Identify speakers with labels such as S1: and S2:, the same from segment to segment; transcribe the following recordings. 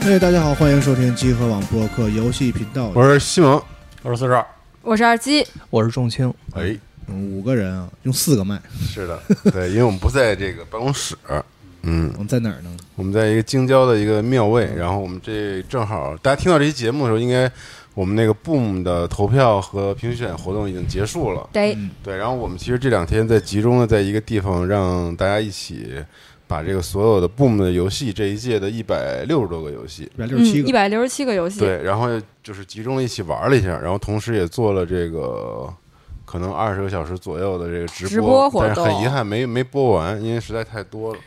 S1: 嘿，大家好，欢迎收听集合网播客游戏频道。
S2: 我是西蒙，
S3: 我是四十二，
S4: 我是二七，
S5: 我是仲青，
S2: 哎，
S1: 嗯五个人啊，用四个麦，
S2: 是的，对，因为我们不在这个办公室，嗯，
S1: 我们在哪儿呢？
S2: 我们在一个京郊的一个庙位，然后我们这正好大家听到这期节目的时候，应该我们那个 Boom 的投票和评选活动已经结束了，
S4: 对，
S1: 嗯
S2: 对，然后我们其实这两天在集中的在一个地方，让大家一起把这个所有的 Boom 的游戏这一届的一百六十多个游戏，
S1: 一百六
S4: 嗯
S1: 十七，个
S4: 一，百六十七个游戏，
S2: 对，然后就是集中了一起玩了一下，然后同时也做了这个可能二十个小时左右的这个直
S4: 直播活动
S2: 但是很遗憾没没播完，因为实在太多了。
S5: 嗯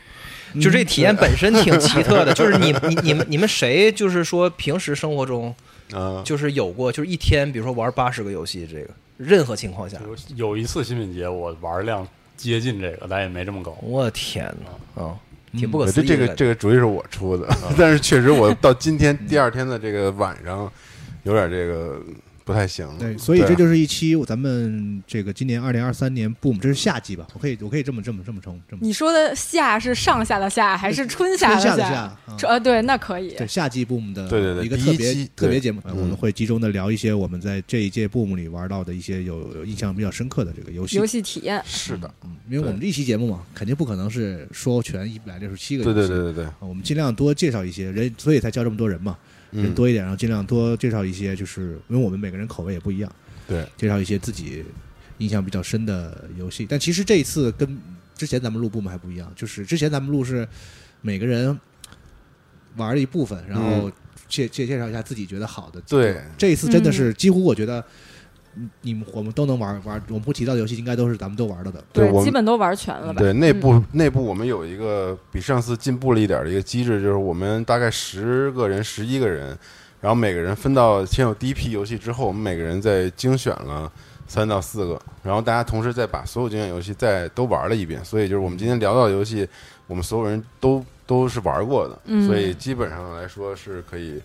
S2: 嗯
S5: 就这体验本身挺奇特 的，就是你你你们你们谁就是说平时生活中
S2: 嗯、
S5: 就是有过就是一天比如说玩八十个游戏这个任何情况下，
S3: 有一次新品节我玩量接近这个，但也没这么高。
S5: 我天哪啊，挺不可
S2: 这
S5: 思
S2: 嗯
S5: 议的
S2: 这
S5: 感
S2: 个
S5: 觉。
S2: 这个主意是我出的， 但是确实我到今天第二天的这个晚上，有点这个不太行了。
S1: 对，所以这
S2: 对啊
S1: 就是一期咱们这个今年二零二三年 boom，这是夏季吧？我可以，我可以这么这么这么称，这么
S4: 你说的夏是上夏的夏还是春夏
S1: 春夏
S4: 夏？
S1: 的夏，啊
S4: 春呃，对，那可以。
S1: 对夏季 boom 的
S2: 对对对
S1: 一个
S2: 第
S1: 特
S2: 一
S1: 别
S2: 期
S1: 特别
S2: 对
S1: 节目，呃
S2: 嗯
S1: 我们会集中的聊一些我们在这一届 boom 里玩到的一些有有印象比较深刻的这个游戏
S4: 游。戏体验，
S2: 是的，
S1: 嗯，因为我们这一期节目嘛，肯定不可能是说全一百六十七个游
S2: 对
S1: 戏，
S2: 对对对对，
S1: 啊我们尽量多介绍一些人，所以才叫这么多人嘛，人
S2: 嗯，
S1: 多一点，然后尽量多介绍一些，就是因为我们每个人口味也不一样，
S2: 对，
S1: 介绍一些自己印象比较深的游戏。但其实这一次跟之前咱们录部门还不一样，就是之前咱们录是每个人玩一部分，然后介介介绍一下自己觉得好的。
S2: 嗯对
S1: 这一次真的是几乎我觉得。嗯你们我们都能玩玩，我们会提到的游戏应该都是咱们都玩到的。
S2: 对
S4: 对
S2: 我，们
S4: 基本都玩全了吧？
S2: 对内部内部我们有一个比上次进步了一点儿的一个机制，就是我们大概十个人、十一个人，然后每个人分到先有第一批游戏之后，我们每个人再精选了三到四个，然后大家同时再把所有精选游戏再都玩了一遍。所以就是我们今天聊到的游戏，我们所有人都都是玩过的，
S4: 嗯
S2: 所以基本上来说是可以。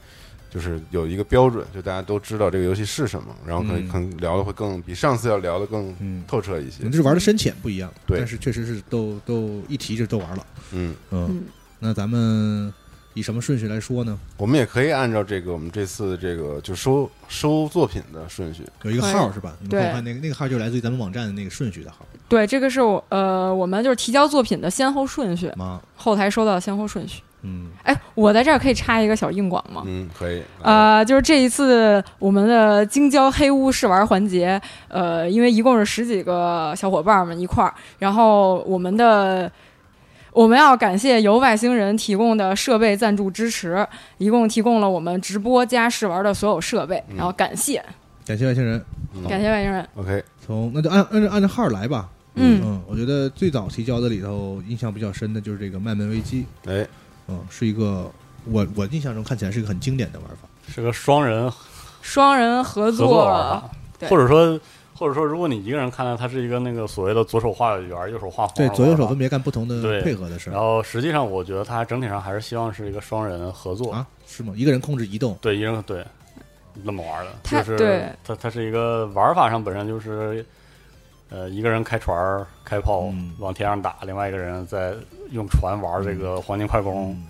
S2: 就是有一个标准，就大家都知道这个游戏是什么，然后可能
S1: 嗯
S2: 可能聊的会更比上次要聊的更
S1: 嗯，
S2: 透彻一些
S1: 我们。就是玩的深浅不一样，
S2: 对
S1: 但是确实是都都一提就都玩了。
S2: 嗯，
S1: 嗯
S4: 嗯，
S1: 那咱们以什么顺序来说呢？
S2: 我们也可以按照这个我们这次这个就收收作品的顺序，
S1: 有一个
S4: 可以
S1: 号是吧？你们
S4: 对
S1: 看看那个那个号就来自于咱们网站的那个顺序的号
S4: 对，这个是我呃，我们就是提交作品的先后顺序，
S1: 吗？
S4: 后台收到的先后顺序。
S1: 嗯，
S4: 哎，我在这儿可以插一个小硬广吗？
S2: 嗯，可以，
S4: 呃，就是这一次我们的京郊黑屋试玩环节，呃，因为一共是十几个小伙伴们一块儿，然后我们的我们要感谢由外星人提供的设备赞助支持，一共提供了我们直播加试玩的所有设备，然后感谢、
S1: 感谢外星人。
S2: 嗯
S4: 感谢外星人，
S2: OK，
S1: 从那就按按照按照号来吧。
S4: 嗯
S1: 嗯，我觉得最早提交的里头印象比较深的就是这个卖门危机，
S2: 哎，
S1: 嗯，是一个我我印象中看起来是一个很经典的玩法。
S3: 是个双人合
S4: 双人合作啊
S3: 作玩法，
S4: 对
S3: 或者说或者说，如果你一个人看待它是一个那个所谓的左手画圆，右手画黄，
S1: 对，左右手分。别干不同的
S3: 对
S1: 配合的事
S3: 然
S1: 儿
S3: 后实际上，我觉得它整体上还是希望是一个双人合作，
S1: 啊，是吗？一个人控制移动，
S3: 对，一人对那么玩的，
S4: 它
S3: 就是
S4: 对
S3: 它它是一个玩法上本身就是。呃，一个人开船儿、开炮
S1: 嗯
S3: 往天上打，另外一个人在用船玩这个黄金快攻，
S1: 嗯，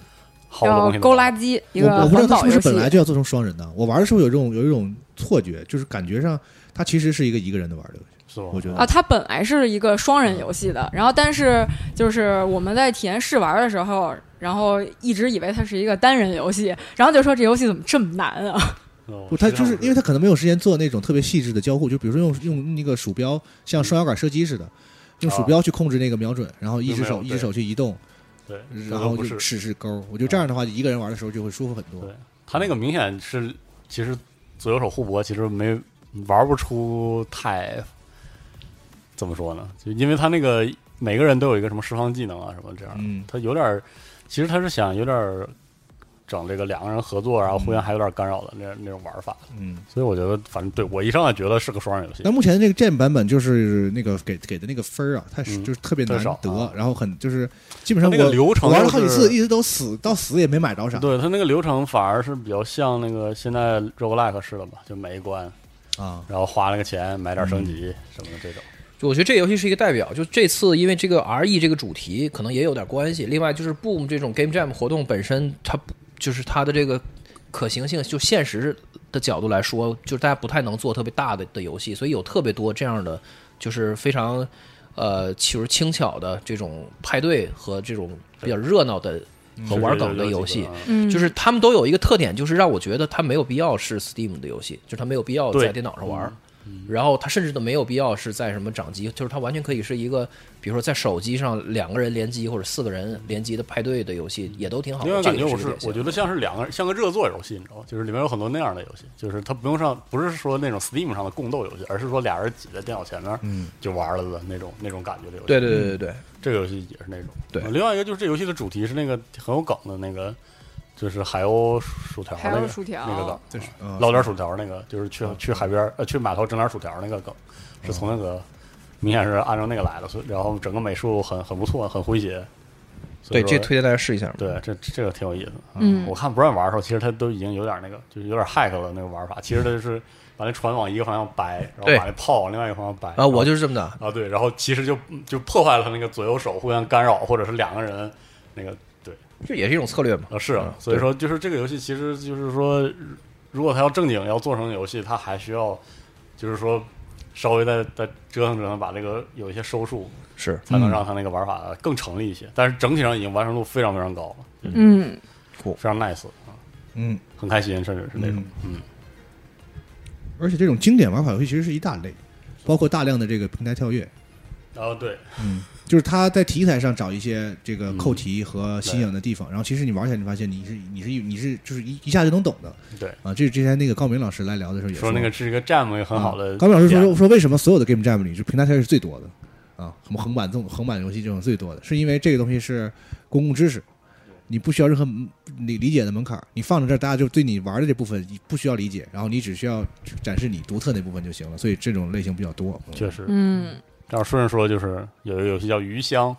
S3: 好多
S4: 叫
S3: 东西都
S4: 勾垃
S3: 玩
S4: 圾一
S1: 我
S4: 个
S1: 我不知道
S4: 环
S1: 它是
S4: 保
S1: 不
S4: 游
S1: 是
S4: 戏
S1: 本，来就要做成双人的，我玩的时候有这种有一种错觉，就是感觉上它其实是一个一个人的玩的游戏。
S3: 是吧？
S1: 我觉得
S4: 啊，它本来是一个双人游戏
S1: 嗯
S4: 的，然后但是就是我们在体验试玩的时候，然后一直以为它是一个单人游戏，然后就说这游戏怎么这么难啊？
S3: 哦
S1: 不，他就是因为他可能没有时间做那种特别细致的交互，就比如说用用那个鼠标，
S3: 嗯
S1: 像双摇杆射击似的，用鼠标去控制那个瞄准，然后一只
S3: 啊没有
S1: 手一
S3: 对
S1: 只手去移动，
S3: 对，
S1: 嗯然
S3: 这都
S1: 后就
S3: 不
S1: 是试试勾。我觉得这样的话，一个人玩的时候就会舒服很多
S3: 对。他那个明显是，其实左右手互搏，其实没玩不出太怎么说呢？就因为他那个每个人都有一个什么释放技能啊什么这样的，
S1: 嗯
S3: 他有点儿，其实他是想有点儿整这个两个人合作，然后互相还有点干扰的那那种玩法。
S1: 嗯，
S3: 所以我觉得，反正对我一上来觉得是个双人游戏
S1: 那，目前这个 Jam 版本就是那个给给的那个分儿啊，它是
S3: 嗯
S1: 就是特别难
S3: 特少
S1: 得
S3: 啊，
S1: 然后很就是基本上
S3: 那个
S1: 我
S3: 流程
S1: 我玩了
S3: 就
S1: 好几
S3: 是
S1: 次，一直都死到死也没买着啥
S3: 对他那个流程反而是比较像那个现在 roguelike 式的吧，就每一关，
S1: 啊。
S3: 然后花了个钱买点升级
S1: 嗯
S3: 什么的这种。
S5: 我觉得这游戏是一个代表，就这次因为这个 R E 这个主题可能也有点关系，另外就是 Boom 这种 Game Jam 活动本身它不就是它的这个可行性，就现实的角度来说，就是大家不太能做特别大的的游戏，所以有特别多这样的，就是非常呃，其实轻巧的这种派对和这种比较热闹的和玩梗的游戏。
S4: 嗯，
S5: 就是啊他们都有一个特点，就是让我觉得它没有必要是 Steam 的游戏，就是它没有必要在
S3: 对
S5: 电脑上玩儿，
S3: 嗯
S5: 然后它甚至都没有必要是在什么掌机，就是它完全可以是一个，比如说在手机上两个人联机或者四个人联机的派对的游
S3: 嗯
S5: 戏，也都挺好
S3: 因
S5: 的。
S3: 为
S5: 这
S3: 感
S5: 个
S3: 觉
S5: 也
S3: 我
S5: 是
S3: 是
S5: 个典，型
S3: 我觉得像是两个人像个热作游戏，你知道吗？就是里面有很多那样的游戏，就是它不用上，不是说那种 Steam 上的共斗游戏，而是说俩人挤在电脑前面
S1: 嗯，
S3: 就玩了的那种那种感觉的游戏。
S5: 对对对对对，
S3: 这个游戏也是那种。
S5: 对
S3: 呃另外一个就是这游戏的主题是那个很有梗的那个，就是海鸥薯条
S4: 还
S3: 那
S4: 有
S3: 个
S4: 薯条，
S3: 那个梗，
S1: 这是
S3: 啊
S5: 嗯
S1: 呃
S3: 捞点薯条那个，就是去去海边呃去码头整点薯条那个梗，是从那个明显是按照那个来的，所以然后整个美术很很不错，很诙谐。所
S5: 对，
S3: 以说
S5: 这推荐大家试一下。
S3: 对，这这个挺有意思。
S4: 嗯
S3: 我看不让玩的时候，其实他都已经有点那个，就是有点 hack 了那个玩法。其实他就是把那船往一个方向摆，然后
S5: 对
S3: 把那炮往另外一个方向摆。
S5: 啊，我
S3: 就
S5: 就是这么的，
S3: 啊对，然后其实就就破坏了他那个左右手互相干扰，或者是两个人那个对
S5: 这也是一种策略嘛。
S3: 啊是啊
S5: 嗯
S3: 所以说就是这个游戏其实就是说，如果他要正经要做成游戏，他还需要就是说稍微再再折腾折腾，把这个有一些收束，
S5: 是
S3: 才能
S1: 嗯
S3: 让他那个玩法更成立一些。但是整体上已经完成度非常非常高了，
S4: 嗯，
S3: 非常 nice。
S1: 嗯，
S3: 很开心，甚至是那种，嗯，
S1: 而且这种经典玩法游戏其实是一大类，包括大量的这个平台跳跃，
S3: 然后哦对，
S1: 嗯，就是他在题材上找一些这个扣题
S3: 嗯
S1: 和新颖的地方，然后其实你玩起来，你发现你是你是你是就是一一下就能懂的
S3: 对，
S1: 啊。这是之前那个高明老师来聊的时候也
S3: 说那个是一个 jam 也很好的
S1: 啊
S3: 点，
S1: 高明老师说说为什么所有的 game jam 里，就平台跳跃是最多的啊？什么横版纵横版游戏这种最多的，是因为这个东西是公共知识，你不需要任何门理理解的门槛儿，你放在这儿，大家就对你玩的这部分你不需要理解，然后你只需要展示你独特那部分就行了。所以这种类型比较多。嗯
S3: 确实。
S4: 嗯，
S3: 然后顺着说，就是有一个游戏叫《鱼香》，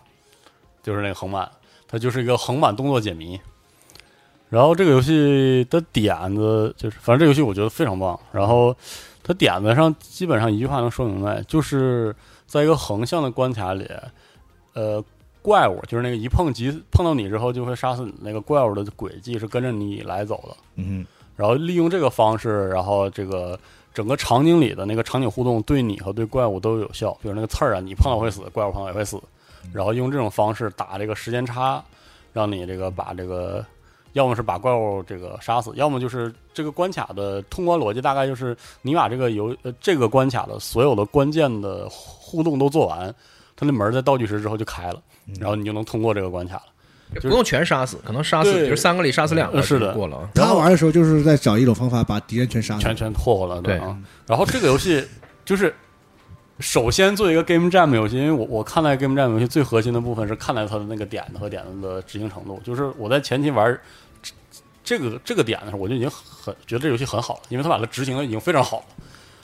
S3: 就是那个横版，它就是一个横版动作解谜。然后这个游戏的点子就是，反正这个游戏我觉得非常棒。然后它点子上基本上一句话能说明白，就是在一个横向的关卡里，呃，怪物就是那个一碰即碰到你之后就会杀死你那个怪物的轨迹是跟着你来走的。
S1: 嗯
S3: 然后利用这个方式，然后这个整个场景里的那个场景互动对你和对怪物都有效。比如那个刺儿啊，你碰到会死，怪物碰到也会死。然后用这种方式打这个时间差，让你这个把这个，要么是把怪物这个杀死，要么就是这个关卡的通关逻辑大概就是你把这个游呃这个关卡的所有的关键的互动都做完，它那门儿在倒计时之后就开了，然后你就能通过这个关卡了。
S5: 也
S3: 就是
S5: 不用全杀死，可能杀死，
S3: 对
S5: 比如三个里杀死两个，
S3: 呃是的
S5: 过了啊。
S1: 他玩的时候就是在找一种方法把敌人全杀
S3: 全
S1: 死。
S3: 全霍霍了，
S5: 对
S3: 啊。然后这个游戏就是首先做一个 game jam 游戏，因为我我看待 game jam 游戏最核心的部分是看待它的那个点子和点子的执行程度。就是我在前期玩这这个这个点的时候，我就已经很觉得这游戏很好了，因为它把它执行的已经非常好了。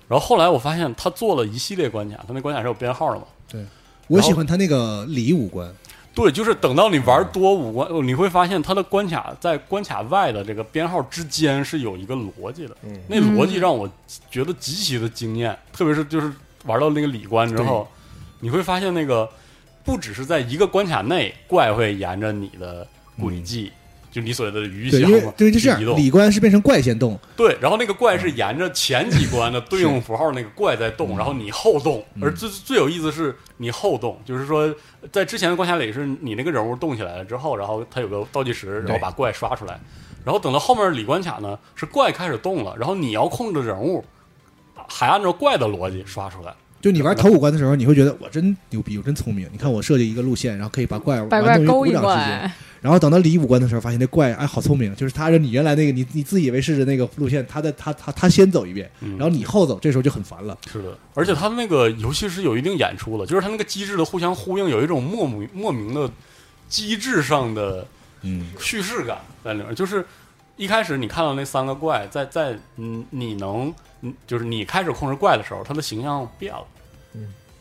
S3: 然后后来我发现它做了一系列关卡，它那关卡是有编号的嘛？
S1: 我喜欢他那个礼五官，
S3: 对，就是等到你玩多五关，你会发现它的关卡在关卡外的这个编号之间是有一个逻辑的，
S5: 嗯
S3: 那逻辑让我觉得极其的惊艳，特别是就是玩到那个里关之后，你会发现那个不只是在一个关卡内，怪会沿着你的轨迹，就你所谓的
S1: 嗯
S3: 鱼
S1: 对，
S3: 翔
S1: 因为
S3: 嘛，
S1: 对，就这样
S3: 去移，动
S1: 礼官是变成怪先动，
S3: 对，然后那个怪是沿着前几关的对应符号那个怪在动，然后你后动，而最最有意思是你后动，就是说在之前的关卡里是你那个人物动起来了之后，然后它有个倒计时，然后把怪刷出来，然后等到后面里关卡呢是怪开始动了，然后你要控制人物，还按照怪的逻辑刷出来，
S1: 就你玩头五关的时候，你会觉得我真牛逼，我真聪明。你看我设计一个路线，然后可以把怪
S4: 把
S1: 玩
S4: 怪
S1: 弄于
S4: 勾
S1: 股
S4: 一
S1: 掌之间。
S4: 怪，
S1: 然后等到离五关的时候，发现那怪哎好聪明，就是他按你原来那个你你自以为是的那个路线，他在他他他先走一遍，
S3: 嗯
S1: 然后你后走，这时候就很烦了。
S3: 是的，而且它那个游戏是有一定演出的，就是它那个机制的互相呼应，有一种莫名莫名的机制上的
S1: 嗯
S3: 叙事感在里面，就是一开始你看到那三个怪，在在嗯，你能，嗯就是你开始控制怪的时候，它的形象变了，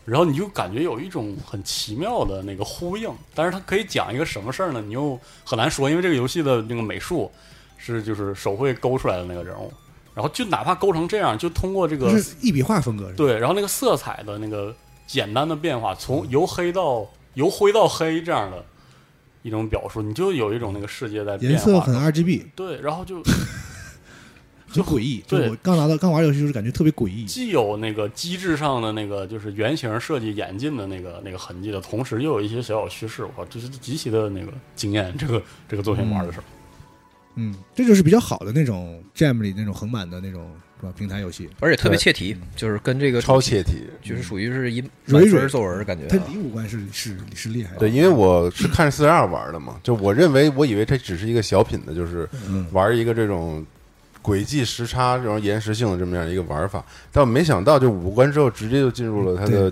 S3: 然后你就感觉有一种很奇妙的那个呼应，但是它可以讲一个什么事儿呢？你又很难说，因为这个游戏的那个美术是就是手绘勾出来的那个人物，然后就哪怕勾成这样，就通过这个
S1: 就是一笔画风格是吧？
S3: 对，然后那个色彩的那个简单的变化，从由黑到由灰到黑这样的一种表述，你就有一种那个世界在变
S1: 颜
S3: 化
S1: 色很
S3: 中
S1: R G B，
S3: 对，然后就
S1: 很诡异。就
S3: 对
S1: 我刚拿到刚玩游戏就是感觉特别诡异，
S3: 既有那个机制上的那个就是原型设计演进的那个那个痕迹的同时，又有一些小小叙事，哇，这是极其的那个惊艳。这个这个作品玩的时候，
S1: 嗯，这就是比较好的那种 Jam 里那种横版的那种是吧？平台游戏，
S5: 而且特别切题，就是跟这个
S2: 超切题。
S5: 就是属于是一
S1: 蕊
S5: 满分
S1: 蕊
S5: 作文感觉
S1: 它
S5: 啊。
S1: 离五官是是是厉害的。
S2: 对，因为我是看四十二玩的嘛，就我认为我以为这只是一个小品的，就是
S1: 嗯
S2: 玩一个这种轨迹时差、这种延时性的这么样一个玩法，但我没想到就五关之后直接就进入了它的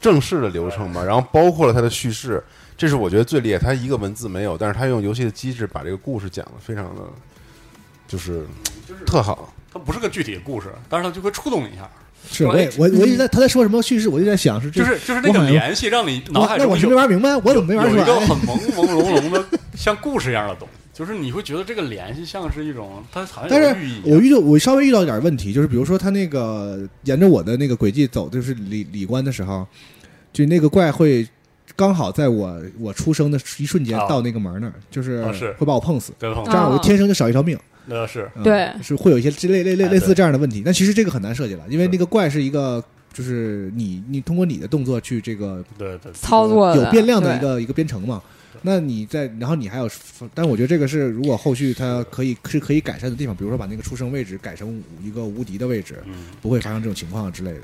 S2: 正式的流程嘛，然后包括了它的叙事，这是我觉得最厉害，它一个文字没有，但是它用游戏的机制把这个故事讲的非常的，就是特好。
S3: 它不是个具体的故事，但是它就会触动你一下，
S1: 是我也我我一直在他在说什么叙事，我就在想是这
S3: 就是就是那
S1: 我好
S3: 个
S1: 像
S3: 联系，让你
S1: 我
S3: 脑海
S1: 那
S3: 中
S1: 我是没
S3: 有
S1: 玩明白，我怎么没玩哎
S3: 有
S1: 出
S3: 一个
S1: 来？
S3: 很朦朦胧胧的像故事一样的东西，就是你会觉得这个联系像是一种它好像
S1: 但
S3: 有
S1: 是
S3: 个寓意啊一
S1: 我
S3: 样。
S1: 遇到我稍微遇到一点问题，就是比如说他那个沿着我的那个轨迹走，就是里里关的时候，就那个怪会刚好在我我出生的一瞬间
S3: 啊
S1: 到那个门那儿，就是
S3: 啊是
S1: 会把我碰死，
S3: 对吧？
S4: 嗯
S1: 这样我就天生就少一条命。
S3: 那是
S1: 嗯
S4: 对
S1: 是会有一些之类类类
S3: 哎
S1: 类似
S3: 对
S1: 这样的问题。但其实这个很难设计了，因为
S3: 是
S1: 那个怪是一个，就是你你通过你的动作去这个
S3: 对对，
S4: 操作的
S1: 有变量的
S4: 对
S1: 一个一个编程嘛。那你在，然后你还有，但我觉得这个是如果后续它可以是可以改善的地方，比如说把那个出生位置改成一个无敌的位置，
S3: 嗯，
S1: 不会发生这种情况之类的。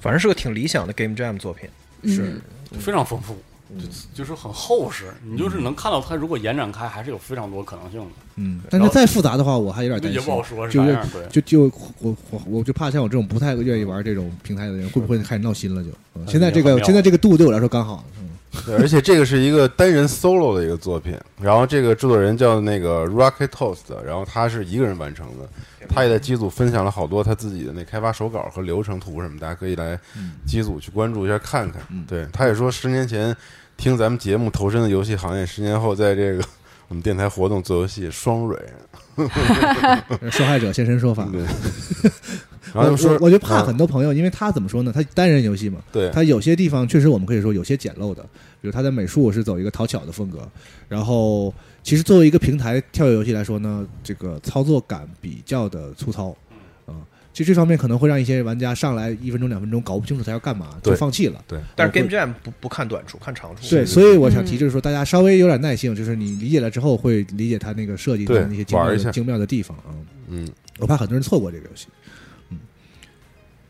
S5: 反正是个挺理想的 Game Jam 作品。
S1: 是
S4: 嗯，
S3: 非常丰富。就就是很厚实，你就是能看到它。如果延展开，还是有非常多可能性的，
S1: 嗯，但是再复杂的话，我还有点担
S3: 也
S1: 心
S3: 不好。说是
S1: 就
S3: 啥
S1: 是
S3: 样。对，
S1: 就就我我我就怕像我这种不太愿意玩这种平台的人，会不会开始闹心了就？嗯现在这
S3: 也很
S1: 个
S3: 妙
S1: 现在这个度对我来说刚好。嗯
S2: 对，而且这个是一个单人 solo 的一个作品，然后这个制作人叫那个 Rocket Toast，然后他是一个人完成的，他也在机组分享了好多他自己的那开发手稿和流程图什么，大家可以来机组去关注一下看看。
S1: 嗯
S2: 对，他也说十年前听咱们节目投身的游戏行业，十年后在这个我们电台活动做游戏双蕊，
S1: 啊嗯
S2: 嗯
S1: 受害者现身说法。
S2: 对，
S1: 我
S2: 然后就说
S1: 我我就怕很
S2: 嗯
S1: 多朋友，因为他怎么说呢？他单人游戏嘛，
S2: 对
S1: 他有些地方确实我们可以说有些简陋的，比如他的美术是走一个讨巧的风格。然后，其实作为一个平台跳跃游戏来说呢，这个操作感比较的粗糙，
S2: 嗯
S1: 啊，其实这方面可能会让一些玩家上来一分钟两分钟搞不清楚他要干嘛，就
S2: 对
S1: 放弃了。
S2: 对。
S5: 但是
S1: 我会
S5: Game Jam 不不看短处，看长处。
S1: 对，
S2: 是
S1: 所以我想提
S4: 嗯
S1: 就是说，大家稍微有点耐性，就是你理解了之后会理解他那个设计
S2: 对
S1: 的那些精妙
S2: 玩一下
S1: 的精妙的地方啊。
S2: 嗯，
S1: 我怕很多人错过这个游戏。嗯，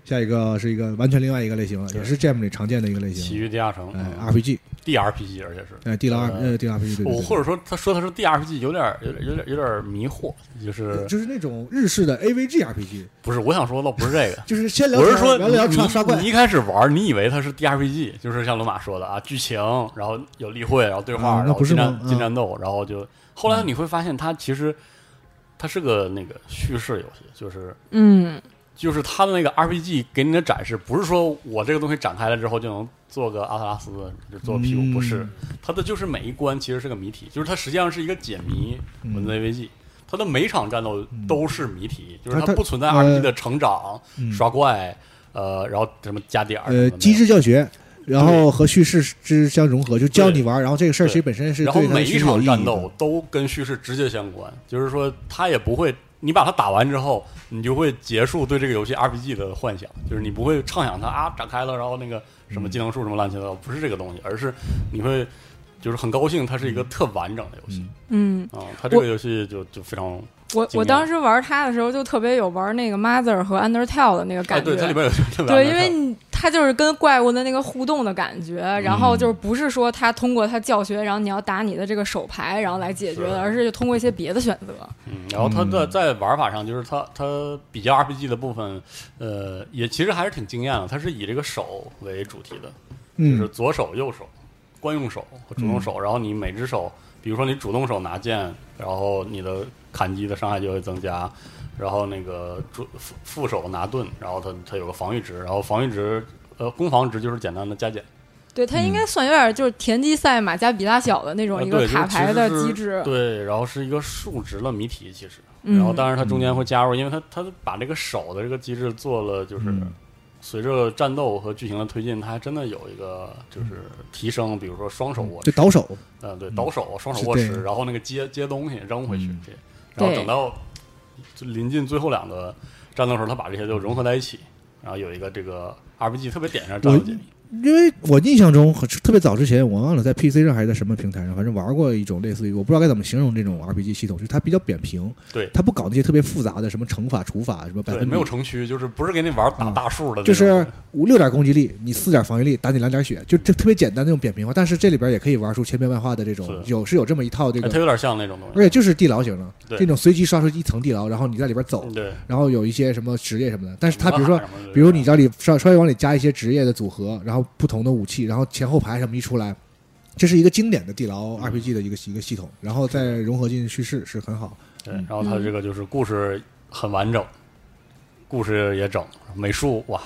S1: 下一个是一个完全另外一个类型了，也是 Jam 里常见的一个类
S3: 奇
S1: 型，
S3: 遇地下城
S1: 哎
S3: 嗯
S1: ，RPG，
S3: ，DRPG，而且是
S1: 哎，D R
S3: 呃
S1: 呃 D R P G，对对
S3: 我
S1: 对，
S3: 或者说他说他是 DRPG 有点儿有点儿有点儿有点儿迷惑，就是
S1: 就是那种日式的 A V G R P G，，
S3: 不是我想说的不是这个
S1: 就是先聊
S3: 我是
S1: 天
S3: 说
S1: 然后聊
S3: 你
S1: 刷刷怪
S3: 你，一开始玩，你以为它是 DRPG，就是像罗马说的啊，剧情，然后有例会，然后对
S1: 啊嗯
S3: 话，
S1: 那
S3: 然后
S1: 不是
S3: 近
S1: 吗
S3: 战近战斗，然后就后来你会发现它其实它是个那个叙事游戏，就是
S4: 嗯，
S3: 就是它的那个 RPG 给你的展示，不是说我这个东西展开了之后就能做个阿特拉斯，就做屁股，
S1: 嗯
S3: 不是，它的就是每一关其实是个谜题，就是它实际上是一个解谜
S1: 嗯
S3: 文字 AVG，它的每场战斗都是谜题，就是
S1: 它
S3: 它不存在
S1: 它呃
S3: RPG 的成长、
S1: 嗯
S3: 刷怪，呃，然后什么加点儿什么
S1: 呃
S3: 的，
S1: 机制教学。然后和叙事之相融合，就教你玩。然后这个事儿其实本身是
S3: 然后
S1: 对它
S3: 每
S1: 是
S3: 一
S1: 有
S3: 场
S1: 意义
S3: 战
S1: 的
S3: 斗。都跟叙事直接相关，就是说它也不会，你把它打完之后，你就会结束对这个游戏 RPG 的幻想，就是你不会畅想它啊展开了，然后那个什
S1: 嗯
S3: 么技能树什么乱七八糟，不是这个东西，而是你会就是很高兴它是一
S1: 嗯
S3: 个特完整的游戏
S4: 嗯，
S3: 啊，它这个游戏就就非常
S4: 我
S3: 经
S4: 我
S3: 验
S4: 当时玩它的时候就特别有玩那个 Mother 和 Undertale 的那个
S3: 哎，
S4: 感觉，
S3: 对，它里边有特别
S4: 对，
S3: 完
S4: 因为
S3: 整
S4: 你它就是跟怪物的那个互动的感觉，然后
S3: 嗯
S4: 就是不是说它通过它教学，然后你要打你的这个手牌，然后来解决的，
S3: 是
S4: 而是通过一些别的选择。
S3: 嗯，然后它的在玩法上，就是它它比较 RPG 的部分，呃，也其实还是挺惊艳的，它是以这个手为主题的，就是
S1: 嗯，
S3: 左手、右手、惯用手和主动手，然后你每只手，比如说你主动手拿剑，然后你的砍击的伤害就会增加，然后那个主副副手拿盾，然后它它有个防御值，然后防御值呃攻防值就是简单的加减，
S4: 对，它应该算有点就是田忌赛马加比大小的那种
S3: 呃
S4: 一
S3: 嗯对
S4: 个
S3: 就是
S4: 卡
S3: 其
S4: 牌
S3: 实
S4: 的
S3: 是
S4: 机制。
S3: 对，然后是一个数值的谜题其实，
S4: 嗯
S3: 然后当然它中间会加入，因为它它把这个手的这个机制做了就是。随着战斗和剧情的推进，它还真的有一个就是提升，比如说双手握
S1: 就
S3: 持，
S1: 倒手，
S3: 嗯，对，倒手、双手握
S1: 是对
S3: 持，然后那个接接东西扔回去，
S1: 嗯
S3: 这，然后
S4: 对
S3: 等到就临近最后两个战斗的时候，他把这些就融合在一起，然后有一个这个 RPG 特别典型的战斗解谜，
S1: 因为我印象中很特别早之前，我忘了在 PC 上还是在什么平台上，反正玩过一种类似于我不知道该怎么形容这种 RPG 系统，就是它比较扁平，
S3: 对
S1: 它不搞那些特别复杂的什么乘法、除法什么百
S3: 对，
S1: 分
S3: 没有
S1: 比，
S3: 城区，就是不是给你玩打大树的
S1: 嗯
S3: 那种，
S1: 就是五六点攻击力，你四点防御力，打你两点血，就这特别简单那种扁平化，但是这里边也可以玩出千变万化的这种，
S3: 是
S1: 有是有这么一套这
S3: 哎它
S1: 个，
S3: 有点像那种东西，
S1: 而且就是地牢型的
S3: 对
S1: 这种随机刷出一层地牢，然后你在里边走
S3: 嗯，啊对，
S1: 然后有一些什么职业什么的，但是它比如说
S3: 什么的
S1: 比如你，这里稍稍微往里加一些职业的组合，然后不同的武器，然后前后排什么一出来，这是一个经典的地牢
S3: 嗯
S1: RPG 的一个一个系统，然后再融合进叙事是很好。
S3: 对，然后它这个就是故事很完整，故事也整，美术哇，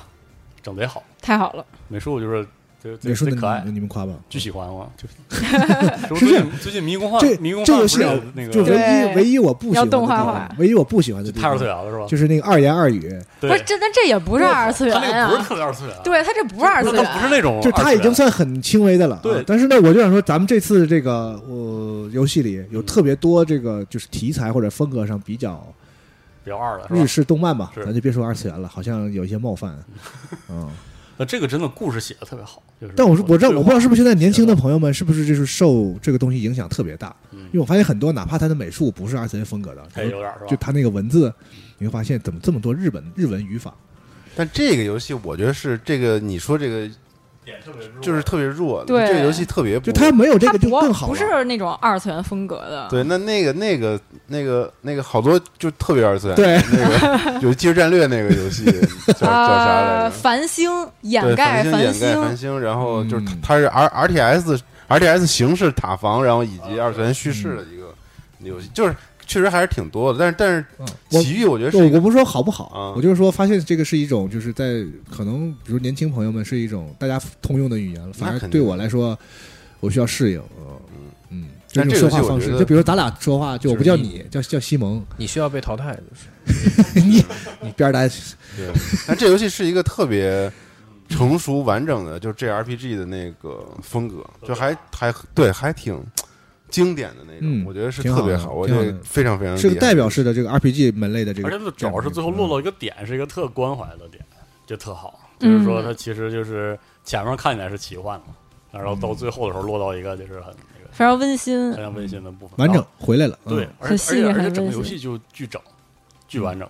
S3: 整得也好，
S4: 太好了，
S3: 美术就是就
S1: 美
S3: 贼
S1: 术
S3: 贼
S1: 的
S3: 可爱
S1: 你，你们夸吧，
S3: 巨喜 欢我，就是
S1: 是
S3: 最
S1: 这
S3: 近
S1: 样
S3: 最近迷宫幻
S1: 这
S3: 迷宫
S1: 这
S3: 幻
S1: 游
S3: 不
S1: 戏
S3: 是
S1: 啊
S3: 有那
S1: 就唯
S3: 个
S4: 是
S1: 一
S4: 对
S1: 唯一我不喜欢的地
S4: 要动画
S1: 方
S4: 化，
S1: 唯一我不喜欢的地
S3: 太
S1: 方
S3: 二次元了是吧？
S1: 就是那个二言二语，
S4: 不
S3: 对
S4: 是，这但这也不是二次元
S3: 他那
S4: 啊
S3: 个不是，特别二次元啊，
S4: 对他这不是二次
S3: 他不是
S4: 元，啊
S3: 那哦种二次元，
S1: 就是它已经算很轻微的了。
S3: 对
S1: 啊但是呢，我就想说，咱们这次这个呃游戏里有特别多这个就是题材或者风格上比较
S3: 比较二了，是吧
S1: 日？式动漫吧，
S3: 啊是
S1: 咱就别说二次元了，好像有一些冒 犯，嗯。
S3: 那这个真的故事写的特别好，就是
S1: 但我是我知道，
S3: 对
S1: 我不知道是不是现在年轻的朋友们是不是就是受这个东西影响特别大，
S3: 嗯
S1: 因为我发现很多哪怕它的美术不是二次元风格的，
S3: 哎有点是吧？
S1: 就它那个文字，你会发现怎么这么多日本日文语法，
S2: 但这个游戏我觉得是这个你说这个
S3: 点特别
S2: 就是特别弱，
S4: 对
S2: 这个游戏特别不
S1: 就它没有这
S4: 他
S1: 个就
S4: 不
S1: 更好
S4: 不
S1: 了。
S4: 是那种二次元风格的，
S2: 对，那那个那个那个那个好多就特别二次元，
S1: 对，
S2: 那个有即时战略那个 游戏叫叫啥来着？
S4: 呃，繁星
S2: 对，
S4: 掩盖
S2: 繁星
S4: 繁
S2: 掩盖
S4: 星
S2: 繁，星，然后就是它
S1: 嗯
S2: 它是 R R T S R T S 形式塔防，然后以及二次元叙事的
S1: 嗯
S2: 一个游戏，就是确实还是挺多的，但是但是
S1: 嗯我
S2: 奇遇我觉得是
S1: 我
S2: 一个
S1: 我不是说好不好，
S2: 啊
S1: 我就是说发现这个是一种就是在可能比如年轻朋友们是一种大家通用的语言了，反
S2: 那
S1: 而
S2: 肯定
S1: 对我来说，我需要适应。呃
S2: 嗯
S1: 嗯，这
S2: 但
S1: 种
S2: 这
S1: 说
S2: 个
S1: 话
S2: 游戏我
S1: 方
S2: 觉
S1: 式，
S2: 得
S1: 就比如咱俩说话，就我不叫
S5: 就是
S1: 你，叫叫西蒙，
S5: 你需要被淘汰，就是
S1: 你你边儿待
S2: 对，但这游戏是一个特别成熟完整的，就是 JRPG 的那个风格，就还还对，还挺经典的那种，
S1: 嗯
S2: 我觉得是
S1: 挺好
S2: 特
S1: 的
S2: 别好，我觉
S1: 挺
S2: 得
S1: 好的
S2: 非常非常
S1: 是个
S2: 嗯厉害
S1: 代表式的这个 RPG 门类的这个
S3: 而
S1: 这
S3: 且
S1: 样的一个，嗯
S3: 它主要是最后落到一个点，是一个特关怀的点，就特好。就
S4: 嗯
S3: 是说，它其实就是前面看起来是奇幻嘛，然后到最后的时候落到一个就是很那个
S4: 非常温馨
S3: 非，常温馨的部分，
S1: 完整
S3: 然后。
S1: 回来了，嗯
S3: 对，而
S4: 很
S3: 且
S4: 细腻
S3: 而且而且
S4: 很
S3: 整个
S4: 温
S3: 游
S4: 馨
S3: 戏就巨整，巨完整，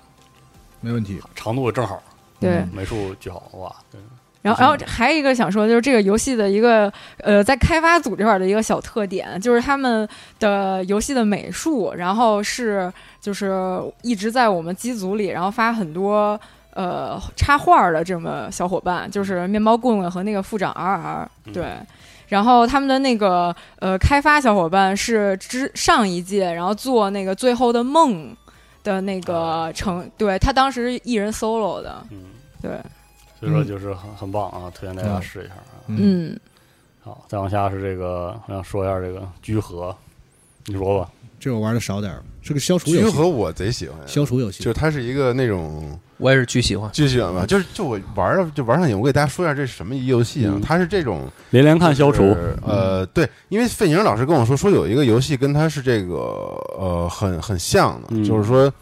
S1: 没问题。
S3: 长度正好，
S4: 对。
S3: 美术巨好，哇！对
S4: 然后，然后还有一个想说，就是这个游戏的一个呃，在开发组这块儿的一个小特点，就是他们的游戏的美术，然后是就是一直在我们机组里，然后发很多呃插画儿的这么小伙伴，就是面包棍棍和那个副长 RR
S3: 嗯
S4: 对。然后他们的那个呃开发小伙伴是之上一届，然后做那个最后的梦的那个
S3: 啊
S4: 成，对他当时是一人 solo 的，
S3: 嗯，
S4: 对，
S3: 所以说就是很很棒啊，推荐大家试一下啊。
S1: 嗯，
S4: 嗯。
S3: 好，再往下是这个，我想说一下这个居合，你说吧，
S1: 这我玩的少点儿，是个消除
S2: 聚
S1: 游戏，
S2: 合我贼喜欢，
S1: 消除游
S2: 就
S1: 戏
S2: 是它是一个那种
S5: 我也是巨喜欢。
S2: 巨喜欢
S3: 嗯
S2: 吧，就是就我玩了就玩上瘾，我给大家说一下这是什么游戏啊，
S3: 嗯
S2: 它是这种
S3: 连连看消除，
S2: 就是呃，对，因为费宁老师跟我说，说有一个游戏跟它是这个呃很很像的，
S3: 嗯
S2: 就是说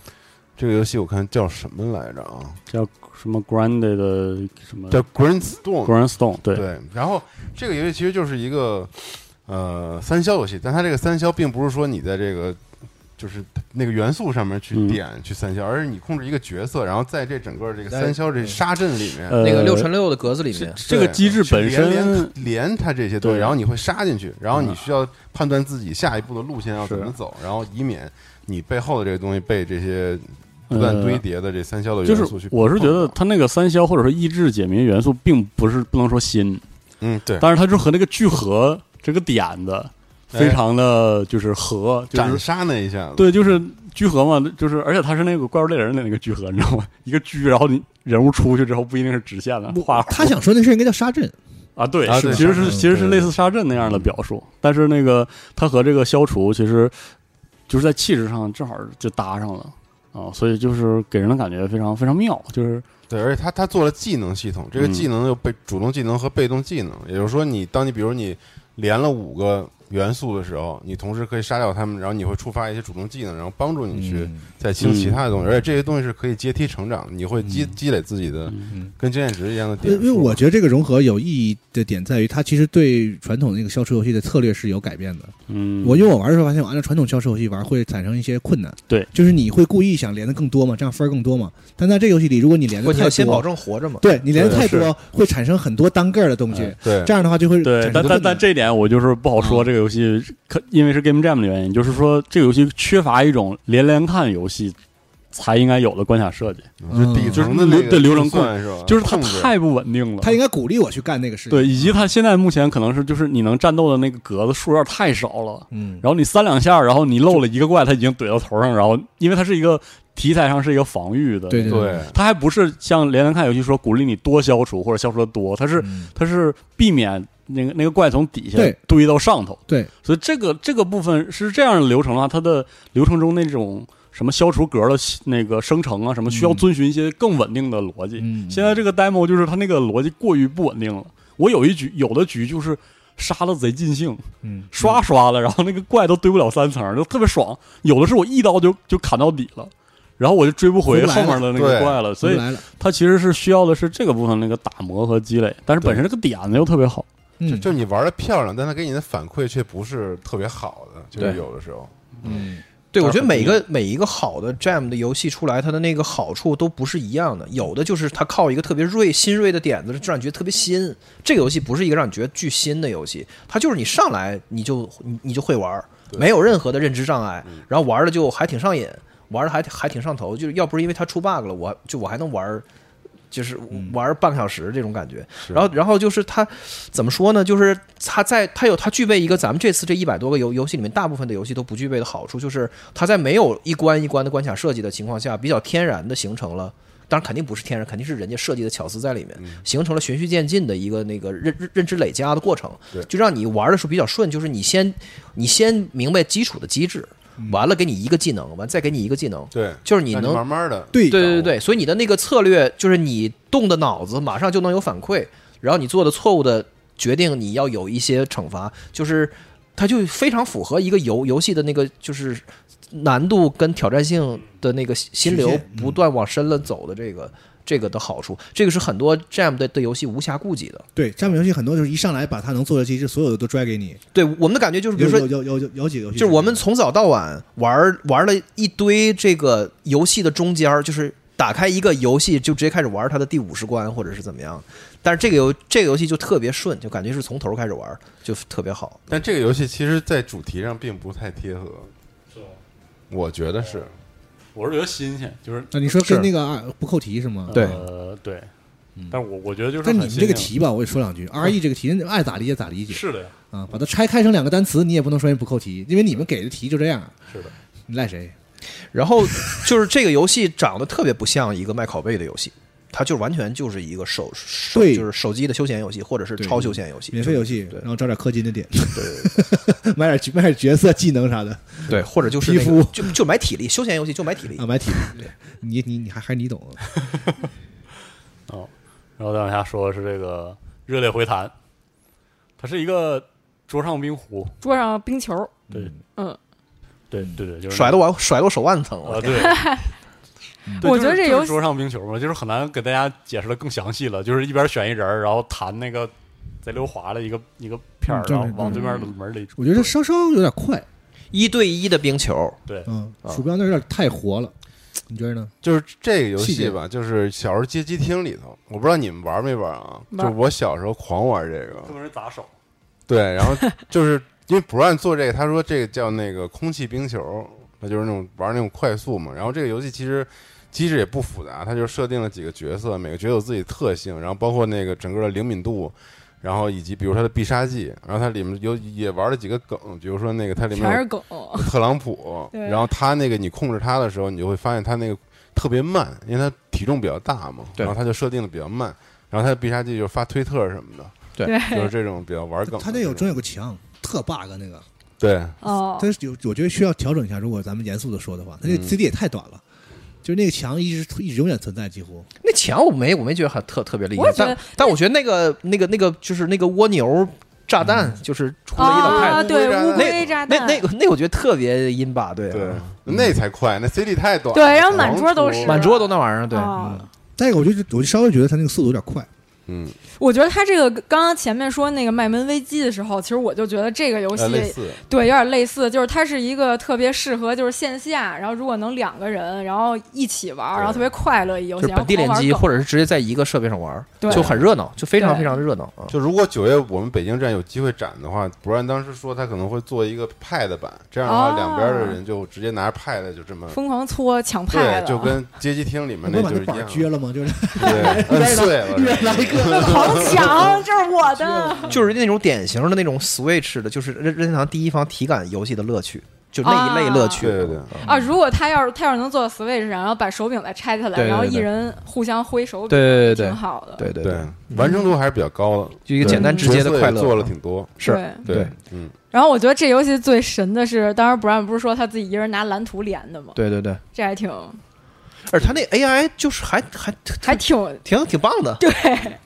S2: 这个游戏我看叫什么来着啊？
S3: 叫什么 Grand 的什么
S2: 叫 Grindstone。
S3: Grindstone，对
S2: 对，然后这个游戏其实就是一个呃三消游戏，但它这个三消并不是说你在这个就是那个元素上面去
S3: 嗯
S2: 点、去三消，而是你控制一个角色，然后在这整个这个
S5: 在
S2: 三消这沙阵里面，
S3: 呃
S5: 那个六乘六的格子里面，
S3: 这个机制
S2: 去
S3: 本
S2: 连连
S3: 身
S2: 连它这些东西，
S3: 对
S2: 然后你会杀进去，然后你
S3: 嗯
S2: 需要判断自己下一步的路线要
S3: 是
S2: 怎么走，然后以免你背后的这个东西被这些不断堆叠的这三消的
S3: 呃就
S2: 元
S3: 是
S2: 素去碰
S3: 我
S2: 撞。
S3: 是觉得它那个三消或者说益智解谜元素，并不是不能说新，
S2: 嗯，对，
S3: 但是它就和那个聚合这个点子非常的就是合，就
S2: 斩
S3: 是
S2: 杀那一下子，
S3: 对，就是聚合嘛，就是而且它是那个怪物猎人的那个聚合，你知道吗？一个聚，然后你人物出去之后不一定是直线的
S1: 不
S3: 画弧
S1: 他想说那事儿应该叫沙阵，
S3: 啊，对，
S2: 啊
S3: 是
S2: 对
S3: 其实
S2: 沙
S3: 是
S2: 阵
S3: 其实是
S2: 对嗯
S3: 类似沙阵那样的表述，但是那个它和这个消除其实就是在气质上正好就搭上了。啊、所以就是给人的感觉非常非常妙，就是
S2: 对，而且他他做了技能系统，这个
S3: 嗯
S2: 技能有被主动技能和被动技能，也就是说你，当你比如你连了五个元素的时候，你同时可以杀掉他们，然后你会触发一些主动技能，然后帮助你去
S1: 嗯
S2: 再清其
S3: 嗯
S2: 他的东西，而且这些东西是可以阶梯成长的，你会积积累自己的
S1: 嗯
S2: 跟经验值一样的点
S1: 因
S2: 数。
S1: 因为我觉得这个融合有意义的点在于，它其实对传统那个消除游戏的策略是有改变的。
S3: 嗯，
S1: 我因为我玩的时候发现，我按照传统消除游戏玩会产生一些困难。
S3: 对，
S1: 就是你会故意想连的更多嘛，这样分儿更多嘛。但在这个游戏里，如果你连
S5: 不，
S1: 的
S5: 你
S1: 太
S5: 要先
S1: 多，
S5: 保证活着嘛。
S1: 对你连的
S2: 对
S1: 太
S2: 是
S1: 多，会产生很多单个儿的东西。
S2: 对
S1: 这样的话就会产，
S3: 对
S1: 生
S3: 但但
S1: 困
S3: 但
S1: 难。
S3: 这一点我就是不好说，
S1: 嗯
S3: 这个游戏可因为是 Game Jam 的原因，就是说这个游戏缺乏一种连连看游戏才应该有的关卡设计，
S2: 就是底层的
S3: 嗯
S2: 那
S3: 就是
S2: 个
S3: 对流程
S2: 计算是吧？
S3: 就是它
S2: 控制
S3: 太不稳定了。
S1: 啊他应该鼓励我去干那个事情。
S3: 对，以及它现在目前可能是就是你能战斗的那个格子数有点太少了，
S1: 嗯，
S3: 然后你三两下，然后你漏了一个怪，它已经怼到头上，然后因为它是一个题材上是一个防御的，
S1: 对对
S2: 对，
S3: 它还不是像连连看游戏说鼓励你多消除或者消除的多，它是
S1: 嗯
S3: 它是避免那个那个怪从底下
S1: 对
S3: 堆到上头，
S1: 对，
S3: 所以这个这个部分是这样的流程的话，它的流程中那种什么消除格的那个生成啊，什么需要
S1: 嗯
S3: 遵循一些更稳定的逻辑。
S1: 嗯，
S3: 现在这个 demo 就是它那个逻辑过于不稳定了。我有一局有的局就是杀的贼尽兴，
S1: 嗯
S3: 刷刷的，然后那个怪都堆不了三层，就特别爽。有的是我一刀就就砍到底了。然后我就追不
S1: 回
S3: 回
S1: 不
S3: 后
S1: 来了
S3: 面的那个
S2: 对
S3: 怪了，所以
S1: 来了，
S3: 它其实是需要的是这个部分那个打磨和积累，但是本身这个点子又特别好。
S1: 嗯
S2: 就你玩的漂亮，但他给你的反馈却不是特别好的，就是
S5: 对
S2: 有的时候，
S1: 嗯
S5: 对，我
S3: 这
S5: 觉得
S3: 样很
S5: 每
S3: 重
S5: 个每一个好的 Jam 的游戏出来，它的那个好处都不是一样的。有的就是它靠一个特别锐、新锐的点子，就让你觉得特别新。这个游戏不是一个让你觉得巨新的游戏，它就是你上来你就你你就会玩儿，没有任何的认知障碍，
S1: 嗯
S5: 然后玩的就还挺上瘾，玩的还还挺上头。就是要不是因为它出 bug 了，我还就我还能玩儿，就是
S1: 嗯
S5: 玩儿半个小时这种感觉。然后然后就是它怎么说呢？就是它在它有它具备一个咱们这次这一百多个游游戏里面大部分的游戏都不具备的好处，就是它在没有一关一关的关卡设计的情况下，比较天然的形成了。当然肯定不是天然，肯定是人家设计的巧思在里面，
S2: 嗯
S5: 形成了循序渐进的一个那个认认认知累加的过程
S2: 对，
S5: 就让你玩的时候比较顺。就是你先你先明白基础的机制，完了给你一个技能，完再给你一个技能，
S2: 对，
S5: 就是
S2: 嗯
S5: 你
S2: 那
S5: 能
S2: 慢慢的
S1: 对
S5: 对对对对，所以你的那个策略就是你动的脑子马上就能有反馈，然后你做的错误的决定你要有一些惩罚，就是它就非常符合一个游游戏的那个就是难度跟挑战性的那个心
S1: 曲
S5: 流
S1: 线嗯
S5: 不断往深了走的这个。这个的好处，这个是很多 Jam 的的游戏无暇顾及的。
S1: 对，战略游戏很多就是一上来把它能做的机制所有的都拽给你，
S5: 对我们的感觉就是，比如说
S1: 有有有有有几个游戏
S5: 就是我们从早到晚玩儿玩了一堆这个游戏的中间儿，就是打开一个游戏就直接开始玩它的第五十关，或者是怎么样。但是这个游这个游戏就特别顺，就感觉是从头开始玩儿就特别好。
S2: 但这个游戏其实，在主题上并不太贴合，我觉得是。
S3: 我是觉得新鲜，就是
S1: 啊，你说跟
S5: 是
S1: 那个啊不扣题是吗？啊
S5: 对
S3: 呃对，但是我我觉得就是
S1: 但
S3: 很
S1: 嗯你们这个
S3: 新鲜
S1: 题吧，我也说两句，R E 这个题爱咋理解咋理解
S3: 是的呀，
S1: 啊，把它拆开成两个单词，你也不能说人不扣题，因为你们给的题就这样，
S3: 是的，
S1: 你赖谁？
S5: 然后就是这个游戏长得特别不像一个卖拷贝的游戏，它就完全就是一个手手
S1: 对
S5: 就是手机的休闲游戏，或者是
S1: 对
S5: 超休闲游戏，
S1: 免费游戏
S5: 对，
S1: 然后找点氪金的点，买点角买点角色技能啥的
S5: 对，或者就是、那个、
S1: 皮肤
S5: 就就买体力，休闲游戏就买体力
S1: 啊，。买体力，你你你还还是你懂啊，
S3: 哦，然后再往下说的是这个热烈回弹，它是一个桌上冰壶，
S4: 桌上冰球，
S3: 对，
S4: 嗯，
S3: 对对对，就是
S5: 甩的我甩的我手腕疼，
S3: 啊
S5: 我，
S3: 对。嗯对
S4: 我
S3: 就
S4: 觉得
S3: 是
S4: 这
S3: 就
S4: 游
S3: 是
S4: 戏
S3: 桌上冰球嘛，就是很难给大家解释的更详细了。就是一边选一人儿，然后弹那个贼溜滑的一个一个片儿
S1: 嗯，对
S3: 然后
S1: 对对
S3: 往对面的门里。
S1: 我觉得稍稍有点快，
S5: 一对一的冰球，
S3: 对，
S1: 嗯，
S5: 啊
S1: 鼠标那有点太活了，你觉得呢？
S2: 就是这个游
S1: 细
S2: 戏
S1: 节
S2: 吧，就是小时候街机厅里头，我不知道你们玩没玩啊？就
S4: 玩
S2: 是我小时候狂玩这个
S3: 特，别是砸手，
S2: 对，然后 就是因为不让做这个，他说这个叫那个空气冰球，那就是那种玩那种快速嘛。然后这个游戏其实机制也不复杂，它就设定了几个角色，每个角色有自己的特性，然后包括那个整个的灵敏度。然后以及比如它的必杀技，然后它里面有也玩了几个梗，比如说那个它里面有
S4: 全是梗，
S2: 特朗普，
S4: 对
S2: 然后他那个你控制他的时候，你就会发现他那个特别慢，因为他体重比较大嘛，
S5: 对
S2: 然后他就设定的比较慢，然后他的必杀技就是发推特什 么的，
S5: 对
S2: 就是这种比较玩梗的这种。
S1: 他那有中有个墙，特 bug 那个，
S2: 对
S4: 哦，
S1: 但是有我觉得需要调整一下。如果咱们严肃的说的话，他那个
S2: 嗯
S1: CD 也太短了，就是那个墙一直一直永远存在，几乎
S5: 那墙我没我没觉得很特特别厉
S4: 我
S5: 害
S4: 也，觉得
S5: 但但我觉得那个那个那个就是那个蜗牛炸弹，就是出了一老太
S4: 啊，
S5: 太，
S4: 对，乌龟
S5: 那
S4: 炸
S5: 那
S4: 弹，啊
S5: 那个那我觉得特别阴吧，对啊
S2: 对，
S1: 啊
S2: 那才快，那 CD 太短了，
S4: 对然后满桌都
S2: 狂出
S4: 是
S5: 满桌都那玩意儿，对，嗯
S4: 啊
S1: 再一个，我就我就稍微觉得他那个速度有点快，
S2: 嗯，
S4: 我觉得他这个刚刚前面说那个卖门危机的时候，其实我就觉得这个游戏
S2: 呃类似，
S4: 对有点类似，就是它是一个特别适合就是线下，然后如果能两个人，然后一起玩儿，
S2: 对
S4: 然后特别快乐一游戏，
S5: 就是
S4: 然后
S5: 本地
S4: 狂
S5: 联
S4: 玩
S5: 机
S4: 梗
S5: 或者是直接在一个设备上玩儿，
S4: 对
S5: 就很热闹，就非常
S4: 对
S5: 非常的热闹啊。
S2: 就如果九月我们北京站有机会展的话，不然当时说他可能会做一个 Pad 版，这样的话
S4: 哦
S2: 两边的人就直接拿着 Pad 就这么。
S4: 疯狂搓抢派
S2: 对，
S4: 了，
S2: 就跟街机厅里面
S1: 你不
S2: 那
S1: 把
S2: 就
S1: 那
S2: 是一
S1: 板儿
S2: 样，
S1: 撅了吗？就是
S2: 对，摁 碎了，
S1: 一人来一 个，
S4: 狂 抢，这是我的。
S5: 就是那种典型的那种 Switch 的，就是任任天堂第一方体感游戏的乐趣，就那一类乐趣。
S2: 啊对对对
S4: 啊！如果他要是他要是能做 Switch 上，然后把手柄再拆下来，
S5: 对对
S4: 然后
S5: 对
S4: 一人互相挥手柄，
S5: 对对对
S4: 挺好的。
S5: 对对
S2: 对，嗯完成度还是比较高的，
S5: 就一个简单直接的
S2: 角色也
S5: 快乐。啊
S2: 做了挺多，
S5: 是，对
S2: 嗯，
S4: 然后我觉得这游戏最神的是，当时 Brian 不是说他自己一人拿蓝图连的吗？
S5: 对对对，
S4: 这还挺
S5: 而他那 AI 就是还还
S4: 还挺
S5: 挺挺棒的，
S4: 对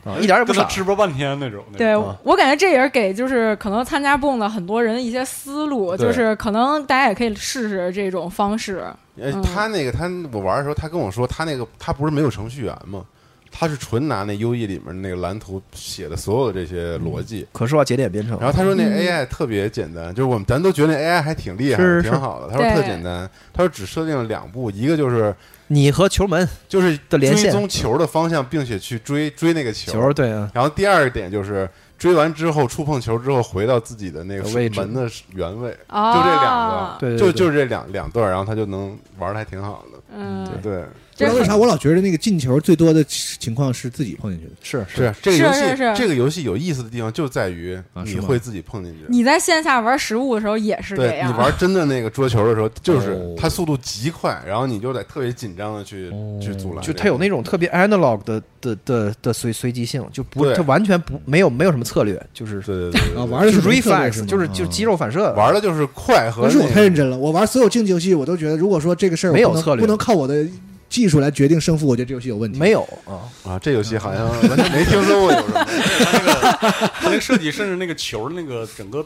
S5: 啊，一点也不
S3: 跟他
S5: 傻。
S3: 直播半天那种。那种
S4: 对
S5: 啊，
S4: 我感觉这也是给就是可能参加蹦的很多人一些思路，
S2: 对
S4: 就是可能大家也可以试试这种方式。
S2: 哎
S4: 嗯，
S2: 他那个他我玩的时候，他跟我说他那个他不是没有程序员吗？他是纯拿那 UE 里面那个蓝图写的所有的这些逻辑。
S5: 可视化节点编程
S2: 然，后他说那
S5: 嗯
S2: AI 特别简单，就是我们咱都觉得那 AI 还挺厉害
S5: 是
S2: 的，
S5: 是
S2: 挺好的。他说特
S4: 对
S2: 简单，他说只设定了两步，一个就是
S5: 你和球门
S2: 就是追
S5: 的连线
S2: 踪球的方向，并且去追追那个球。
S5: 球，对啊，
S2: 然后第二点就是追完之后触碰球之后回到自己的那个
S5: 位置
S2: 门的原位，
S4: 啊，
S2: 就这两
S5: 对，
S2: 就
S5: 对
S2: 就是这两两段，然后他就能玩的还挺好的。
S5: 哎
S4: 嗯，
S2: 对，
S1: 不知道
S4: 这
S1: 为啥我老觉得那个进球最多的情况是自己碰进去的。
S5: 是是
S2: 是啊这个游戏
S4: 是是
S2: 这个游戏有意思的地方就在于
S1: 啊是
S2: 你
S1: 吗
S2: 会自己碰进去。
S4: 你在线下玩实物的时候也是这
S2: 对
S4: 样，
S2: 你玩真的那个桌球的时候，就是
S1: 哦
S2: 它速度极快，然后你就得特别紧张的去去阻拦。
S5: 哦就它有那种特别 analog 的的的的随随机性，就不
S2: 对
S5: 它完全不没有没有什么策略，就是
S2: 对对对对
S1: 啊，
S2: 对
S1: 玩
S5: 就
S1: 的
S5: 是
S1: 是什么策略
S5: reflex，
S1: 吗
S5: 就是
S1: 啊
S5: 就是肌肉反射。
S2: 玩的就是快和
S1: 不是我
S2: 那
S1: 太
S2: 个
S1: 认真了，我玩所有竞技游戏，我都觉得，如果说这个事儿我
S5: 没有
S1: 不能
S5: 策略
S1: 不能靠我的技术来决定胜负，我觉得这游戏有问题。
S5: 没有啊，
S2: 啊，这游戏 好像完全没听说过有什么。
S3: 他那个他那个设计，甚至那个球儿那个整个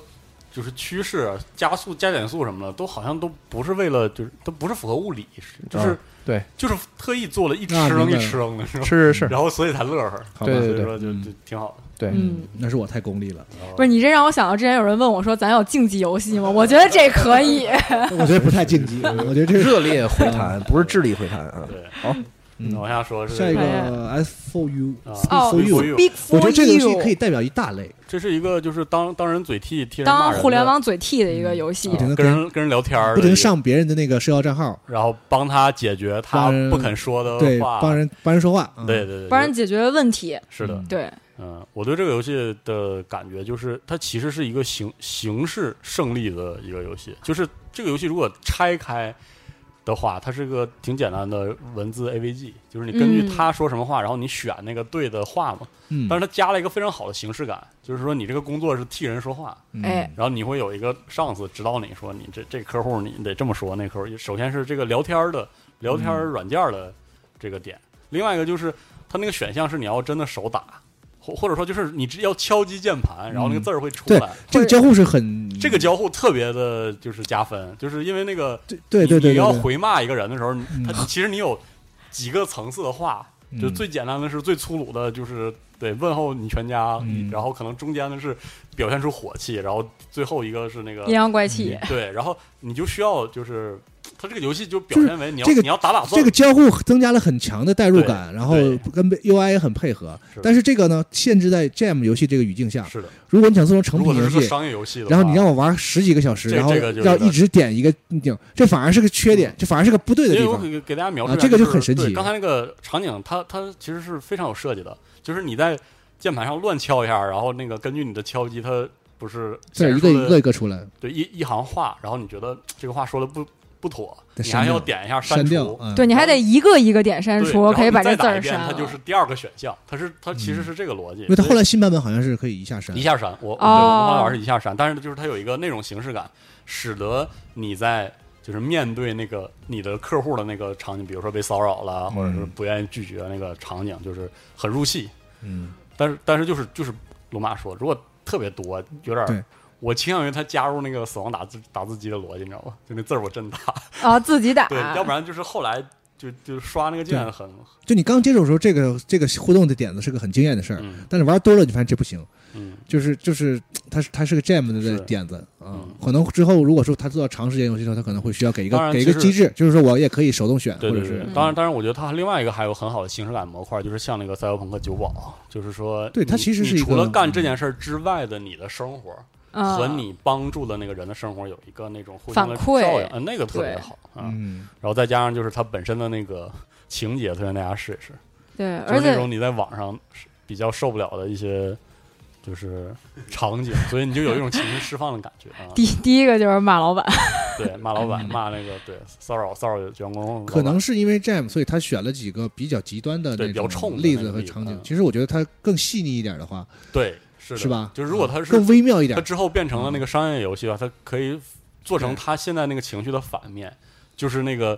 S3: 就是趋势、啊加速、加减速什么的，都好像都不是为了，就是都不是符合物理，是就是、
S5: 啊对，
S3: 就是特意做了一吃
S1: 啊
S3: 扔
S1: 明
S3: 一
S1: 白
S3: 吃扔的，是吧？
S5: 是是
S3: 然后所以才乐呵，
S1: 好吧
S5: 对
S3: 所
S5: 对
S3: 以说就
S1: 嗯
S3: 就挺好的。呃
S5: 对，
S4: 嗯，
S1: 那是我太功利了，
S4: 不是你这让我想到之前有人问我说咱有竞技游戏吗？
S2: 嗯
S4: 我觉得这 可以，
S2: 哎
S1: 我觉得不太竞 技，我觉得这是
S5: 热烈回弹不是智力回弹啊。
S3: 对，
S5: 好，
S1: 嗯
S3: 那
S5: 啊
S3: 往下说是
S1: 下一
S4: 哎
S1: 个 S for you，
S3: 啊
S1: for
S3: Speak for
S1: you，
S3: you
S4: Big
S1: 我
S4: for
S1: 觉得
S4: you，
S1: 这个游戏可以代表一大类，
S4: 嗯
S3: 这是一个就是当当人嘴替替人骂
S4: 当
S3: 人的
S4: 互联网嘴替的一个游戏
S2: 嗯
S1: 不。停的
S3: 跟人跟人聊天儿，
S1: 不停上别人的那个社交账号，
S3: 然后帮他解决他
S1: 帮人
S3: 不肯说的
S1: 对，
S3: 话，
S1: 帮人帮人说话，嗯
S3: 对对对，
S4: 帮人解决问题，
S3: 是的，
S1: 嗯
S4: 对，
S3: 嗯，我对这个游戏的感觉就是，它其实是一个形形式胜利的一个游戏。就是这个游戏如果拆开的话，它是个挺简单的文字 AVG，就是你根据
S4: 嗯
S3: 他说什么话，然后你选那个对的话嘛。
S1: 嗯，
S3: 但是它加了一个非常好的形式感，就是说你这个工作是替人说话，
S1: 嗯
S4: 哎，
S3: 然后你会有一个上司指导你说你这这客户你得这么说，那客户首先是这个聊天儿的聊天
S1: 嗯
S3: 儿软件儿的这个点，另外一个就是它那个选项是你要真的手打，或或者说就是你只要敲击键盘，然后那个字儿会出
S1: 嗯对
S3: 来。
S1: 这个交互是很
S3: 这个交互特别的，就是加分，就是因为那个
S1: 对对对对
S3: 你要
S1: 对，
S3: 回骂一个人的时候，你
S1: 嗯
S3: 他其实你有几个层次的话，
S1: 嗯
S3: 就最简单的是最粗鲁的，就是对问候你全家，
S1: 嗯
S3: 然后可能中间的是表现出火气，然后最后一个是
S2: 嗯
S3: 那个
S4: 阴阳怪气，
S3: 对，然后你就需要就是它这个游戏就表
S1: 就是
S3: 现为你要、
S1: 这个
S3: 你要打打字儿，
S1: 这个交互增加了很强的代入感，然后
S3: 对
S1: 跟 UI 也很配合
S3: 是，
S1: 但是这个呢，限制在 Jam 游戏这个语境下，
S3: 是的。
S1: 如果你想做成成
S3: 如果
S1: 品
S3: 它
S1: 游
S3: 是个
S1: 戏，
S3: 商业游戏的话，
S1: 然后你让我玩十几个小时，
S3: 这
S1: 然后
S3: 这个就是嗯
S1: 要一直点一个钮，这反而是个缺点，这反而是个不对的
S3: 因
S1: 地
S3: 为我
S1: 方。
S3: 给给大家描述
S1: 啊
S3: 一下、
S1: 这个
S3: 就
S1: 就很神
S3: 对
S1: 奇
S3: 刚才那个场景，它它其实是非常有设计的，就是你在键盘上乱敲一下，然后那个根据你的敲击，它不是
S1: 这
S3: 显
S1: 一
S3: 示
S1: 个
S3: 出
S1: 一个
S3: 的
S1: 一个出来，
S3: 对一一行话，然后你觉得这个话说的不不妥，
S1: 得
S3: 你
S1: 删
S3: 还要
S1: 掉
S3: 点一下
S1: 删
S3: 除。
S1: 掉。嗯
S4: 对你还得一个一个点删
S3: 对
S4: 除，
S3: 然后
S4: 可以
S3: 你
S4: 把这
S3: 再
S4: 字
S3: 打一
S4: 儿
S3: 遍
S4: 删
S3: 它
S4: 了。
S3: 就是第二个选项，它是它其实是这个逻辑。
S1: 嗯因为它
S3: 所以
S1: 后来新版本好像是可以一下删
S3: 一，下闪，我、
S4: 哦
S3: 对我们后来玩是一下闪，但是就是它有一个那种形式感，使得你在就是面对那个你的客户的那个场景，比如说被骚扰了，或者是不愿意拒绝那个场景，就是很入戏。
S1: 嗯，
S3: 但是但是就是就是罗马说，如果特别多，有点
S1: 对
S3: 儿，我倾向于他加入那个死亡打字打字机的逻辑，你知道吗？就那字儿我真打，
S4: 啊，自己打，
S3: 对， 要不然就是后来就就刷那个键很
S1: 就你刚接手的时候，这个这个互动的点子是个很惊艳的事儿，
S3: 嗯
S1: 但是玩多了你发现这不行，
S3: 嗯
S1: 就是就是它是它是个 jam 的
S3: 是
S1: 点子啊
S3: 嗯。
S1: 可能之后如果说他做到长时间游戏的时候，他可能会需要给一
S3: 当
S1: 个
S3: 然
S1: 给一个
S3: 其实
S1: 机制，就是说我也可以手动选，或
S3: 对对
S1: 者
S3: 对
S1: 是，嗯
S3: 当然，当然，我觉得它另外一个还有很好的形式感模块，就是像那个赛博朋克酒保，就是说你，
S1: 对它其实是
S3: 你
S1: 一
S3: 除了
S1: 个嗯
S3: 干这件事儿之外的你的生活、
S4: 啊
S3: 和你帮助的那个人的生活有一个那种互相的
S4: 反馈
S3: 照应，呃，那个特别
S4: 对
S3: 好啊、
S1: 嗯，
S3: 然后再加上就是它本身的那个情节，推荐大家试一试，
S4: 对，
S3: 就
S4: 而
S3: 是那
S4: 且
S3: 种你在网上是比较受不了的一些就是场景，所以你就有一种情绪释放的感觉 啊。
S4: 第第一个就是骂老板，
S3: 对，骂老板，骂那个对骚扰骚扰员工老板，
S1: 嗯可能是因为 jam，所以他选了几个比较极端的
S3: 对
S1: 那
S3: 比较冲
S1: 种
S3: 的
S1: 例
S3: 那
S1: 子
S3: 个
S1: 和
S3: 例子
S1: 场景
S3: 嗯。
S1: 其实我觉得它更细腻一点的话，
S3: 对是的
S1: 是吧啊
S3: 就是如果他是
S1: 更微妙一点
S3: 它。之后变成了那
S4: 嗯
S3: 个商业游戏吧，它可以做成他现在那个情绪的反面，就是那个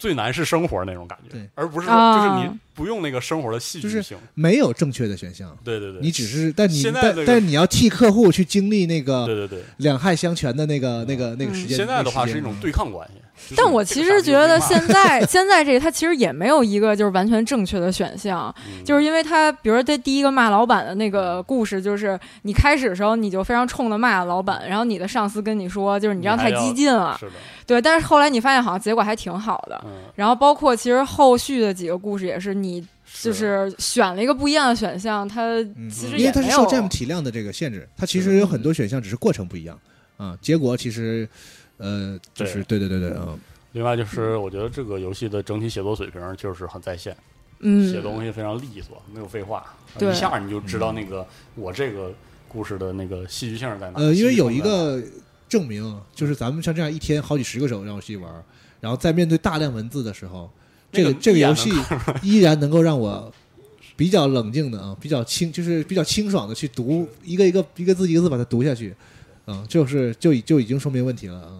S3: 最难是生活那种感觉
S1: 对，
S3: 而不是说就是
S4: 啊
S3: 你不用那个生活的戏剧性。
S1: 没有正确的选项，
S3: 对对对，
S1: 你只是但你
S3: 现在
S1: 但
S3: 这个
S1: 但你要替客户去经历那
S3: 对
S1: 个
S3: 对对，
S1: 两害相权的那个那个那个时间。
S3: 嗯现在的话
S1: 那个时间嗯
S3: 是一种对抗关系。就是
S4: 但我其实觉得
S3: 这个傻
S4: 现 在现在这它其实也没有一个就是完全正确的选项，
S3: 逼
S4: 就是因为他，比如说这第一个骂老板的那个故事，就是你开始的时候你就非常冲的骂老板，然后你的上司跟你说，就是你这样太激进
S3: 嗯
S4: 了，
S3: 是的，
S4: 对。但是后来你发现好像结果还挺好的。
S3: 嗯，
S4: 然后包括其实后续的几个故事也是，你就是选了一个不一样的选项，它
S1: 嗯
S4: 其实
S1: 因
S4: 也
S1: 为它
S4: 没
S1: 是受
S4: 有。
S1: 占体量的这个限制，它其实有很多选项，只是过程不一样啊。结果其实，呃，就是对对对对
S3: 嗯
S1: 啊，
S3: 另外就是我觉得这个游戏的整体写作水平就是很在线，写
S4: 嗯，
S3: 东西非常利索，没有废话，
S4: 对
S3: 一下你就知道那个我这个故事的那个戏剧性在哪。
S1: 呃，因为有一
S3: 戏剧性在哪
S1: 个证明，就是咱们像这样一天好几十个手让游戏玩，然后在面对大量文字的时候，这
S3: 那
S1: 个
S3: 个
S1: 这个
S3: 一眼
S1: 游
S3: 能
S1: 戏依然能够让我比较冷静的啊，比较清，就是比较清爽的去读一个一个一个字一个字把它读下去，嗯，就是就已就已经说明问题了啊。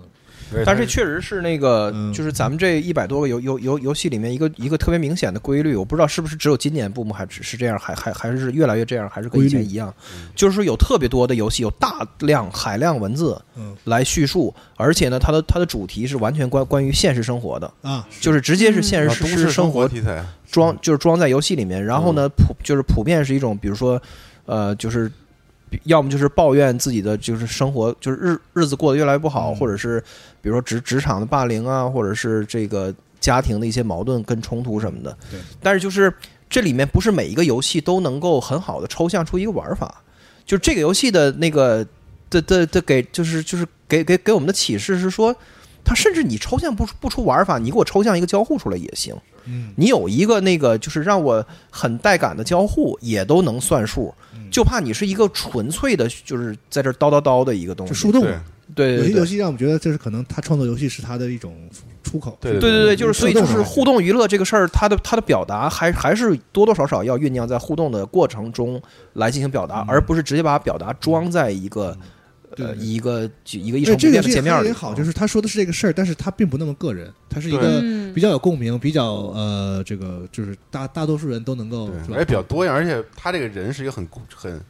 S5: 但是确实是那个
S1: 嗯，
S5: 就是咱们这一百多个游游游游戏里面一个一个特别明显的规律，我不知道是不是只有今年布幕还只是这样，还还还是越来越这样，还是跟以前一样，就是说有特别多的游戏有大量海量文字
S1: 嗯
S5: 来叙述，而且呢，它的它的主题是完全关关于现实生活的，
S1: 啊，
S5: 就是直接是现
S2: 啊
S5: 实
S2: 都
S5: 实
S2: 市
S5: 生
S2: 生
S5: 活
S2: 活题材，
S1: 嗯
S5: 装就是装在游戏里面，然后呢普就是普遍是一种，比如说呃，就是要么就是抱怨自己的就是生活就是日日子过得越来越不好，
S1: 嗯
S5: 或者是比如说职职场的霸凌啊，或者是这个家庭的一些矛盾跟冲突什么的。
S1: 对，
S5: 但是就是这里面不是每一个游戏都能够很好的抽象出一个玩法，就这个游戏的那个的的的给就是就是给给给我们的启示是说。它甚至你抽象不出不出玩法，你给我抽象一个交互出来也行。
S1: 嗯，
S5: 你有一个那个就是让我很带感的交互，也都能算数，就怕你是一个纯粹的，就是在这儿叨叨叨的一个东
S1: 就
S5: 西。
S1: 树洞
S2: 对
S1: 嘛。
S5: 对
S1: 有些
S5: 对
S1: 游
S5: 对。
S1: 戏让我们觉得这是可能他创作游戏是他的一种出口。
S2: 对
S5: 对对对，就是所以就
S1: 互
S5: 是
S1: 动嘛
S5: 互动娱乐这个事儿，它的它的表达还还是多多少少要酝酿在互动的过程中来进行表达，而不是直接把表达装在一个
S1: 对
S5: 呃
S1: 对对
S5: 一个一个一
S1: 对
S5: 成不
S1: 这个游
S5: 变的
S1: 戏
S5: 界面
S1: 还
S5: 里。嗯
S1: 也好，就是他说的是这个事儿，但是他并不那么个人，他是一
S2: 对
S1: 个
S4: 嗯
S1: 比较有共鸣，比较呃，这个就是大大多数人都能够嗯是
S2: 对，
S1: 吧
S2: 而且比较多样，而且他这个人是一个很固很，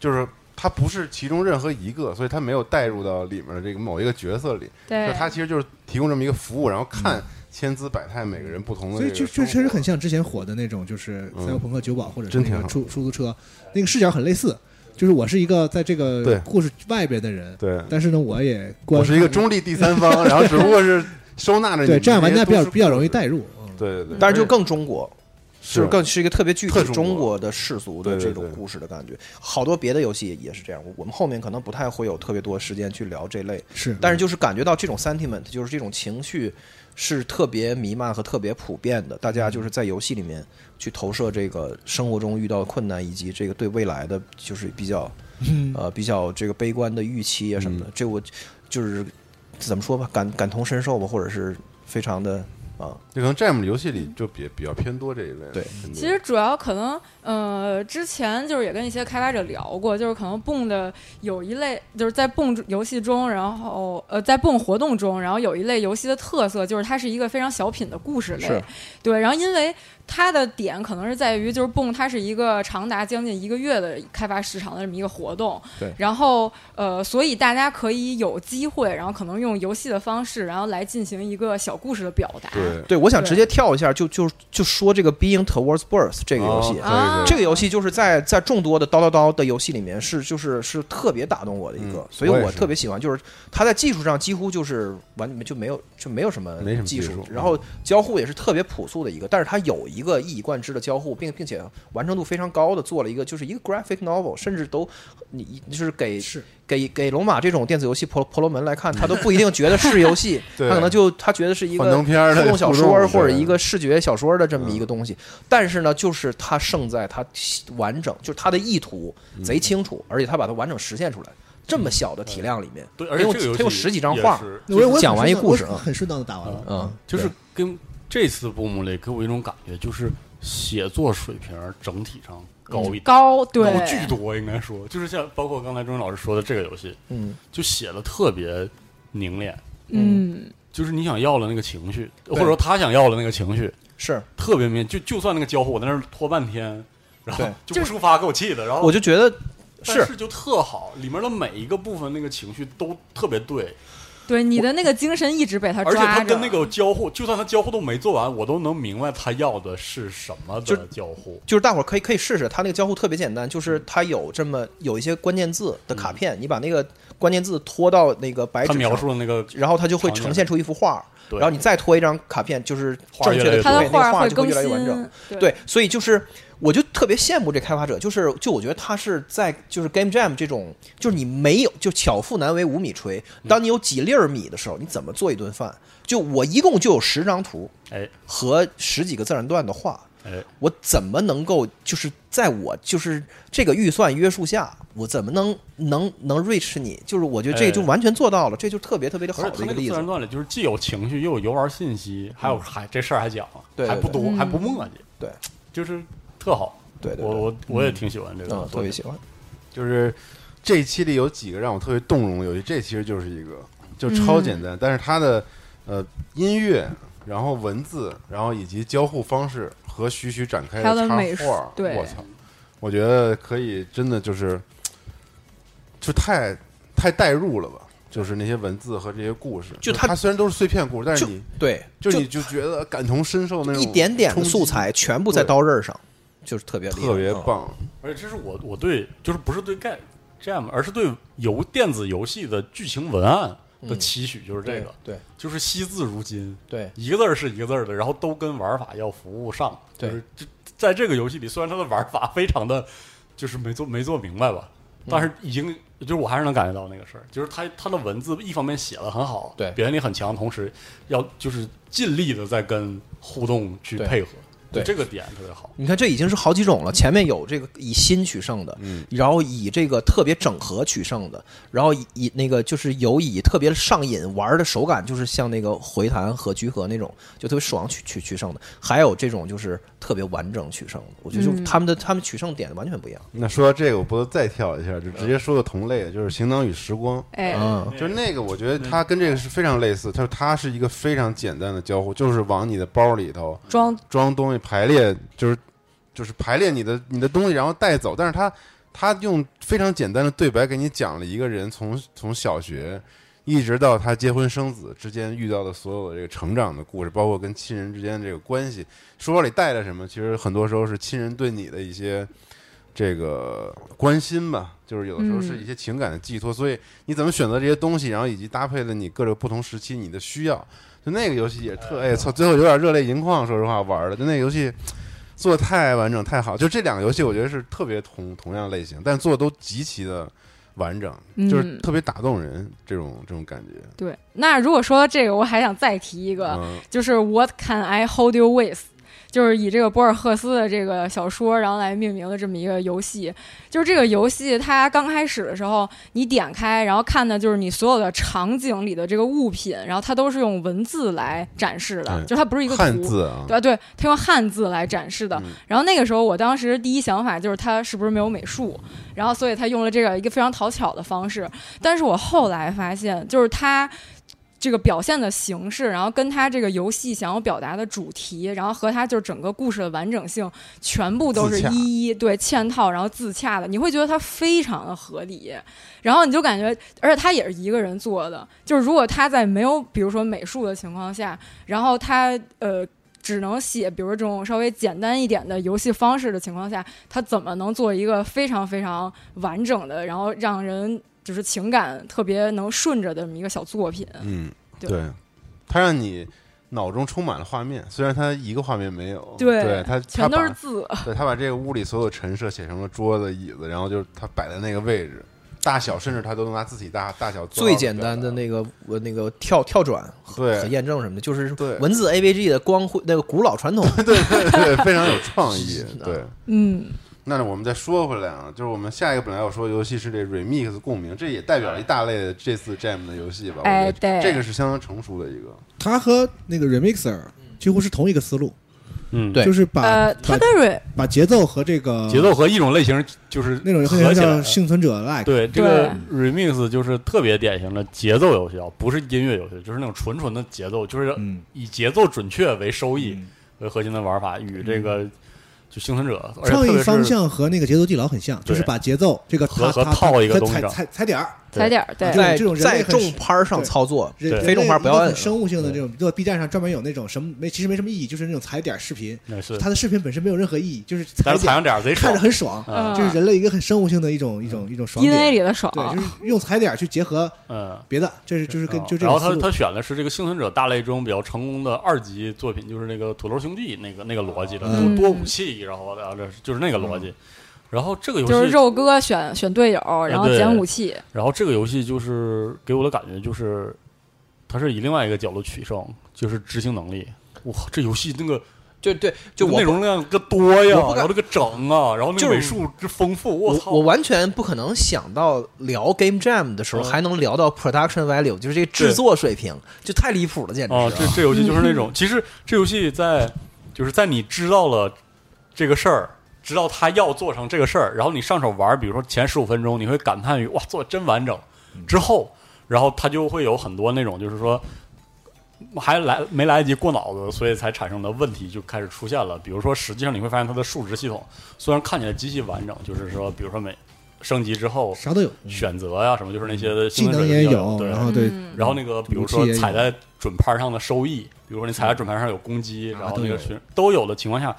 S2: 就是他不是其中任何一个，所以他没有带入到里面的这个某一个角色里。
S4: 对
S2: 就，他其实就是提供这么一个服务，然后看千姿百态，每个人不同的
S1: 所
S2: 这
S1: 以
S2: 个
S1: 就
S2: 生活。
S1: 就确实很像之前火的那种，就是赛
S2: 嗯
S1: 博朋克酒保或者是
S2: 真
S1: 那
S2: 挺
S1: 个
S2: 好
S1: 出出租车，那个视角很类似，就是我是一个在这
S2: 对
S1: 个故事外边的人，
S2: 对，
S1: 但是呢，我也
S2: 我
S1: 观
S2: 是一个中立 第三方，然后只不过是收纳着你。
S1: 对这样玩家比较
S2: 都是
S1: 比较容易带入，嗯
S2: 对对对，
S5: 但是就更中国，就是
S2: 是
S5: 更是一个特别具体
S2: 特中国
S5: 中国的世俗的
S2: 对对
S5: 这种
S2: 对
S5: 故事的感觉。好多别的游戏也是这样，我我们后面可能不太会有特别多时间去聊这类，
S2: 嗯
S1: 是，
S5: 但是就是感觉到这种 sentiment，就是这种情绪是特别弥漫和特别普遍的。大
S2: 嗯
S5: 家就是在游戏里面去投射这个生活中遇到的困难，以及这个对未来的就是比较
S2: 嗯
S5: 呃比较这个悲观的预期啊什么的。这我就是怎么说吧，感感同身受吧，或者是非常的啊，
S2: 就可能 Jam 游戏里就比比较偏多这一类的。
S5: 对
S2: 很多
S4: 其实主要可能，呃，之前就是也跟一些开发者聊过，就是可能蹦的有一类，就是在蹦游戏中，然后呃，在蹦活动中，然后有一类游戏的特色就是它是一个非常小品的故事类
S5: 是，
S4: 对。然后因为它的点可能是在于，就是蹦它是一个长达将近一个月的开发时长的这么一个活动，
S5: 对
S4: 然后呃，所以大家可以有机会，然后可能用游戏的方式，然后来进行一个小故事的表达，
S2: 对
S5: 对，我想
S4: 对
S5: 直接跳一下，就就就说这个《Being Towards Birth》这个游戏，
S2: 哦
S4: 啊
S5: 这个游戏就是在在众多的叨叨叨的游戏里面是就是是特别打动我的一个
S2: 嗯，
S5: 所以
S2: 我也
S5: 我
S2: 是
S5: 特别喜欢，就是它在技术上几乎就是完就没有就没有什么
S2: 没什么
S5: 技
S2: 技术
S5: 然后交互也是特别朴素的一个，但是它有一个一以贯之的交互，并并且完成度非常高的做了一个就是一个 graphic novel，甚至都你就是给
S1: 是
S5: 给给龙马这种电子游戏婆婆罗门来看， 他都不一定觉得是游戏，
S2: 对
S5: 他可能就他觉得是一个
S2: 幻灯片儿的
S5: 互动小说
S2: 互动嗯
S5: 或者
S2: 对
S5: 一个视觉小说的这么一个东西。但是呢，就是它胜在它完整，就是它的意图
S2: 嗯
S5: 贼清楚，而且它把它完整实现出来。这么小的体量里面，
S3: 对，
S5: 它
S3: 而且
S5: 用
S3: 这个游戏
S5: 它用十几张
S3: 也
S5: 画，
S3: 是
S1: 我也我也
S5: 讲完一
S1: 很顺
S5: 故事
S1: 当我
S5: 啊
S1: 很顺当的打完了，
S5: 嗯，
S3: 就是
S5: 对
S3: 跟这次布幕类给我一种感觉，就是写作水平儿整体上高一点，
S4: 高对
S3: 高巨多应该说，就是像包括刚才钟老师说的这个游戏，
S5: 嗯，
S3: 就写的特别凝练，
S4: 嗯。
S3: 就是你想要的那个情绪，或者说他想要的那个情绪，
S5: 是，
S3: 特别明显。就就算那个交互我在那儿拖半天，然后
S5: 对
S3: 就不抒发，给我气的，然
S2: 哦
S3: 后
S5: 我就觉得
S3: 但
S5: 是
S3: 是就特好，里面的每一个部分那个情绪都特别对，
S4: 对你的那个精神一直被他抓
S3: 而且
S4: 着，
S3: 他跟那个交互，就算他交互都没做完，我都能明白他要的是什么
S5: 就
S3: 的交互。
S5: 就是大伙儿可以可以试试，它那个交互特别简单，就是它有这么有一些关键字的
S2: 嗯
S5: 卡片，你把那个关键字拖到那个白纸
S3: 他
S5: 上，
S3: 描述的那个，
S5: 然后它就会
S3: 场景
S5: 呈现出一幅画儿，
S3: 对
S5: 然后你再拖一张卡片，就是
S3: 画
S5: 正
S3: 越
S5: 确
S3: 来
S5: 的推
S3: 越
S4: 他
S3: 多
S5: 位，
S4: 的
S5: 那个
S4: 画
S5: 画
S4: 会
S5: 就会
S4: 更
S5: 越来
S4: 新
S5: 越完整。，
S4: 对
S5: 对，所以就是我就特别羡慕这开发者，就是就我觉得他是在就是 Game Jam 这种，就是你没有就巧妇难为无米炊，
S3: 嗯
S5: 当你有几粒儿米的时候，你怎么做一顿饭？就我一共就有十张图
S3: 哎
S5: 和十几个自然段的画，
S3: 哎，
S5: 我怎么能够就是在我就是这个预算约束下，我怎么能能能 reach 你？就是我觉得这个就
S3: 哎
S5: 完全做到了，这就特别特别的好
S3: 而且
S5: 的
S3: 他
S5: 一
S3: 那
S5: 个
S3: 个
S5: 例
S3: 自
S5: 子嗯
S3: 然。段里就是既有情绪又有游玩信息，还有还这事儿还讲了，
S5: 对对
S3: 还不多
S4: 对嗯
S3: 还不墨迹，
S5: 对，
S3: 就是特好。
S5: 对对
S3: 我
S5: 对，
S3: 我我也挺喜欢这个
S5: 嗯，，特别喜欢。
S2: 就是这一期里有几个让我特别动容的游戏，这其实就是一个就超简
S4: 嗯
S2: 单，但是它的呃音乐，然后文字，然后以及交互方式和徐徐展开
S4: 还有
S2: 插
S4: 它的美术
S2: 画，
S4: 对
S2: 我操，我觉得可以真的就是就太太代入了吧。就是那些文字和这些故事，
S5: 就它
S2: 它虽然都是碎片故事，但是
S5: 就
S2: 你
S5: 对，
S2: 就你就觉得感同身受那种
S5: 一点点的
S2: 冲击
S5: 素，材全部在
S2: 对
S5: 刀刃上，就是特别厉害
S2: 特别。
S5: 嗯
S2: 棒。
S3: 而且这是我我对就是不是对 g a Jam，而是对游电子游戏的剧情文案的期许，就是这个，
S5: 嗯对
S3: 就是惜字如金，
S5: 对
S3: 一个字儿是一个字儿的，然后都跟玩法要服务上。
S5: 对
S3: 就是这在这个游戏里，虽然它的玩法非常的，就是没做没做明白吧，
S5: 嗯
S3: 但是已经就是我还是能感觉到那个事儿，就是它它的文字一方面写的很好，
S5: 对
S3: 表现力很强，同时要就是尽力的在跟互动去
S5: 对
S3: 配合，
S5: 对
S3: 就这个点特别好。
S5: 你看，这已经是好几种了。前面有这个以心取胜的，
S2: 嗯
S5: 然后以这个特别整合取胜的，然后以以那个就是有以特别上瘾玩的手感，就是像那个回弹和居合那种，就特别爽取取取胜的。还有这种就是特别完整取胜的，我觉得就
S4: 嗯
S5: 他们的、他们取胜点完全不一样。
S2: 那说到这个，我不得再跳一下，就直接说个同类的，就是《行囊与时光》。
S4: 哎，
S5: 嗯，
S2: 就是那个，我觉得它跟这个是非常类似。它它是一个非常简单的交互，就是往你的包里头
S4: 装
S2: 装东西排列，就是就是排列你的你的东西，然后带走。但是它它用非常简单的对白给你讲了一个人从从小学一直到他结婚生子之间遇到的所有的这个成长的故事，包括跟亲人之间的这个关系。书包里带了什么，其实很多时候是亲人对你的一些这个关心吧，就是有的时候是一些情感的寄托。所以你怎么选择这些东西，然后以及搭配了你各种不同时期你的需要，就那个游戏也特哎操，最后有点热泪盈眶。说实话，玩的就那个游戏。做得太完整太好，就这两个游戏，我觉得是特别同同样类型，但做的都极其的完整，就是
S4: 嗯
S2: 特别打动人这种这种感觉。
S4: 对。那如果说到这个，我还想再提一个，
S2: 嗯，
S4: 就是 What can I hold you with？就是以这个博尔赫斯的这个小说，然后来命名的这么一个游戏。就是这个游戏，它刚开始的时候，你点开，然后看的就是你所有的场景里的这个物品，然后它都是用文字来展示的，
S2: 对
S4: 就是它不是一个
S2: 汉
S4: 图。
S2: 字啊，
S4: 对对，他用汉字来展示的。
S2: 嗯
S4: 然后那个时候，我当时第一想法就是他是不是没有美术，然后所以他用了这个一个非常讨巧的方式。但是我后来发现，就是他。这个表现的形式，然后跟他这个游戏想要表达的主题，然后和他就是整个故事的完整性，全部都是
S2: 自洽
S4: 一一对嵌套，然后自洽的，你会觉得它非常的合理。然后你就感觉，而且他也是一个人做的，就是如果他在没有比如说美术的情况下，然后他呃只能写，比如这种稍微简单一点的游戏方式的情况下，他怎么能做一个非常非常完整的，然后让人就是情感特别能顺着的这么一个小作品？
S2: 嗯，
S4: 对
S2: 对，它让你脑中充满了画面，虽然它一个画面没有，
S4: 对
S2: 对它它
S4: 全都
S2: 把
S4: 是字，
S2: 对他把这个屋里所有陈设写成了桌子、椅子，然后就是他摆在那个位置，大小甚至他都能拿自己大大小做到
S5: 最简单的那个呃那个跳跳转和
S2: 对
S5: 和验证什么的，就是
S2: 对
S5: 文字 A B G 的光辉那个古老传统。
S2: 对对 对，非常有创意。对，
S4: 嗯，
S2: 那我们再说回来啊，就是我们下一个本来要说的游戏是这 Remix 共鸣，这也代表了一大类的这次 Jam 的游戏吧？我觉得
S4: 哎对
S2: 这个是相当成熟的一个。
S1: 它和那个 remixer 几乎是同一个思路，
S3: 嗯，
S5: 对
S1: 就是把、
S4: 呃，他
S1: 把
S4: 跟蕊
S1: 把节奏和这个
S3: 节奏和一种类型就是
S1: 那种有
S3: 合
S1: 点
S3: 起来
S1: 像
S3: 了。
S1: 幸存者 like，
S3: 对，这个
S4: 对
S3: remix 就是特别典型的节奏游戏啊，不是音乐游戏，就是那种纯纯的节奏，就是
S1: 嗯，
S3: 以节奏准确为收益
S1: 嗯
S3: 为核心的玩法，与这个就幸存者，而且
S1: 创
S3: 特
S1: 意
S3: 别
S1: 方
S3: 是
S1: 向和那个节奏地牢很像，就是
S3: 对
S1: 把节奏这个
S3: 和
S1: 它
S3: 和
S1: 它
S3: 套一个
S1: 它
S3: 东西
S1: 踩
S3: 上
S1: 踩踩点儿，
S3: 对
S4: 踩点儿，对，
S5: 在
S1: 这种人类
S5: 在
S1: 很
S5: 重拍上
S1: 对
S5: 操作，
S1: 人
S3: 对
S1: 人
S5: 非重
S1: 类
S5: 拍不
S1: 一
S5: 要
S1: 个
S5: 摁
S1: 很生物性的这种，就 B 站上专门有那种什么没其实没什么意义，就是那种踩点儿视频，
S3: 那是，
S1: 它的视频本身没有任何意义，就是
S3: 但
S1: 踩
S3: 是采
S1: 点儿
S3: 样点儿贼
S1: 看
S3: 爽
S1: 着，很爽，
S3: 嗯
S1: 啊这是人类一个很生物性的一种一种一种爽
S4: DNA
S1: 点。
S4: 里的爽，
S1: 对，就是用踩点儿去结合
S3: 嗯。
S1: 别的，这是就是跟就这
S3: 然后
S1: 种思
S3: 他
S1: 路。
S3: 他选的是这个幸存者大类中比较成功的二级作品，就是那个土豆兄弟那个那个逻辑的，
S1: 嗯
S3: 多多武器，然后啊这就是那个逻辑。然后这个游戏
S4: 就是肉哥选选队友，然后
S3: 对啊
S4: 捡武器，
S3: 然后这个游戏就是给我的感觉就是，它是以另外一个角度取胜，就是执行能力。哇，这游戏那个
S5: 就对，就
S3: 那个内
S5: 我
S3: 容量个多呀，
S5: 我不敢
S3: 然后这个整啊，然后那
S5: 就是
S3: 个美术之丰富，我
S5: 我
S3: 操！
S5: 我完全不可能想到聊 Game Jam 的时候
S3: 嗯
S5: 还能聊到 production value，就是这个制作水平，就太离谱了，简直
S3: 啊，
S5: 是
S3: 这这游戏就是 那种，其实这游戏在就是在你知道了这个事儿，知道他要做成这个事儿，然后你上手玩，比如说前十五分钟，你会感叹于哇，做得真完整。
S5: 嗯
S3: 之后，然后他就会有很多那种就是说还来没来得及过脑子，所以才产生的问题就开始出现了。比如说，实际上你会发现它的数值系统虽然看起来极其完整，就是说，比如说每升级之后
S1: 啥都有，
S3: 选择呀、什嗯么，就是那些
S1: 嗯技
S3: 幸存者
S1: 能
S3: 的
S1: 也
S3: 要
S1: 有，
S3: 啊对，
S1: 然后对，
S4: 嗯
S3: 然后那个，比如
S1: 武
S3: 说
S1: 器也有
S3: 踩在准牌上的收益，比如说你踩在准牌上有攻击，
S1: 啊
S3: 然后
S1: 都
S3: 那
S1: 有
S3: 个群都有的情况下，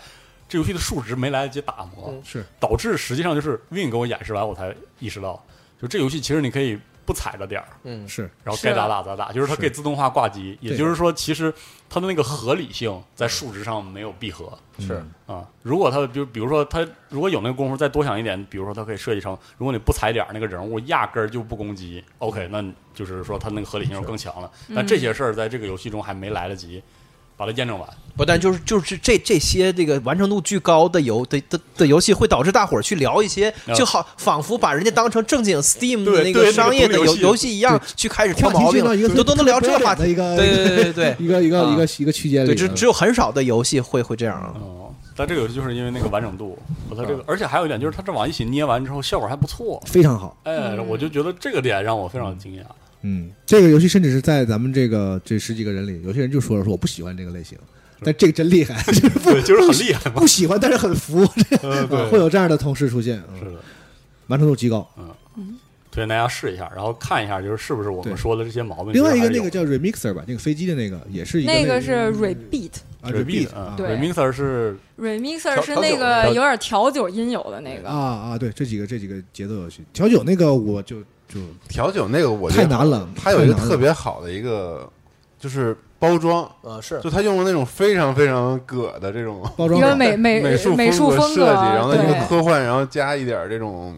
S3: 这游戏的数值没来得及打磨
S5: 嗯，
S1: 是
S3: 导致实际上就是 Win 给我演示完，我才意识到，就这游戏其实你可以不踩着点儿，
S5: 嗯，
S1: 是
S3: 然后
S4: 是
S3: 该咋打咋打，就是它可以自动化挂机，也
S1: 对
S3: 就是说，其实它的那个合理性在数值上没有闭合。
S1: 嗯
S5: 是
S3: 啊，如果他就比如说他如果有那个功夫再多想一点，比如说他可以设计成，如果你不踩点儿那个人物压根儿就不攻击，OK，那你就是说他那个合理性就更强了。但
S4: 嗯
S3: 这些事儿在这个游戏中还没来得及把它验证完，
S5: 不但就是就是这这些这个完成度巨高的游的的的游戏，会导致大伙儿去聊一些，
S3: 啊
S5: 就好仿佛把人家当成正经 Steam
S3: 对
S5: 的那
S3: 对
S5: 个
S3: 那个
S5: 商业的
S3: 独立
S5: 游
S3: 游戏
S5: 游戏一样，去开始挑
S1: 话题
S5: 毛
S1: 进
S5: 病
S1: 到
S5: 了，
S1: 一个
S5: 都都能聊这个话
S1: 的一
S5: 题。
S1: 个
S5: 对对 对对对
S1: 一个一个
S5: 啊
S1: 一个一个区间里
S5: 对，
S1: 的，
S5: 只只有很少的游戏会会这样
S1: 嗯
S5: 啊。
S3: 哦，但这个游戏就是因为那个完整度和它这个，而且还有一点就是它这往一起捏完之后效果还不错，
S1: 非常好。
S3: 哎，
S4: 嗯
S3: 我就觉得这个点让我非常惊讶。
S1: 嗯，这个游戏甚至是在咱们这个这十几个人里，有些人就说了说我不喜欢这个类型，但这个真厉害， 就是不
S3: 对，就是很 厉害嘛
S1: 不。喜欢，但是很服，
S3: 嗯，
S1: 会
S3: 对，
S1: 有这样的同事出现，嗯
S3: 是的。
S1: 完成度极高。
S3: 推荐大家试一下，然后看一下，就是是不是我
S1: 对
S3: 们说的这些毛病。
S1: 另外一个
S3: 其实还
S1: 那
S3: 是有
S1: 个叫 remixer 吧，那个飞机的那个也是一
S4: 那
S1: 个
S4: 个是 repeat。
S1: 啊
S3: Remix，
S1: repeat
S3: 嗯
S1: 啊
S4: 对
S3: Remixer 是
S4: remixer
S3: 调
S4: 是
S3: 调
S4: 那
S3: 酒
S4: 个
S3: 的
S4: 有点调酒音游的那
S1: 啊
S4: 个，
S1: 啊，对这几个这几个节奏游戏，调酒那个我就就
S2: 调酒那个我觉
S1: 太
S2: 得
S1: 难了，
S2: 它有一个
S1: 太难了
S2: 特别好的一个就是包装，
S5: 呃，是
S2: 就他用了那种非常非常葛的这种
S1: 包装
S4: 一
S1: 好
S4: 个美美
S2: 美
S4: 美
S2: 风格
S4: 风
S2: 设计，然后再一个啊
S4: 对
S2: 科幻，然后加一点这种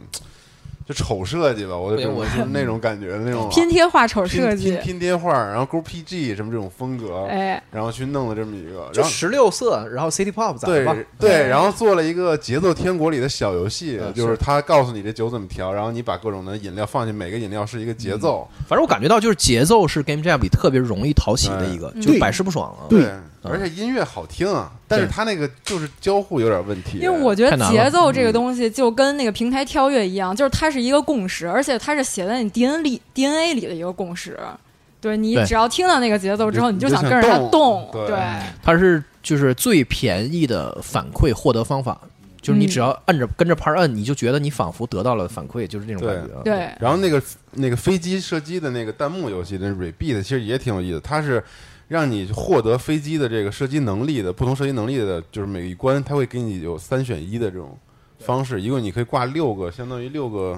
S2: 就丑设计吧，我
S5: 对我
S2: 就是那种感觉，那种
S4: 拼贴画丑
S2: 拼
S4: 设
S2: 拼
S4: 计，
S2: 拼贴画，然后勾 PG 什么这种风格，
S4: 哎，
S2: 然后去弄了这么一个，
S5: 就
S2: 然后
S5: 十六色，然后 City Pop 咋的吧
S2: 对？对，然后做了一个节奏天国里的小游戏，
S5: 嗯
S2: 就是
S5: 是
S2: 他告诉你这酒怎么调，然后你把各种的饮料放进，每个饮料是一个节奏，
S5: 反正我感觉到就是节奏是 Game Jam 里特别容易讨喜的一个，
S4: 嗯
S5: 就是百试不爽啊。
S1: 哎对
S2: 而且音乐好听啊，但是他那个就是交互有点问题，
S4: 因为我觉得
S5: 太难了
S4: 节奏这个东西就跟那个平台跳跃一样，就是它是一个共识，而且它是写在你 DNA 里 DNA 里的一个共识。对你
S5: 对
S4: 只要听到那个节奏之后，
S2: 你
S4: 你
S2: 就
S4: 就想
S2: 想
S4: 跟着它
S2: 动对
S4: 动。对，
S5: 它是就是最便宜的反馈获得方法，就是
S2: 嗯
S5: 你只要按着跟着拍儿摁，你就觉得你仿佛得到了反馈，就是那种感觉啊。
S4: 对
S2: 然后那个那个飞机射击的那个弹幕游戏，那 Rebeat 其实也挺有意思，它是让你获得飞机的这个射击能力的不同射击能力的，就是每一关它会给你有三选一的这种方式，一共你可以挂六个，相当于六个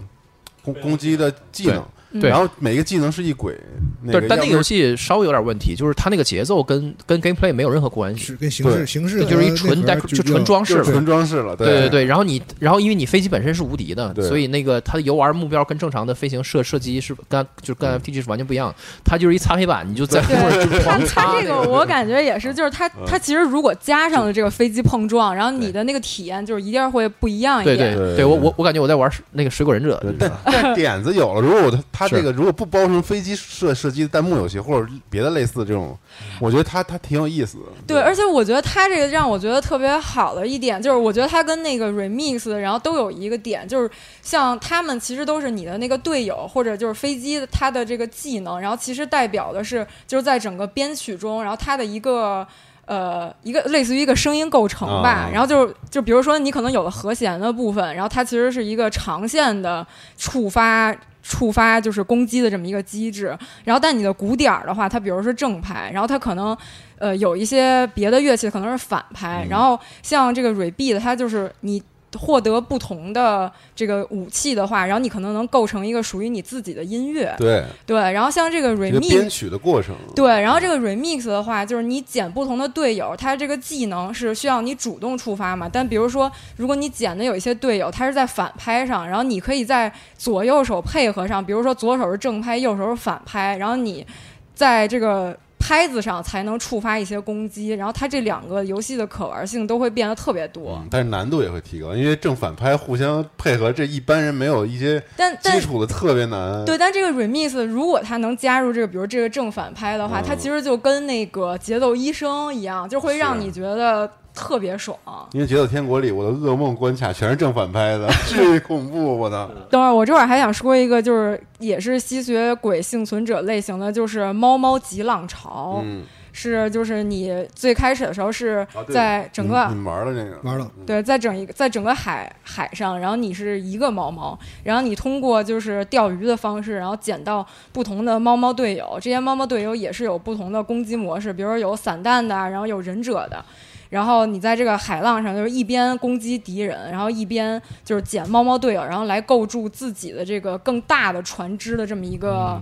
S2: 攻攻击的技能，
S4: 嗯
S5: 对
S2: 然后每个技能是一轨，那
S5: 但
S2: 个
S5: 是但那个
S2: 要
S5: 游
S2: 不
S5: 戏稍微有点问题，就是它那个节奏跟跟 gameplay 没有任何关系，
S1: 是跟形式
S2: 对
S1: 形式
S5: 这就是一
S1: 和
S5: 纯
S1: 内
S5: dec
S1: 核
S5: 就纯装饰
S2: 就
S5: 了
S2: 是。纯装饰了，
S5: 对对，对，然后你，然后因为你飞机本身是无敌的，
S2: 对
S5: 所以那个它的游玩目标跟正常的飞行射射击是跟就是跟 FTG 是完全不一样，它就是一擦黑板，你就在后面就是
S4: 它
S5: 狂擦
S4: 它这
S5: 那
S4: 个
S5: 个。
S4: 我感觉也是，就是它它其实如果加上了这个飞机碰撞，然后你的那个体验就是一定会不一样一
S5: 对
S4: 点。
S5: 对
S2: 对
S5: 对，我我我感觉我在玩那个水果忍者，
S2: 对但但点子有了，如果我的它
S5: 是
S2: 这个如果不包成飞机射射击的弹幕游戏或者别的类似的这种，我觉得它它挺有意思的。
S4: 对，而且我觉得他这个让我觉得特别好的一点，就是我觉得他跟那个 remix，然后都有一个点，就是像他们其实都是你的那个队友，或者就是飞机他的这个技能，然后其实代表的是就是在整个编曲中，然后他的一个。呃，一个类似于一个声音构成吧，
S2: 啊
S4: 然后就是就比如说你可能有了和弦的部分，然后它其实是一个长线的触发触发就是攻击的这么一个机制，然后但你的鼓点儿的话，它比如是正拍，然后它可能呃有一些别的乐器可能是反
S2: 嗯
S4: 拍，然后像这个 rebeat，它就是你。获得不同的这个武器的话，然后你可能能构成一个属于你自己的音乐，
S2: 对，
S4: 对。然后像这个
S2: 一个编
S4: remix，
S2: 曲的过程。
S4: 对，然后这个 remix 的话，就是你捡不同的队友，他这个技能是需要你主动触发嘛。但比如说，如果你捡的有一些队友，他是在反拍上，然后你可以在左右手配合上，比如说左手是正拍，右手是反拍，然后你在这个。拍子上才能触发一些攻击，然后它这两个游戏的可玩性都会变得特别多。
S2: 嗯但是难度也会提高，因为正反拍互相配合，这一般人没有一些
S4: 但但
S2: 基础的特别难。
S4: 对，但这个 remix 如果它能加入这个，比如这个正反拍的话，
S2: 嗯
S4: 它其实就跟那个节奏医生一样，就会让你觉得特别爽。
S2: 因为《节奏天国》里，我的噩梦关卡全是正反拍的，巨恐怖！我操，
S4: 等会儿我这会儿还想说一个，就是也是吸血鬼幸存者类型的，就是猫猫级浪潮，
S2: 嗯，
S4: 是就是你最开始的时候是
S2: 啊对
S4: 在整个、
S2: 你你们玩了这个，
S1: 玩了
S2: 嗯，
S4: 对，在整一个在整个海海上，然后你是一个猫猫，然后你通过就是钓鱼的方式，然后捡到不同的猫猫队友，这些猫猫队友也是有不同的攻击模式，比如有散弹的啊，然后有忍者的。然后你在这个海浪上，就是一边攻击敌人，然后一边就是捡猫猫队友，然后来构筑自己的这个更大的船只的这么一个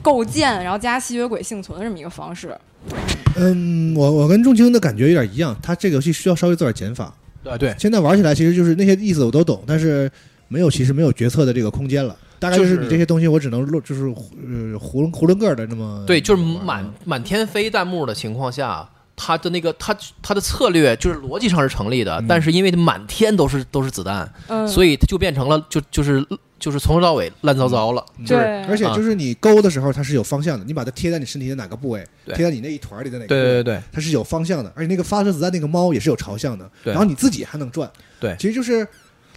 S4: 构建，然后加吸血鬼幸存的这么一个方式。
S1: 嗯，我我跟仲青的感觉有点一样，他这个游戏需要稍微做点减法。
S5: 啊对，
S1: 现在玩起来其实就是那些意思我都懂，但是没有其实没有决策的这个空间了。大概就是
S5: 就是
S1: 你这些东西，我只能落，就是呃囫囵囫囵个儿的那么
S5: 对，就是
S1: 玩
S5: 满满天飞弹幕的情况下，他的那个他他的策略就是逻辑上是成立的，
S1: 嗯
S5: 但是因为满天都是都是子弹，
S4: 嗯，
S5: 所
S4: 以
S5: 以他就变成了就就是就是从头到尾乱糟糟了。
S1: 嗯
S4: 对
S1: 而且就是你勾的时候它是有方向的，你把它贴在你身体的哪个部位，
S5: 对
S1: 贴在你那一团儿里的哪个部
S5: 对
S1: 位，
S5: 嗯对对
S1: 它是有方向的，而且那个发射子弹那个猫也是有朝向的，
S5: 对
S1: 然后你自己还能转，
S5: 对
S1: 其实就是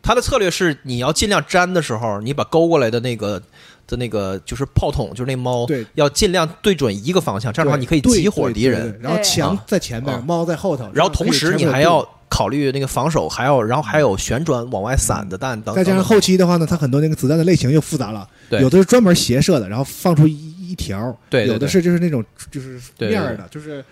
S5: 他的策略是你要尽量粘的时候，你把勾过来的那个的那个就是炮筒，就是那猫，
S1: 对
S5: 要尽量对准一个方向，这样的话
S1: 对
S5: 哦你可以
S1: 对
S5: 激活
S1: 对
S5: 敌
S1: 对
S5: 人。
S1: 对然后
S4: 哎
S1: 墙
S5: 啊
S1: 在前面，
S5: 啊
S1: 猫在后头，
S5: 然后同时你
S1: 这样可以全部
S5: 还
S1: 有
S5: 要考虑那个防守，还要然后还有旋转往外散的弹等等。
S1: 再加上后期的话呢，它很多那个子弹的类型又复杂了，
S5: 对
S1: 有的是专门斜射的，然后放出一一条，
S5: 对对
S1: 有的是就是那种就是面儿的，就是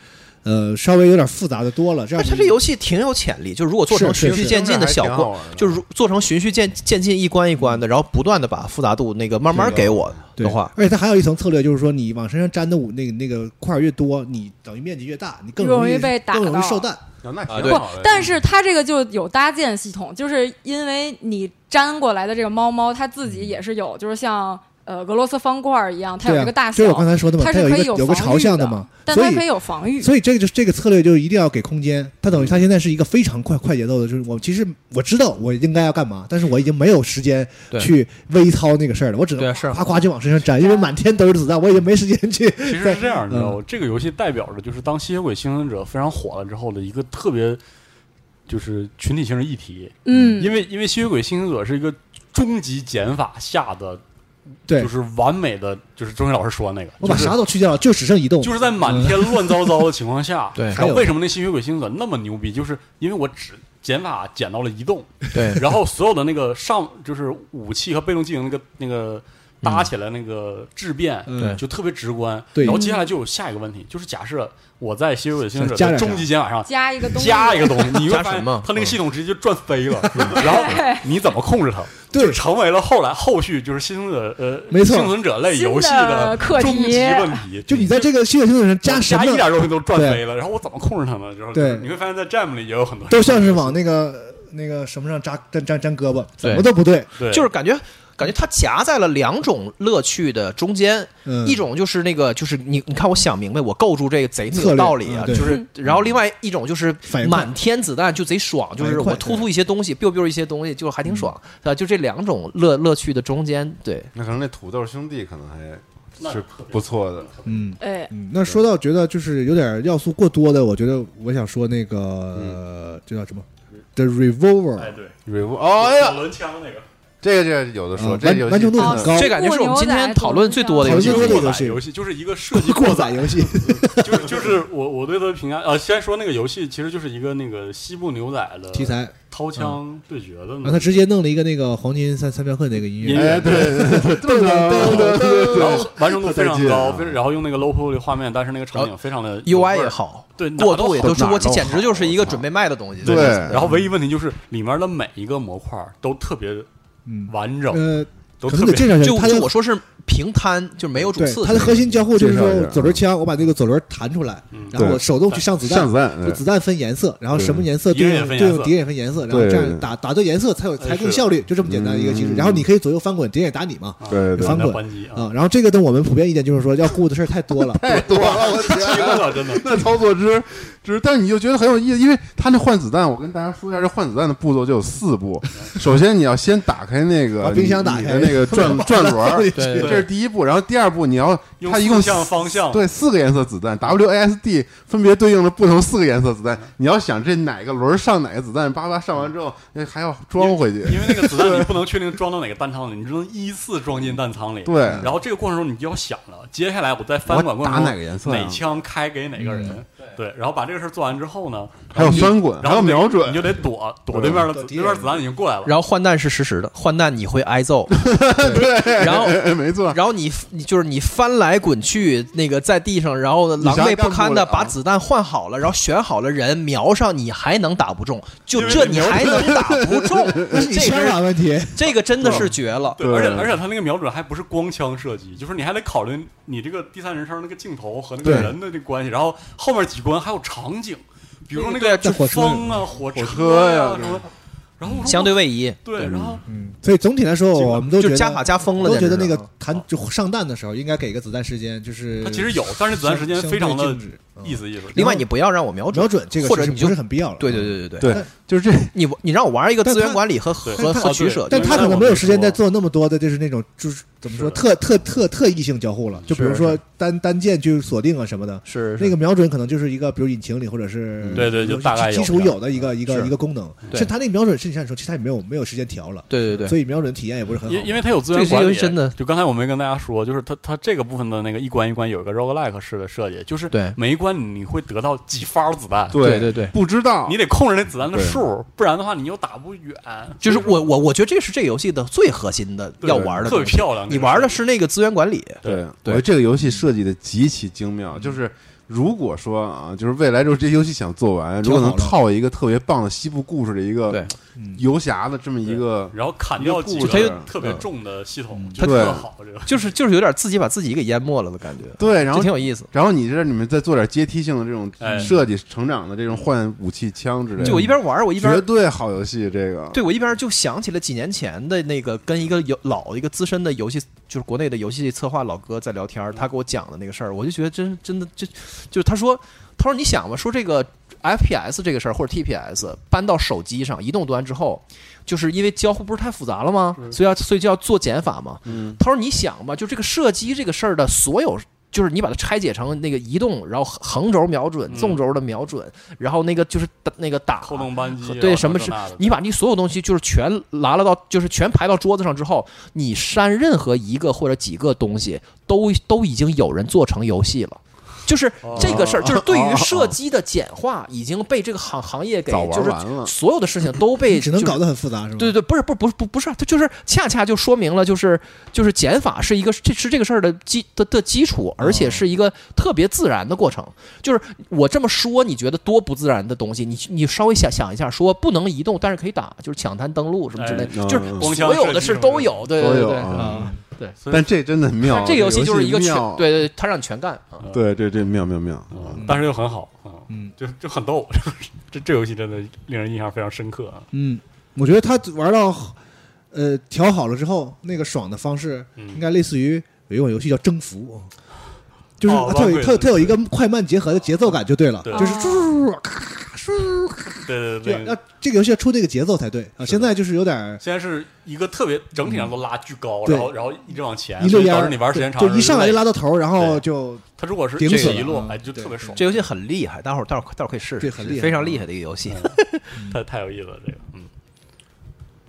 S1: 呃，稍微有点复杂的多了。这
S5: 但
S1: 样
S5: 哎是它这游戏挺有潜力，就是如果做成
S1: 是
S5: 循
S1: 是
S5: 序渐进的小关，，就是如做成循序渐渐进一关一关的，然后不断的把复杂度那个慢慢给我
S1: 对
S5: 的话，，
S1: 而且它还有一层策略，就是说你往身上粘的五那个那个块儿越多，你等于面积越大，你更
S4: 容
S1: 易
S4: 易被打
S1: 更容易
S4: 到
S1: 受弹。
S2: 啊那
S5: 啊
S2: 挺
S5: 对
S4: 不
S2: 好的，，
S4: 但是它这个就有搭建系统，就是因为你粘过来的这个猫猫，它自
S5: 嗯
S4: 己也是有，就是像呃俄罗斯方块儿一样，它
S1: 对
S4: 有
S1: 啊，
S4: 一个大
S1: 就是我
S4: 小，
S1: 刚才说的嘛，
S4: 它
S1: 它有
S4: 是
S1: 一
S4: 可
S1: 个
S4: 以有
S1: 有个
S4: 防
S1: 朝
S4: 御
S1: 向
S4: 的
S1: 的嘛，
S4: 但
S1: 所
S4: 它可以
S1: 以
S4: 有防御。
S1: 所以这个就这个策略就一定要给空间。它等于它现在是一个非常快快节奏的，就是我其实我知道我应该要干嘛，但是我已经没有时间
S5: 对
S1: 去微操那个事儿了，我只
S5: 对
S1: 能
S3: 啊
S5: 是，
S1: 夸夸就往身上粘，
S4: 啊
S1: 因为满天都是子弹，我已经没时间去。
S3: 其实是这样，你知
S1: 嗯
S3: 道吗？这个游戏代表着就是当吸血鬼幸存者非常火了之后的一个特别就是群体性的议题，
S4: 嗯，
S3: 因为因为吸血鬼幸存者是一个终极减法下的，
S1: 对
S3: 就是完美的，就是周星老师说的那个，
S1: 我把
S3: 就是
S1: 啥都去掉了，就只剩移动。
S3: 就是在满天乱糟糟的情况下
S5: 对
S1: 嗯
S3: 然
S1: 还
S3: 后
S1: 有
S3: 为什么那吸血鬼幸存者那么牛逼？就是因为我只减法减到了移动，
S5: 对，
S3: 然后所有的那个上就是武器和被动技能那个那个搭起来那个质变，
S1: 嗯
S5: 对
S3: 就特别直观。
S1: 对
S3: 然后接下来就有下一个问题，就是假设我在吸血鬼幸存者
S1: 加
S3: 的
S1: 点啥
S3: 终极减法上。
S4: 加一个东西，
S3: 加一 个东西，你会
S5: 加
S3: 发
S5: 什
S3: 现
S5: 么
S3: 它那个系统直接就转飞了， 然后你怎么控制它？
S1: 嗯对
S3: 就成为了后来后续就是幸存者呃，
S1: 没错
S3: 幸存者类游戏
S4: 新的课题
S3: 终极问题，
S1: 就你在这个系统性上加什
S3: 加一
S1: 么，
S3: 点东西都转飞了，然后我怎么控制它呢？然后
S1: 对
S3: 你会发现在 Jam 里也有很多
S1: 都像是往那个那个什么上扎粘粘粘胳膊，怎么
S5: 对
S1: 都不对。
S3: 对，
S5: 就是感觉。感觉它夹在了两种乐趣的中间，
S1: 嗯，
S5: 一种就是那个，就是你，你看我想明白，我构筑这个贼
S1: 策
S5: 有
S1: 略
S5: 道理啊，
S1: 嗯
S5: 就
S1: 对
S5: 是，然后另外一种就是
S1: 反应快
S5: 满天子弹就贼爽，就
S1: 反
S5: 是
S1: 应快嗯
S5: 我突突一些东西，biu biu 一些东西，就还挺爽，啊，就这两种乐乐趣的中间，对，
S2: 那可能那土豆兄弟可能还是不错的，
S1: 嗯。
S4: 哎，
S1: 嗯，那说到觉得就是有点要素过多的，我觉得我想说那个、呃这叫什么，The Revolver，、
S3: 嗯哎对，
S2: review 哦哎呀，
S3: 轮枪那个
S2: 这个这个有的说，
S1: 嗯
S2: 这个游戏
S1: 完完成度很
S2: 真的
S4: 哦
S1: 高
S5: 这感觉是我们今天讨论最多的游戏
S1: 讨论最多的游
S3: 过
S1: 戏
S3: 载游戏，就是一个设 计
S1: 过载
S3: 载，
S1: 游戏，
S3: 就是就是我我对它的评价呃，先说那个游戏其实就是一个那个西部牛仔的
S1: 题材，啊
S3: 掏枪对决的
S1: 然后他
S3: 那
S1: 直接弄了一个那个黄金三三镖客那个音
S3: 嗯音
S1: 乐，
S3: 乐，对
S2: 噔噔噔噔噔
S3: 然后完成度非常
S2: 太劲
S3: 高，
S2: 了
S3: 非然后用那个 low poly 画面，但是那个场景非常的
S5: UI 也，好，
S3: 对哪
S5: 过
S3: 都
S5: 渡也
S3: 好
S5: 都是，
S2: 哪
S5: 我
S2: 都
S5: 简直就是
S2: 好
S5: 一个准备卖的东西，
S2: 对
S3: 然后唯一问题就是里面的每一个模块都特别
S1: 嗯，
S3: 完整，
S1: 呃，
S3: 都
S1: 可
S3: 特
S1: 能得这
S3: 别
S1: 样
S5: 就
S1: 他
S5: 就
S1: 的
S5: 我说是平摊，就没有主
S1: 对
S5: 次，
S1: 他的核心交互就是
S2: 介绍一
S1: 说
S2: 下啊
S1: 左轮枪，我把那个左轮弹出来，
S3: 嗯
S1: 然后我手动去上子弹
S2: 上，子弹，哎
S1: 就子弹分颜色，然后什么颜色
S3: 敌人
S1: 对
S3: 也
S1: 应对
S3: 分颜
S1: 应
S3: 色
S1: 敌人也分颜色，然后
S2: 对
S1: 这样打打对颜色才有
S3: 哎
S1: 才更
S3: 是
S1: 效率，就这么简单一个机制。
S2: 嗯
S1: 然后你可以左右翻滚，敌人也打你嘛。
S3: 啊
S2: 对对，
S1: 翻滚
S3: 来还击啊，
S1: 啊，然后这个呢，我们普遍意见就是说，要顾的事儿太多 了
S2: 太多了，我 天
S3: 惊
S2: 啊！
S3: 了， 真的。
S2: 那操作之之，但你就觉得很有意思，因为他那换子弹，我跟大家说一下，这换子弹的步骤就有四步。首先你要先打开那个
S1: 把冰箱
S2: 你
S1: 打
S2: 你
S1: 开
S2: 的那个转转轮儿，
S5: 对
S2: 这是第一步。然后第二步你要，
S3: 用
S2: 它一共
S3: 四项方向
S2: 对四个颜色子弹 WASD 分别对应了不同四个颜色子弹，你要想这哪个轮儿上哪个子弹，叭叭上完之后，那还要装回去。
S3: 因为那个子弹你不能确定装到哪个弹仓里，你只能依次装进弹仓里。
S2: 对
S3: 然后这个过程中你就要想了，接下来我在翻滚过程中
S2: 我打哪个颜色啊呀
S3: 哪枪开给哪个
S1: 嗯
S3: 人，对，然后把这个事儿做完之后呢，
S2: 还有翻滚，
S3: 然
S2: 还
S3: 后
S2: 有
S3: 你
S2: 瞄
S3: 你
S2: 准，
S3: 就得躲躲对面的
S1: 躲
S3: 子
S1: 敌
S3: 对
S1: 人
S3: 面子弹已经过来了，
S5: 然后换弹是实时的，换弹你会挨揍，然后。
S2: 哎没错，
S5: 然后你你就是你翻来滚去，那个在地上，然后狼狈不
S2: 你啥
S5: 堪的
S2: 也干不了
S5: 把子弹换好了，然后选好了人瞄上，你还能打不中，就这你还能打不中，
S1: 那是你
S5: 这
S1: 枪
S5: 是
S1: 法问题。
S5: 这个真的是绝了。
S3: 对，
S2: 对
S3: 而且而且他那个瞄准还不是光枪射击，就是你还得考虑你这个第三人称那个镜头和那个
S2: 对
S3: 人的那关系，然后后面几关还有场景，比如说那
S5: 对
S3: 个
S1: 在火车
S3: 风啊、火
S2: 火车
S3: 呀、
S2: 呀
S3: 什么，然后我说
S5: 相对位移
S3: 对，然后
S1: 嗯，所以总体来说，
S3: 基本
S1: 我们都觉
S5: 就
S1: 得
S5: 加法加疯了，
S1: 都觉得
S5: 简
S1: 那
S5: 直啊
S1: 个弹就上弹的时候，应该给个子弹时间，就是
S5: 嗯
S3: 它其实有，但是子弹时间非常
S1: 相对
S3: 的
S1: 静止嗯
S3: 意思意思。
S5: 另外你不要让我瞄准
S1: 瞄，准这个
S5: 或者
S1: 其实
S5: 你就
S1: 不是很必要了。嗯
S5: 对对对对对，
S2: 对，就是这
S5: 你你让我玩一个资源管理和
S3: 但
S5: 和
S1: 它
S5: 和取舍，
S1: 但
S3: 对
S1: 他可能没有时间再
S3: 我没说
S1: 做那么多的，就是那种就是怎么说
S3: 是的
S1: 特特特特异性交互了，就比如说单单键去锁定啊什么的，
S5: 是嗯
S1: 那个瞄准可能就是一个，比如引擎里或者是
S3: 对对就大概有
S1: 基础有的一个一个
S5: 是
S1: 一个功能。
S5: 对
S1: 是它那个瞄准，实际上说，其实它也没有没有时间调了，
S5: 对对对，
S1: 所以瞄准体验也不是很好。
S3: 因因为它有资源
S5: 这个
S3: 管
S5: 游
S3: 理，
S5: 戏真的
S3: 就刚才我没跟大家说，就是它它这个部分的那个一关一关有一个 roguelike 式的设计，就是
S5: 对
S3: 每一关你会得到几发子弹，
S5: 对对对
S2: 不知道
S3: 你得控制那子弹的
S2: 对
S3: 数，不然的话你又打不远。
S5: 就是我我我觉得这是这游戏的最核心的
S3: 对
S5: 要玩的
S3: 特
S5: 东
S3: 别
S5: 西，
S3: 漂亮，
S5: 你玩的
S3: 那个
S5: 是
S3: 设计
S5: 那个资源管理，
S2: 对，我
S5: 对
S2: 觉得这个游戏设计的极其精妙，就是如果说啊，就是未来就是这游戏想做完，如果能
S1: 挺好
S2: 套一个特别棒的西部故事的一个
S5: 对
S1: 嗯，
S2: 游侠的这么一个，
S3: 然后砍掉几
S2: 一个故事
S3: 个特
S5: 嗯
S3: 别重的系统，就
S2: 嗯
S3: 特好 这个。
S5: 就是就是有点自己把自己给淹没了的感觉，
S2: 对，然
S5: 这
S2: 后
S5: 挺有意思。
S2: 然后你这里面再做点阶梯性的这种
S3: 哎
S2: 设计、成长的这种换武器、枪之类的，
S5: 就我一边玩儿，我一边
S2: 绝对好游戏，这个
S5: 对，我一边就想起了几年前的那个跟一个有老一个资深的游戏，就是国内的游戏策划老哥在聊天儿，他给我讲的那个事儿，我就觉得真真的就就是他说他说你想吧，说这个 FPS 这个事儿或者 TPS 搬到手机上移动端之后，就是因为交互不是太复杂了吗？所以要所以就要做减法嘛。
S2: 嗯，
S5: 他说你想吧，就这个射击这个事儿的所有。就是你把它拆解成那个移动，然后横轴瞄准、纵轴的瞄准，然后那个就是打那个打
S3: 扣动扳机
S5: 和，对
S3: 然后
S5: 什么
S3: 这
S5: 是
S3: 那的
S5: 你把你所有东西就是全拿了到，就是全排到桌子上之后，你删任何一个或者几个东西，都都已经有人做成游戏了。就是
S3: 哦
S5: 这个事儿，就是对于射击的简化已经被这个行行业给
S2: 早
S5: 就
S2: 玩
S5: 是
S2: 完了，
S5: 所有的事情都被
S1: 只能
S5: 就是
S1: 搞得很复杂是吧？
S5: 对对，不是不是不是不不是，它就是恰恰就说明了，就是就是减法是一个这是这个事儿的基的的基础，而且是一个特别自然的过程。就是我这么说，你觉得多不自然的东西，你你稍微想想一下，说不能移动，但是可以打，就是抢滩登陆什么之类的，
S2: 哎嗯
S5: 就是
S3: 光
S5: 所
S3: 枪
S5: 有的
S3: 射击
S5: 事
S3: 什么
S5: 都
S3: 的
S5: 有，对
S2: 都
S5: 对
S2: 有
S5: 对。
S2: 啊。
S1: 啊，
S5: 对
S2: 但这真的很妙，
S5: 这个游戏就是一个全
S2: 妙，，
S5: 对对，它让你全干啊。
S2: 对对，这妙妙妙，
S3: 嗯但是又很好，嗯，
S1: 嗯
S3: 就就很逗。 这这游戏真的令人印象非常深刻啊！
S1: 嗯，我觉得他玩到呃调好了之后，那个爽的方式
S3: 嗯
S1: 应该类似于有一款游戏叫征服。就是
S3: 哦
S1: 它有
S3: 浪
S1: 它有
S3: 费
S1: 它有一个快慢结合的节奏感就对了，
S3: 对
S1: 就是
S4: 哦
S1: 嗖咔嗖
S3: 对对
S1: 这样，
S3: 对，那
S1: 要
S3: 个
S1: 这个游戏要出这个节奏才对啊。
S3: 是的
S1: 现在就是有点儿
S3: 现在是一个特别整体上都拉巨
S1: 嗯
S3: 高，
S1: 对
S3: 然后然后一直往前，
S1: 一
S3: 哎
S1: 溜
S3: 所以
S1: 烟
S3: 导
S1: 儿，
S3: 致你玩时间长
S1: 对就一上来就
S3: 累
S1: 拉到头儿，然后
S3: 对
S1: 就
S3: 它如果是
S1: 顶
S3: 这
S5: 死
S3: 一
S1: 了
S3: 落
S1: 嗯，
S3: 哎，就特
S1: 对
S3: 别爽
S5: 这，游戏很厉害，待会儿待会儿待会儿可以试试，
S1: 对很厉害
S5: 非常厉害的一个游戏。
S3: 太太有意思了。这个，嗯，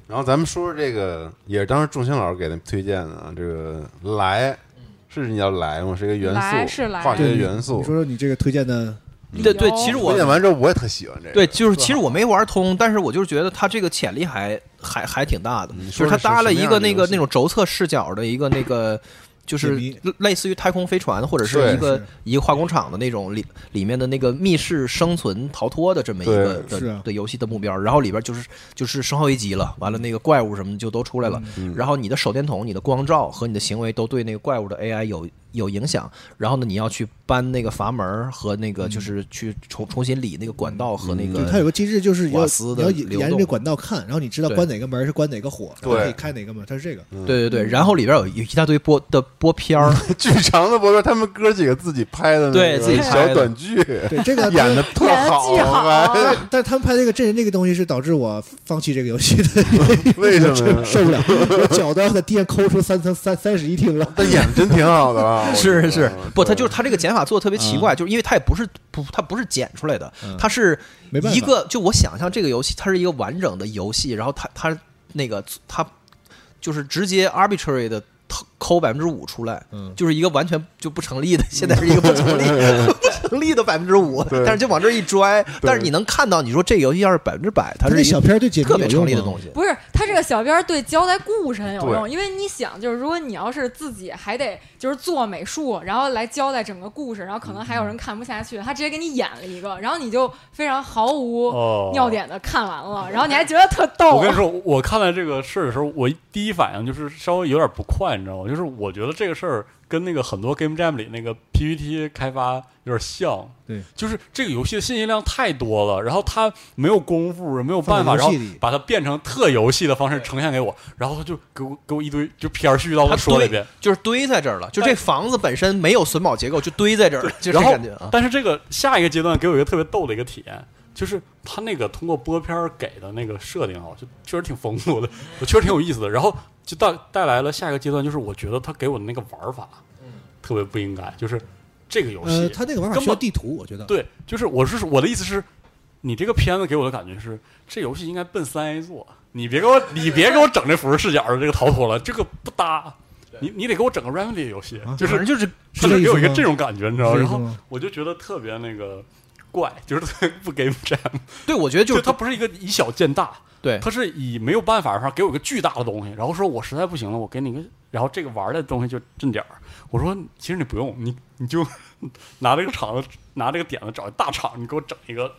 S2: 然后咱们说说这个，也是当时仲兴老师给他们推荐的啊，这个来，
S5: 嗯
S2: 是你叫来吗？是一个元
S4: 来
S2: 素，
S4: 是来
S2: 化学
S1: 对
S2: 元素
S1: 你。说说你这个推荐的，
S5: 对对，其实我
S2: 推荐完之后，我也特喜欢这个。
S5: 对，，就是其实我没玩通，但是我就是觉得它这个潜力还还还挺大的
S2: 你，
S5: 就
S2: 说
S5: 是它
S2: 的是
S5: 搭
S2: 什么
S5: 了一
S2: 样
S5: 个
S2: 的
S5: 那
S2: 游
S5: 个
S2: 戏
S5: 那种轴测视角的一个那个。就是
S1: 解
S5: 类类似于太空飞船或者是一
S1: 是
S5: 个一个化工厂的那种里里面的那个密室生存逃脱的这么一
S2: 对
S5: 个
S1: 是
S5: 的
S1: 啊
S5: 的游戏的目标，然后里边就是就是生化危机了，完了那个怪物什么的就都出
S2: 嗯
S5: 来了，然后你的手电筒、你的光照和你的行为都对那个怪物的 AI 有有影响，然后呢你要去搬那个阀门儿和那个就是去重重新理那个管道和那
S1: 就
S5: 个
S1: 嗯是它有个机制，就是要
S5: 瓦
S1: 你
S5: 斯的
S1: 要
S5: 流
S1: 沿着
S5: 动
S1: 这管道看，然后你知道
S5: 对
S1: 关哪个门儿是关哪个火，然后
S2: 对
S1: 可以开哪个门，它是这个。
S5: 对对对，然后里边有有一大堆播 的播片儿，
S2: 剧场的博客，他们哥几个自己拍的那
S5: 对
S2: 个
S5: 自己拍
S2: 小
S5: 的！
S2: 短剧，
S1: 对这 个
S2: 演的特
S4: 演得巨
S2: 好，
S4: 好
S2: 哎
S1: 但但他们拍这个真人这个东西是导致我放弃这个游戏的原因，
S2: 为什么
S1: 我
S2: 呀
S1: 受 不了，我脚都要在地上抠出三层三三室一厅了。
S2: 但演的真挺好的啊
S5: 是
S2: 我觉得
S5: 是，不，他就是他这个减法做的特别奇
S1: 嗯
S5: 怪，就是因为他也不是不，他不是减出来的
S1: 嗯，
S5: 他是
S1: 没办法
S5: 一个就我想象这个游戏，它是一个完整的游戏，然后他他那个他就是直接 arbitrary 的抠百分之五出来，
S1: 嗯
S5: 就是一个完全就不成立的，现在是一个不成立 不成立的百分之五，
S2: 对
S5: 但是就往这儿一拽，但是你能看到，你说这个游戏要是百分之百，它
S1: 他
S5: 是
S1: 这
S5: 一
S1: 小
S5: 个
S1: 片儿对解谜
S5: 特别
S1: 有
S5: 成立的
S1: 用啊
S5: 东
S1: 吗？
S5: 西。
S4: 不是，他这个小编对交代故事很有
S2: 对
S4: 用，因为你想，就是如果你要是自己还得就是做美术，然后来交代整个故事，然后可能还有人看不下去，他直接给你演了一个，然后你就非常毫无
S3: 哦，
S4: 尿点哦的看完了，然后你还觉得特逗。
S3: 我跟你说，我看到这个事儿的时候，我第一反应就是稍微有点不快，你知道吗？就是我觉得这个事儿跟那个很多 Game Jam 里那个 PPT 开发有点像。
S1: 对，
S3: 就是这个游戏的信息量太多了，然后他没有功夫，没有办
S1: 放
S3: 法，
S1: 在
S3: 然
S1: 游
S3: 后
S1: 戏里
S3: 把它变成特游戏的方式呈现给我，然后他就给我给我一堆就片儿絮叨
S5: 它
S3: 的说了一
S5: 堆
S3: 遍。
S5: 就是堆在这儿了，就这房子本身没有榫卯结构，就堆在这儿了，就这
S3: 然后
S5: 感觉啊，。
S3: 但是这个下一个阶段给我一个特别逗的一个体验，就是他那个通过播片儿给的那个设定啊，就确实挺丰富的，我确实挺有意思的。然后就带带来了下一个阶段，就是我觉得他给我的那个玩法，特别不应该，就是这个游
S1: 呃，
S3: 戏，
S1: 他那个玩法
S3: 根
S1: 需要
S3: 本
S1: 地图，我觉得。
S3: 对，就是我是我的意思是，你这个片子给我的感觉是，这游戏应该奔三 A 做，你别给我你别给我整这俯视视角的这个逃脱了，这个不搭。你你得给我整个 Remedy 游戏，
S1: 啊
S3: 就是
S5: 反正就是
S3: 他
S1: 是这
S3: 能
S1: 意
S3: 给
S1: 思
S3: 我一个
S1: 吗
S3: 这种感觉，你知道吗？
S1: 是这意
S3: 然
S1: 思
S3: 后
S1: 吗
S3: 我就觉得特别那个怪， 就是它不 game jam，
S5: 对，我觉得就是
S3: 它不是一个以小见大，
S5: 对
S3: 它是以没有办法的话给我一个巨大的东西，然后说我实在不行了，我给你一个，然后这个玩的东西就挣点儿。我说其实你不用，你你就 拿这个厂子，拿这个点子找一大厂，你给我整一个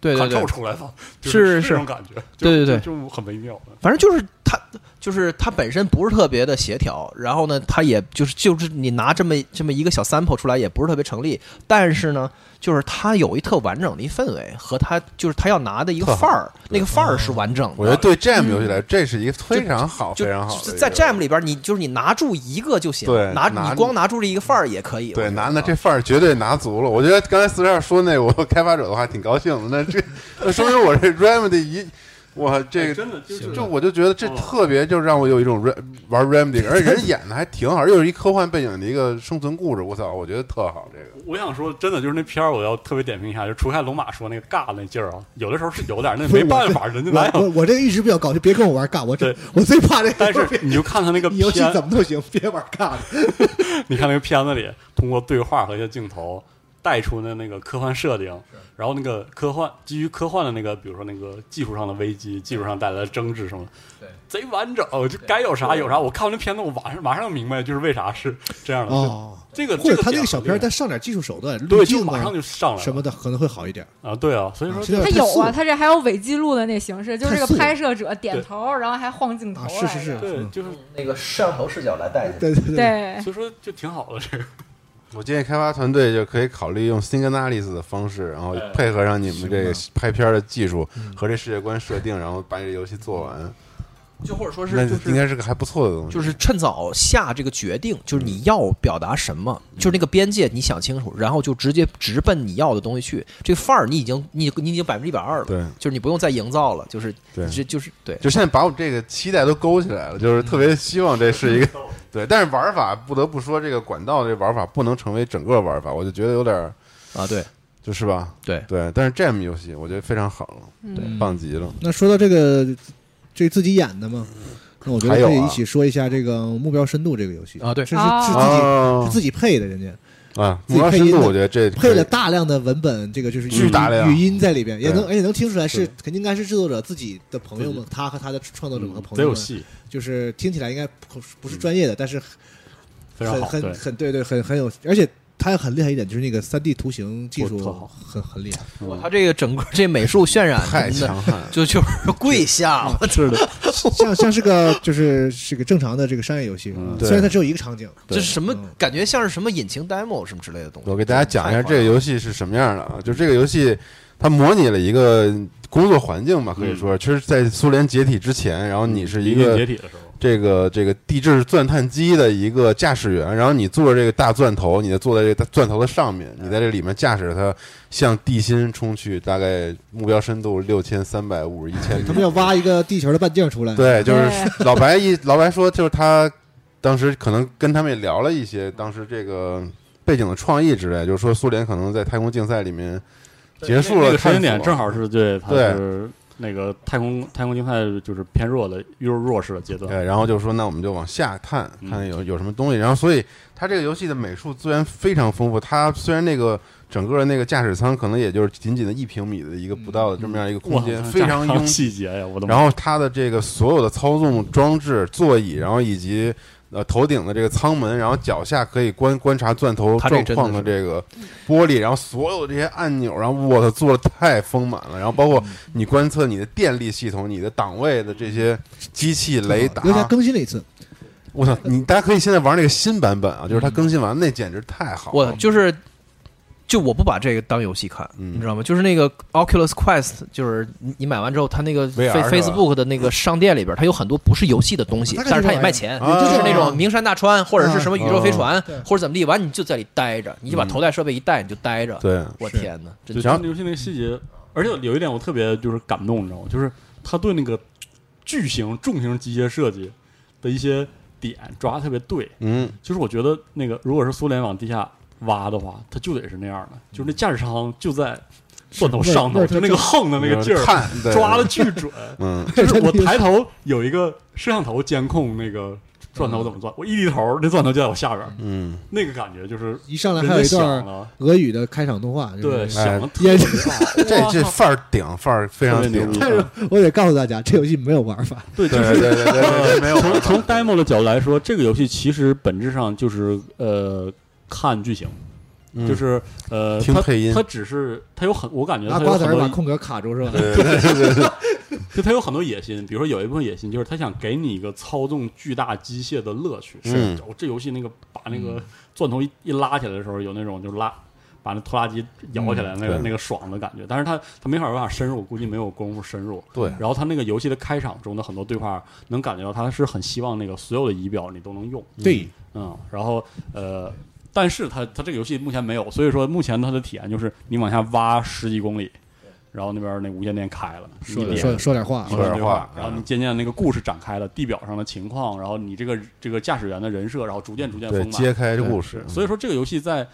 S5: 对对
S3: c o
S5: 对，
S3: 出来吧，就是这
S5: 是
S3: 种感觉，就
S5: 对对对
S3: 就就很微妙的。
S5: 反正就是它，就是它本身不是特别的协调，然后呢，它也就是就是你拿这么这么一个小 sample 出来，也不是特别成立。但是呢，就是它有一特完整的一氛围和它就是它要拿的一个
S2: 特好
S5: 范儿，那个范儿是完整的。
S2: 嗯我觉得对 Jam 游戏来，这是一个非常好、
S5: 嗯就
S2: 非常好的
S5: 就
S2: 一个。
S5: 在 Jam 里边，你就是你拿住一个就行，
S2: 对
S5: 拿
S2: 拿
S5: 你光拿住这一个范儿也可以。我
S2: 对，
S5: 觉得啊
S2: 拿的这范儿绝对拿足了。我觉得刚才四十二说那，我开发者的话挺高兴的。那 这那说明我这 Remedy 一，我这
S3: 哎
S2: 个。
S3: 真的就是
S2: 就我就觉得这
S3: 嗯
S2: 特别，就让我有一种 re- 玩 Remedy，而且人演的还挺好，又是一科幻背景的一个生存故事。我操，我觉得特好。这个
S3: 我想说，真的就是那片儿，我要特别点评一下，就除开龙马说那个尬那劲儿啊，有的时候是有点儿，那没办 法，人家哪
S1: 我
S3: 有？
S1: 我我这个一直比较搞笑，别跟我玩尬，我这
S3: 对
S1: 我最怕 这个。
S3: 但是 你就看他那个
S1: 游戏
S3: 片
S1: 怎，么都行，别玩尬的。
S3: 你看那个片子里，通过对话和一些镜头带出的那个科幻设定，然后那个科幻基于科幻的那个，比如说那个技术上的危机、技术上带来的争执什么的，
S5: 对，
S3: 贼完整，就该有啥有啥。我看完那片子，我马上马上明白就是为啥是这样的。
S1: 哦，
S3: 这个
S1: 或
S3: 这
S1: 者
S3: 个
S1: 他那
S3: 点
S1: 个小
S3: 很厉
S1: 片儿
S3: 害
S1: 再上点技术手段，
S3: 对，
S1: 滤
S3: 就
S1: 镜
S3: 马
S1: 啊
S3: 上就上来
S1: 什么嗯
S3: 了
S1: 的，可能会好一点。
S3: 啊，对啊，所以说
S1: 现在
S4: 他
S1: 太
S4: 有
S1: 素
S4: 啊，
S1: 了
S4: 他这还有伪记录的那形式，就是
S1: 太
S4: 这
S1: 素了
S4: 个拍摄者点头，然后还晃镜头哎
S1: 啊是
S4: 来着，
S1: 是是
S3: 对，就是
S5: 那个摄像头视角来带进去。
S1: 对对对，
S2: 哎
S4: 对，
S3: 所以说就挺好的这个。
S2: 我建议开发团队就可以考虑用 Singanalysis 的方式，然
S3: 哎
S2: 后配合上你们这个
S3: 啊
S1: 行
S2: 拍片儿的技术
S3: 嗯
S2: 和这世界观设定，然后把这游戏做完，
S5: 就或者说是
S2: 那
S5: 就
S2: 应
S5: 是
S2: 该是个还不错的东西。
S5: 就是趁早下这个决定，就是你要表达什么，
S2: 嗯
S5: 就是那个边界你想清楚，然后就直接直奔你要的东西去。这个范儿你已经你你已经百分之一百二了，
S2: 对
S5: 就是你不用再营造了，就是
S2: 对，
S5: 这就是对。
S2: 就现在把我们这个期待都勾起来了，就是特别希望这是一个、对，但是玩法不得不说，这个管道这玩法不能成为整个玩法，我就觉得有点儿
S5: 啊，对
S2: 就是吧，
S5: 对
S2: 对，但是 Jam 游戏我觉得非常好，
S5: 对
S2: 棒极了，
S1: 嗯那说到这个，这自己演的嘛，那我觉得
S2: 还有
S1: 可以
S2: 啊
S1: 一起说一下这个《目标深度》这个游戏
S5: 啊，对
S1: 这是是自己
S2: 啊
S1: 是自己配的，人家
S2: 啊，
S1: 自
S2: 目
S1: 己
S2: 标
S1: 配
S2: 深
S1: 音
S2: 度，
S1: 的
S2: 我觉得这
S1: 配了大量的文本，这个就是
S2: 巨
S1: 语
S2: 大量
S1: 语音在里边，也能而且能听出来是
S2: 对
S1: 肯定应该是制作者自己的朋友们，他和他的创作者和朋
S3: 贼
S1: 友
S3: 嗯有
S1: 们，
S3: 戏，
S1: 就是听起来应该不不是专业的，但是
S3: 非常
S1: 很
S3: 好，对
S1: 很，很对对很很有，而且他很厉害一点就是那个三 D 图形技术
S3: 我特好
S1: 很很厉害。
S5: 哇，他这个整个这美术渲染
S2: 太
S5: 什么的
S2: 强悍了。嗯
S5: 就就是 跪下了，
S1: 是 的，像像是个就是是个正常的这个商业游戏，
S3: 嗯
S1: 虽然它只有一个场景，
S5: 这是什么
S1: 嗯
S5: 感觉像是什么引擎 demo 什么之类的东西。
S2: 我给大家讲一下这个
S5: 戏，
S2: 游戏是什么样的啊？就这个游戏，它模拟了一个工作环境吧，可以说，其实，在苏联解体之前，然后
S3: 嗯
S2: 你是嗯一
S3: 临近
S2: 个
S3: 解体的时候，
S2: 这个这个地质钻探机的一个驾驶员，然后你坐着这个大钻头，你坐在这个大钻头的上面，你在这里面驾驶着它向地心冲去，大概目标深度六千三百五十一千
S1: 他们
S2: 米。
S1: 要挖一个地球的半径出来，
S2: 对，就是
S4: 对
S2: 老白一老白说，就是他当时可能跟他们也聊了一些当时这个背景的创意之类，就是说苏联可能在太空竞赛里面结束
S3: 那
S2: 了
S3: 个时
S2: 探索
S3: 间点，正好是对，它
S2: 对
S3: 是那个太空太空竞赛就是偏弱的弱弱势的阶段。
S2: 对，然后就说那我们就往下探，
S5: 嗯
S2: 看有有什么东西。然后所以它这个游戏的美术资源非常丰富。它虽然那个整个那个驾驶舱可能也就是仅仅的一平米的一个不到的这么样一个
S3: 哇
S2: 空间，
S5: 嗯
S3: 这
S2: 非常
S3: 这
S2: 拥挤。
S3: 细节呀，我的妈
S2: 然后它的这个所有的操纵装置、座椅，然后以及呃头顶的这个舱门，然后脚下可以观观察钻头
S5: 它这
S2: 状
S5: 真的
S2: 况的
S5: 是
S2: 这个玻璃，然后所有这些按钮，然后我操做的太丰满了。然后包
S5: 嗯
S2: 括你观测你的电力系统、你的档位的这些机器
S5: 嗯
S2: 雷达，
S1: 又啊给它更新了一次，
S2: 我操！你大家可以现在玩那个新版本啊，就是它更新完那简直太好
S5: 嗯我
S2: 了。
S5: 就是就我不把这个当游戏看，
S2: 嗯
S5: 你知道吗？就是那个 Oculus Quest，就是你你买完之后，它那个
S2: VR 是吧
S5: Face Facebook 的那个商店里边，它有很多不是游戏的东西
S1: 啊，它
S5: 但是它
S1: 这
S5: 也
S1: 个
S5: 卖钱。
S2: 玩意儿
S5: 就
S2: 啊
S5: 是那种名山大川，或者是什么宇宙
S2: 哦
S5: 飞船
S1: 哦对，
S5: 或者怎么地，完你就在里待着，你就把头戴设备一戴，你就待着。
S2: 嗯对，
S5: 我
S1: 是
S5: 天哪，真
S3: 就
S5: 的
S2: 然后
S3: 这游戏那个细节，而且有一点我特别就是感动，你知道吗？就是他对那个巨型重型机械设计的一些点抓得特别对。
S2: 嗯，
S3: 就是我觉得那个如果是苏联往地下挖的话，它就得是那样的，就是那驾驶舱就在钻头上
S1: 味
S3: 头，
S1: 儿
S3: 就那个横的那个劲儿，
S2: 看对
S3: 抓的巨准。
S2: 嗯，
S3: 就是我抬头有一个摄像头监控那个钻头怎么钻？我一低头，那钻头就在我下边儿，
S2: 嗯，
S3: 那个感觉就是
S1: 一上来
S3: 真
S1: 还有
S3: 的
S1: 一
S3: 响
S1: 段
S3: 了，
S1: 俄语的开场动画，
S3: 对，
S1: 就是哎
S3: 响了特
S1: 也
S3: 别
S1: 是
S3: 大，
S2: 这
S3: 哇
S2: 这范儿顶，范儿嗯哎非常
S3: 特别
S2: 顶
S3: 牛。逼啊
S1: 但是我得告诉大家，这游戏没有玩法，
S3: 对，就
S2: 对
S3: 是
S2: 对对对对，没有啊
S3: 从从 demo 的角度来说，这个游戏其实本质上就是呃看剧情，
S2: 嗯
S3: 就是呃
S2: 听
S3: 它
S2: 配音
S3: 它只是它有很，我感觉
S1: 拿
S3: 它有
S1: 瓜
S3: 很
S1: 子儿把
S3: 多，
S1: 空格卡住是吧？
S3: 就它有很多野心。比如说有一部分野心就是它想给你一个操纵巨大机械的乐趣。
S2: 是
S3: 哦，这游戏那个把那个钻头一一拉起来的时候，有那种就是拉。把那拖拉机摇起来，那个
S2: 对
S3: 那个爽的感觉，但是它它没法办法深入，估计没有功夫深入。
S2: 对
S3: 然后它那个游戏的开场中的很多对话，能感觉到它是很希望那个所有的仪表你都能用。
S1: 对，
S3: 嗯，然后呃，但是它它这个游戏目前没有，所以说目前它的体验就是你往下挖十几公里，然后那边那无线电开了，你
S1: 说
S3: 点
S1: 说说点话，啊
S2: 说
S3: 啊说
S2: 点
S3: 对
S2: 话
S3: 话，嗯然后你渐渐那个故事展开了，地表上的情况，然后你这个这个驾驶员的人设，然后逐渐逐渐
S2: 对
S3: 丰满
S2: 揭。开这故事，
S3: 所以说这个游戏在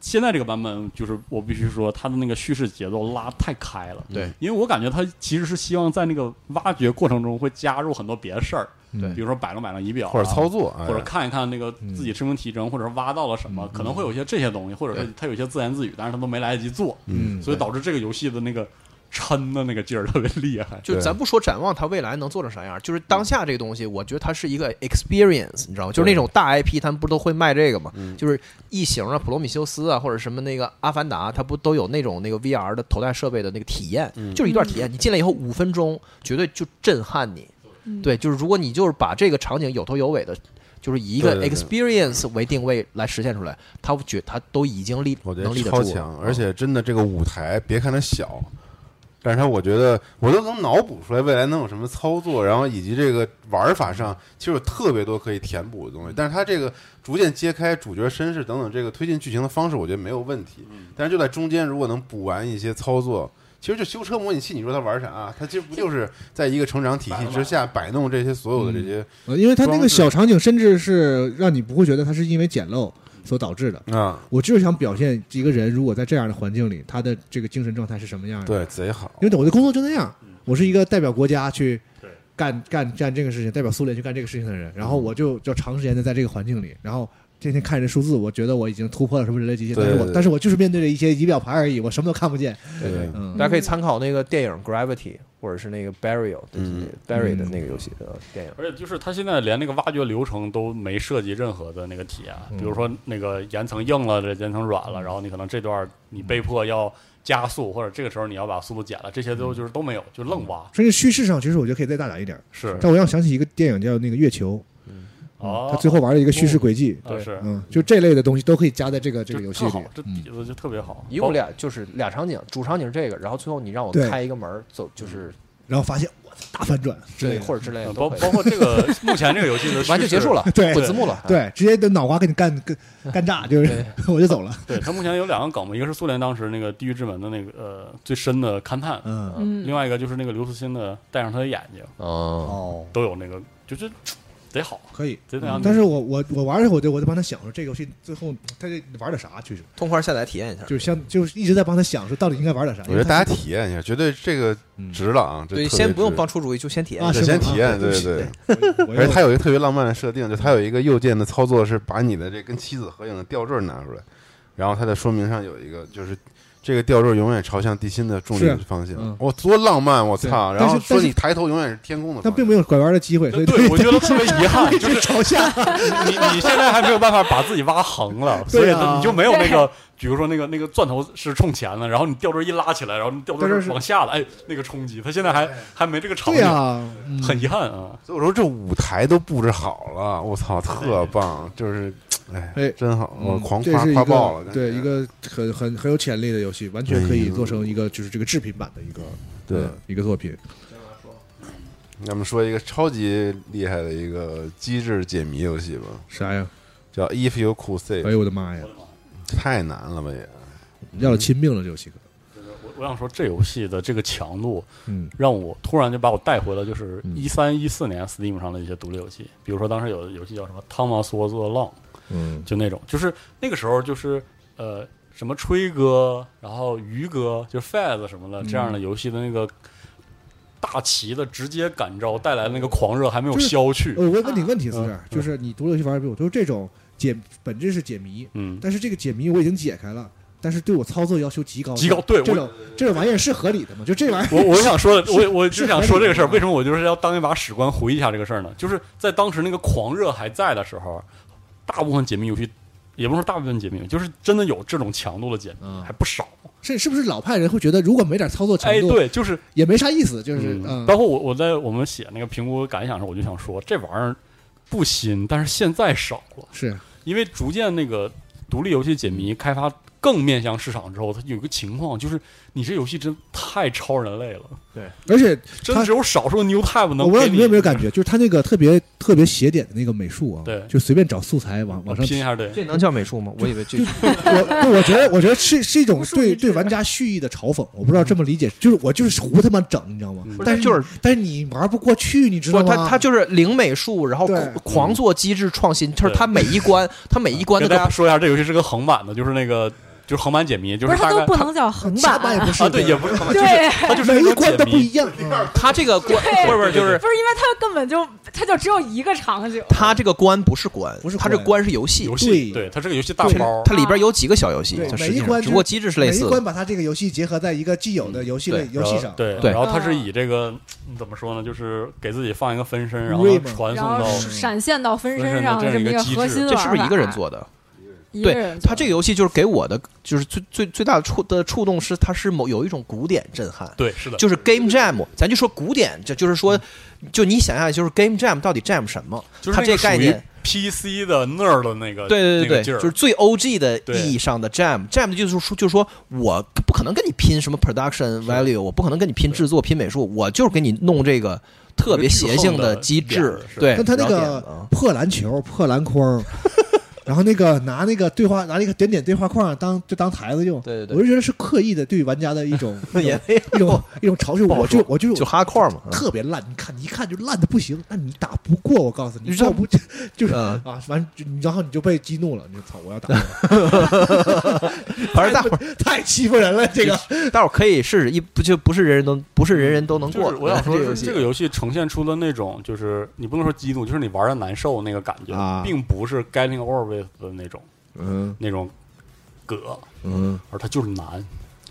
S3: 现在这个版本，就是我必须说它的那个叙事节奏拉太开了。
S5: 嗯
S1: 对，
S3: 因为我感觉它其实是希望在那个挖掘过程中会加入很多别的事儿，
S1: 对
S3: 比如说摆弄摆弄仪表啊，嗯
S2: 或者操作，哎
S3: 或者看一看那个自己身份提升，或者是挖到了什么，可能会有一些这些东西，或者说
S5: 对
S3: 他有一些自言自语，但是他都没来得及做，
S1: 嗯，
S3: 所以导致这个游戏的那个抻的那个劲儿特别厉害。
S5: 就是咱不说展望它未来能做成啥样，就是当下这个东西，我觉得它是一个 experience，你知道吗？就是那种大 IP，他们不是都会卖这个吗？
S3: 嗯
S2: 嗯
S5: 就是异形啊、普罗米修斯啊，或者什么那个阿凡达，它不都有那种那个 VR 的头戴设备的那个体验，
S2: 嗯
S5: 就是一段体验。你进来以后五分钟，绝对就震撼你。
S4: 嗯
S5: 对，就是如果你就是把这个场景有头有尾的，就是以一个
S2: 对对对
S5: experience 为定位来实现出来，它觉它都已经立
S2: 我觉
S5: 能立
S2: 得
S5: 得
S2: 超
S5: 住啊了
S2: 强，而且真的这个舞台，别看它小，但是它我觉得我都能脑补出来未来能有什么操作，然后以及这个玩法上，其实有特别多可以填补的东西。但是它这个逐渐揭开主角身世等等这个推进剧情的方式，我觉得没有问题。
S5: 嗯
S2: 但是就在中间，如果能补完一些操作。其实就修车模拟器，你说它玩啥？啊它其实不就是在一个成长体系之下摆弄这些所有的这些
S1: 呃因为它那
S2: 装
S1: 个
S2: 置
S1: 小场景，甚至是让你不会觉得它是因为简陋所导致的。
S5: 嗯
S2: 啊？
S1: 我就是想表现一个人如果在这样的环境里，他的这个精神状态是什么样的。
S2: 对，贼好。
S1: 因为我的工作就那样，我是一个代表国家去
S3: 对
S1: 干干干这个事情，代表苏联去干这个事情的人。然后我就要长时间的在这个环境里，然后天天看着数字，我觉得我已经突破了什么人类极限，
S2: 对
S1: 但是我
S2: 对对
S1: 但是我就是面对着一些仪表盘而已，我什么都看不见。
S2: 对对
S1: 嗯，
S5: 大家可以参考那个电影《Gravity》，或者是那个《Burial》对
S2: 嗯
S5: Burial》的那个游戏的电影。
S3: 而且就是他现在连那个挖掘流程都没设计任何的那个体验，
S1: 嗯
S3: 比如说那个岩层硬了，这岩层软了，然后你可能这段你被迫要加速，或者这个时候你要把速度减了，这些都
S1: 嗯
S3: 就是都没有，就愣挖。
S1: 所以叙事上其实我觉得可以再大胆一点。
S3: 是
S1: 但我让我想起一个电影叫那个《月球》，
S3: 嗯哦，
S1: 他最后玩了一个叙事轨迹，
S3: 啊是
S1: 嗯，就这类的东西都可以加在这个这
S3: 就
S1: 个游戏
S3: 特
S1: 里
S3: 好，。这
S1: 嗯
S3: 底子就特别好。
S2: 哦
S5: 一共俩就是俩场景，主场景是这个，然后最后你让我
S1: 对
S5: 开一个门儿走，就是
S2: 嗯
S1: 然后发现我操大反转之
S5: 之
S1: 类
S5: 类
S1: 的，
S5: 或者之类的
S3: 嗯
S5: 都
S3: 包
S5: 可以
S3: 包括 这个目前这个游戏的
S5: 完就
S3: 叙事
S5: 结束了，
S1: 对
S5: 滚字幕了。
S1: 对，直接的脑瓜给你干干干炸，就是 我就走了。
S3: 对他目前有两个梗嘛，一个是苏联当时那个地狱之门的那个呃最深的勘探，
S1: 嗯，
S4: 嗯
S3: 另外一个就是那个刘慈欣的戴上他的眼睛
S5: 哦，
S1: 哦，
S3: 都有那个，就是得好，
S1: 可以。嗯
S3: 得那样。
S1: 但是我我我玩的时候，我就我就帮他想说这个游戏最后他得玩点啥，就是
S5: 痛快下载体验一下。
S1: 就是像就是一直在帮他想说到底应该玩点啥。
S2: 我觉得大家体验一下，绝对这个
S1: 嗯
S2: 值了啊！这
S5: 对，
S2: 特别
S5: 先不用
S2: 值
S5: 帮出主意，就先体验
S1: 啊，
S5: 一下。
S2: 首
S1: 是
S2: 先
S1: 吗
S2: 体验
S1: 啊
S2: 对
S1: 对
S2: 对
S1: 对，我
S2: 而且它
S1: 有
S2: 有一个特别浪漫的设定，就它有一个右键的操作是把你的这跟妻子合影的吊坠拿出来，然后它的说明上有一个就是。这个吊坠永远朝向地心的重力
S1: 是
S2: 方向，
S1: 嗯
S2: 我多浪漫！我操！
S1: 对
S2: 然
S1: 但
S2: 后
S1: 是但
S2: 说
S1: 是
S2: 你抬头永远是天空的方向，
S1: 但并没有拐弯的机会，所以
S3: 对，我觉得特别遗憾，就是
S1: 朝 下。
S3: 你你现在还没有办法把自己挖横了，所以
S1: 对啊
S3: 你就没有那个，比如说那个那个钻头是冲前的，然后你吊坠一拉起来，然后你吊
S1: 吊
S3: 坠
S1: 坠是
S3: 往下了，哎，那个冲击，他现在还还没这个场
S1: 对
S2: 啊
S3: 景，
S1: 呀，嗯
S3: 很遗憾啊。
S2: 所以我说这舞台都布置好了，我操，特棒！就是，哎
S1: 哎，
S2: 真好，我
S1: 嗯
S2: 狂
S1: 这
S2: 夸
S1: 是一
S2: 夸
S1: 个
S2: 爆了。
S1: 对一
S2: 个
S1: 个很很很有潜力的游戏，完全可以做成一个就是这个制品版的一个
S2: 对，
S1: 呃一个作品。
S2: 咱们说一个超级厉害的一个机制解谜游戏吧，
S1: 啥呀？
S2: 叫《If You Could Save》
S1: 哎，呦我的妈呀！
S2: 太难了吧也。
S1: 要了亲命了，这游戏可。
S3: 我我想说，这游戏的这个强度，
S1: 嗯，
S3: 让我突然就把我带回了，就是一三一四年 Steam 上的一些独立游戏，比如说当时有的游戏叫什么《Thomas Was Alone》，
S1: 嗯，
S3: 就那种，就是那个时候就是呃什么
S1: 嗯
S3: 吹哥，然后鱼哥，就是 Faz 什么的这样的游戏的那个大旗的直接感召带来的那个狂热还没有消去。
S1: 呃我问问你
S4: 啊
S1: 问题是
S3: 嗯
S1: 这样，就是你读游戏玩不？就是这种解本质是解谜，
S3: 嗯，
S1: 但是这个解谜我已经解开了，但是对我操作要求极高，
S3: 极高对
S1: 这
S3: 我
S1: 种这种玩意儿是合理的吗？就这玩意儿，
S3: 我我想说的，我我
S1: 是
S3: 就想说这个事儿，
S1: 合理的
S3: 为什么我就是要当一把史官回忆一下这个事儿呢？就是在当时那个狂热还在的时候，大部分解密游戏，也不是说大部分解密，就是真的有这种强度的解密，
S1: 嗯
S3: 还不少。
S1: 是是不是老派人会觉得如果没点操作强
S3: 哎，
S1: 度，
S3: 对，就是
S1: 也没啥意思，就是
S3: 嗯，
S1: 嗯
S3: 包括我我在我们写那个评估感想的时候，我就想说这玩意儿不新，但是现在少了，
S1: 是
S3: 因为逐渐那个独立游戏解谜开发更面向市场之后，它有一个情况就是你这游戏真太超人类了，
S1: 而且
S3: 真只有少数的 New Type 能
S1: 我不知道
S3: 给
S1: 你们有没有感觉，就是他那个特别特别写点的那个美术啊，
S3: 对
S1: 就随便找素材往往上
S3: 拼一下对。
S5: 这能叫美术吗？我以为这
S1: 我对我觉得，我觉得是是一种
S4: 无数
S1: 对
S4: 一致
S1: 对玩家蓄意的嘲讽，我不知道这么理解，就是我就是胡他妈整，你知道吗
S3: 嗯？
S1: 但是
S5: 不是就是，
S1: 但是你玩不过去，你知道
S5: 不，
S1: 吗？
S5: 他他就是零美术，然后
S1: 对
S5: 狂狂做机制创新，就是
S3: 对
S5: 他每一关，他每一关那
S3: 跟大家
S5: 个
S3: 说一下，这游戏是个横版的，就是那个就是横版解谜，就
S4: 不是
S3: 大
S4: 它都
S3: 概
S4: 不能叫横
S1: 下半
S4: 版，
S1: 也不是
S3: 啊，对，也不是横版，就是
S4: 对
S3: 它就是
S1: 每
S3: 那
S1: 一
S3: 种
S1: 关
S3: 解
S1: 它不一
S3: 谜，
S1: 样，嗯
S5: 他这个关，
S4: 对
S5: 不是不是就是
S4: 不是因为它根本就它就只有一个场景，
S5: 他这个关不是关，
S1: 不是
S5: 他这
S1: 关
S5: 关是游戏
S3: 游，戏，
S1: 对
S3: 对，它是个游戏大
S1: 对
S3: 包，
S5: 它里边有几个小游戏
S1: 对，
S5: 它
S1: 每
S5: 实
S1: 一
S5: 际上
S1: 关
S5: 只
S1: 就
S5: 不过机制是类
S1: 每一
S5: 似的嗯
S1: 关。把它这个游戏结合在一个既有的游戏类游
S3: 然后
S1: 戏上，
S3: 对，
S5: 对
S3: 然后它是以这个嗯怎么说呢，就是给自己放一个分身，然后
S1: 对嘛
S3: 传
S4: 然
S3: 送
S4: 后
S3: 到
S1: 是
S4: 闪现到分身上
S3: 分身的这样一
S4: 么
S3: 个
S4: 个
S3: 机制
S4: 核心玩
S5: 嗯这
S4: 法
S5: 是不是一个人？做的？
S4: 一个
S5: 对
S4: 人做
S5: 他这个游戏就是给我的，就是最最最大的触的触动是，它是某有一种古典震撼，
S3: 对，是的，
S5: 就是 Game Jam，咱就说古典，这就是说，就你想象，就是 Game Jam 到底 Jam 什么？
S3: 就是
S5: 它
S3: 那
S5: 这
S3: 个属
S5: 概
S3: 于
S5: 念，
S3: PC 的 nerd 的那个
S5: 对对对
S3: 那个劲
S5: 对，
S3: 儿
S5: 就是最 OG 的
S3: 对
S5: 意义上的 Jam，Jam 就是说，就是说我不可能跟你拼什么 production value，我不可能跟你拼制作、拼美术，我就是给你弄这个特别邪性机
S3: 有
S5: 制
S3: 个巨，
S5: 对，
S1: 但他那
S5: 然后点
S1: 个
S5: 子
S1: 破篮球、破篮 筐，然后那个拿那个对话拿那个点点对话框当就当台子用，
S5: 对对对
S1: 我就觉得是刻意的对玩家的一种一种
S5: 啊也 没
S1: 一种一种嘲笑，
S5: 不好
S1: 我就
S5: 说
S1: 我就
S5: 就哈块嘛，
S1: 特别烂，你看你一看就烂的不行，那你打不过，我告诉你，
S5: 你
S1: 你
S5: 知道
S1: 要不就是
S5: 嗯
S1: 啊，完就然后你就被激怒了，你就操，我要打 过了，
S5: 反正大伙儿
S1: 太欺负人了， 这个
S5: 大伙儿可以试试，一不就不是人人都不是人人都能
S3: 就
S5: 过
S3: 是
S5: 的。
S3: 我想说，
S5: 这游
S3: 就是
S5: 戏
S3: 这个游戏呈现出的那种，就是你不能说激怒，就是你玩的难受那个感觉，
S1: 啊
S3: 并不是 getting over with 的那种
S1: 嗯
S3: 那种葛，
S1: 嗯，
S3: 而它就是难，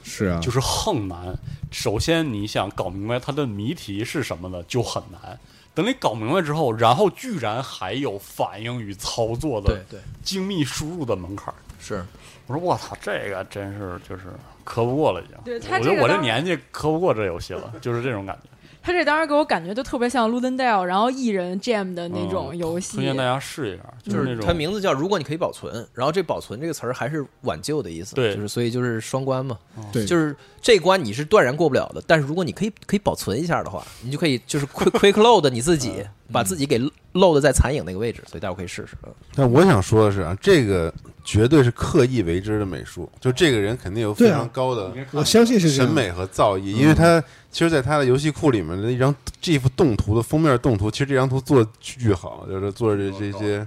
S1: 是啊
S3: 就是横难。首先，你想搞明白它的谜题是什么的就很难。等你搞明白之后，然后居然还有反应与操作的
S5: 对
S3: 精密输入的门槛儿。
S5: 是，
S3: 我说我操，这个真是就是磕不过了已经。
S4: 对它
S3: 我
S4: 这个
S3: 觉得我这
S4: 当
S3: 年纪磕不过这游戏了，就是这种感 觉。
S4: 他这当时给我感觉就特别像 Ludendale，然后一人 Jam 的那种
S3: 嗯
S4: 游戏。
S3: 推荐大家试一下，就
S5: 就是
S3: 那种
S5: 它名字叫“如果你可以保存”，然后这“保存”这个词儿还是挽救的意思，
S3: 对
S5: 就是所以就是双关嘛，
S1: 对
S5: 就是这关你是断然过不了的，但是如果你可以可以保存一下的话，你就可以就是 quick quick load 你自己，把自己给 load 在残影那个位置，所以大家可以试试。嗯
S2: 但我想说的是啊，这个绝对是刻意为之的美术，就这个人肯定有非
S1: 对
S2: 常
S1: 啊
S2: 高的
S1: 我相信是这
S2: 审
S1: 样，嗯
S2: 美和造诣，因为他其实，在他的游戏库里面的一张这幅动图的封面动图，其实这张图做的巨好，就是做这这些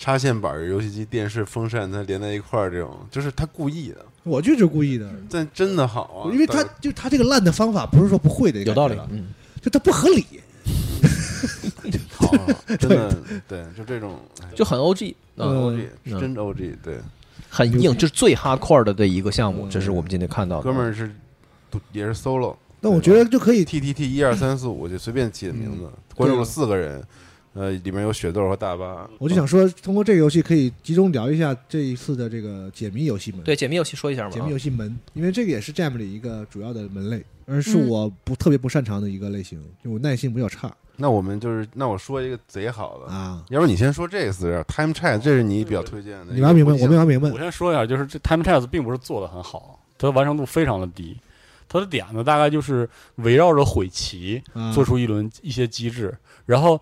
S2: 插线板儿、游戏机、电视、风扇，它连在一块儿，这种就是他故意的，
S1: 我就是故意
S5: 嗯
S1: 的，
S2: 但真的好啊，
S1: 因为他就他这个烂的方法不是说不会的，
S5: 有道理
S1: 了，，
S5: 嗯，
S1: 就他不合理，
S2: 好 啊，真的对，就这种哎
S5: 就很 OG，嗯，
S2: OG
S5: 嗯
S2: 是真 OG，对，
S5: 很硬，这是最 hardcore 的的一个项目，
S1: 嗯
S5: 这是我们今天看到的。
S2: 哥们儿是独也是 solo，
S1: 那我觉得就可以
S2: T T T 一二三四五就随便起的名字，
S1: 嗯
S2: 关注了四个人，呃，里面有雪豆和大巴，
S1: 我就想说，
S5: 嗯
S1: 通过这个游戏可以集中聊一下这一次的这个解谜游戏门，
S5: 对解密游戏说一下嘛，
S1: 解谜
S5: 啊
S1: 游戏门，因为这个也是 Jam 里一个主要的门类，而是
S4: 嗯
S1: 我不特别不擅长的一个类型，就我耐性比较差
S2: 那我们就是，那我说一个贼好的，
S1: 啊。
S2: 要不你先说这个词儿，time chat，这是你比较推荐的。
S1: 你玩明白，我没玩明白
S3: 我，先说一下，就是这 Time Chess 并不是做的很好，它的完成度非常的低。它的点呢，大概就是围绕着毁棋
S1: 啊
S3: 做出一轮一些机制。然后，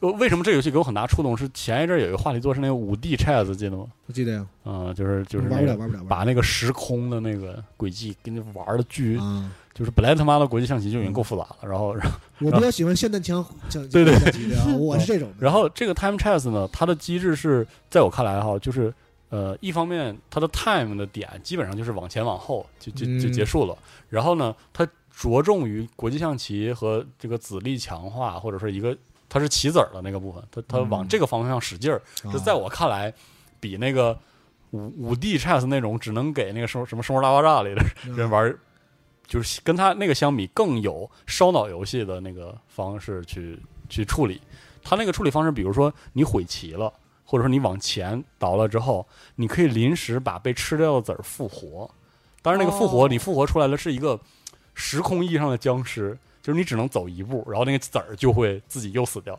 S3: 呃为什么这个游戏给我很大触动？是前一阵儿有一个话题做是那个五 D Chess，记得吗？
S1: 我记得呀，
S3: 嗯、就是就是
S1: 玩
S3: 那
S1: 不了，
S3: 个
S1: 玩不了，玩不
S3: 把那个时空的那个轨迹给你玩的巨，
S1: 了 啊！
S3: 就是本来他妈的国际象棋就已经够复杂了，然后然后
S1: 我比较喜欢霰弹枪，像
S3: 对对
S1: 像机的啊， 我是这种的。
S3: 然后这个 Time Chess 呢，它的机制是在我看来哈，就是呃，一方面它的 time 的点基本上就是往前往后就就就
S1: 嗯
S3: 结束了，然后呢，它着重于国际象棋和这个子力强化，或者是一个它是棋子儿的那个部分，它它往这个方向使劲儿，
S1: 啊
S3: 这在我看来比那个五五 D chess 那种只能给那个生活什么生活大爆炸里的人玩儿，就是跟他那个相比更有烧脑游戏的那个方式去去处理。他那个处理方式，比如说你毁棋了，或者说你往前倒了之后，你可以临时把被吃掉的子儿复活。当然，那个复活、
S4: 哦
S3: 你复活出来的是一个时空意义上的僵尸，就是你只能走一步，然后那个子儿就会自己又死掉。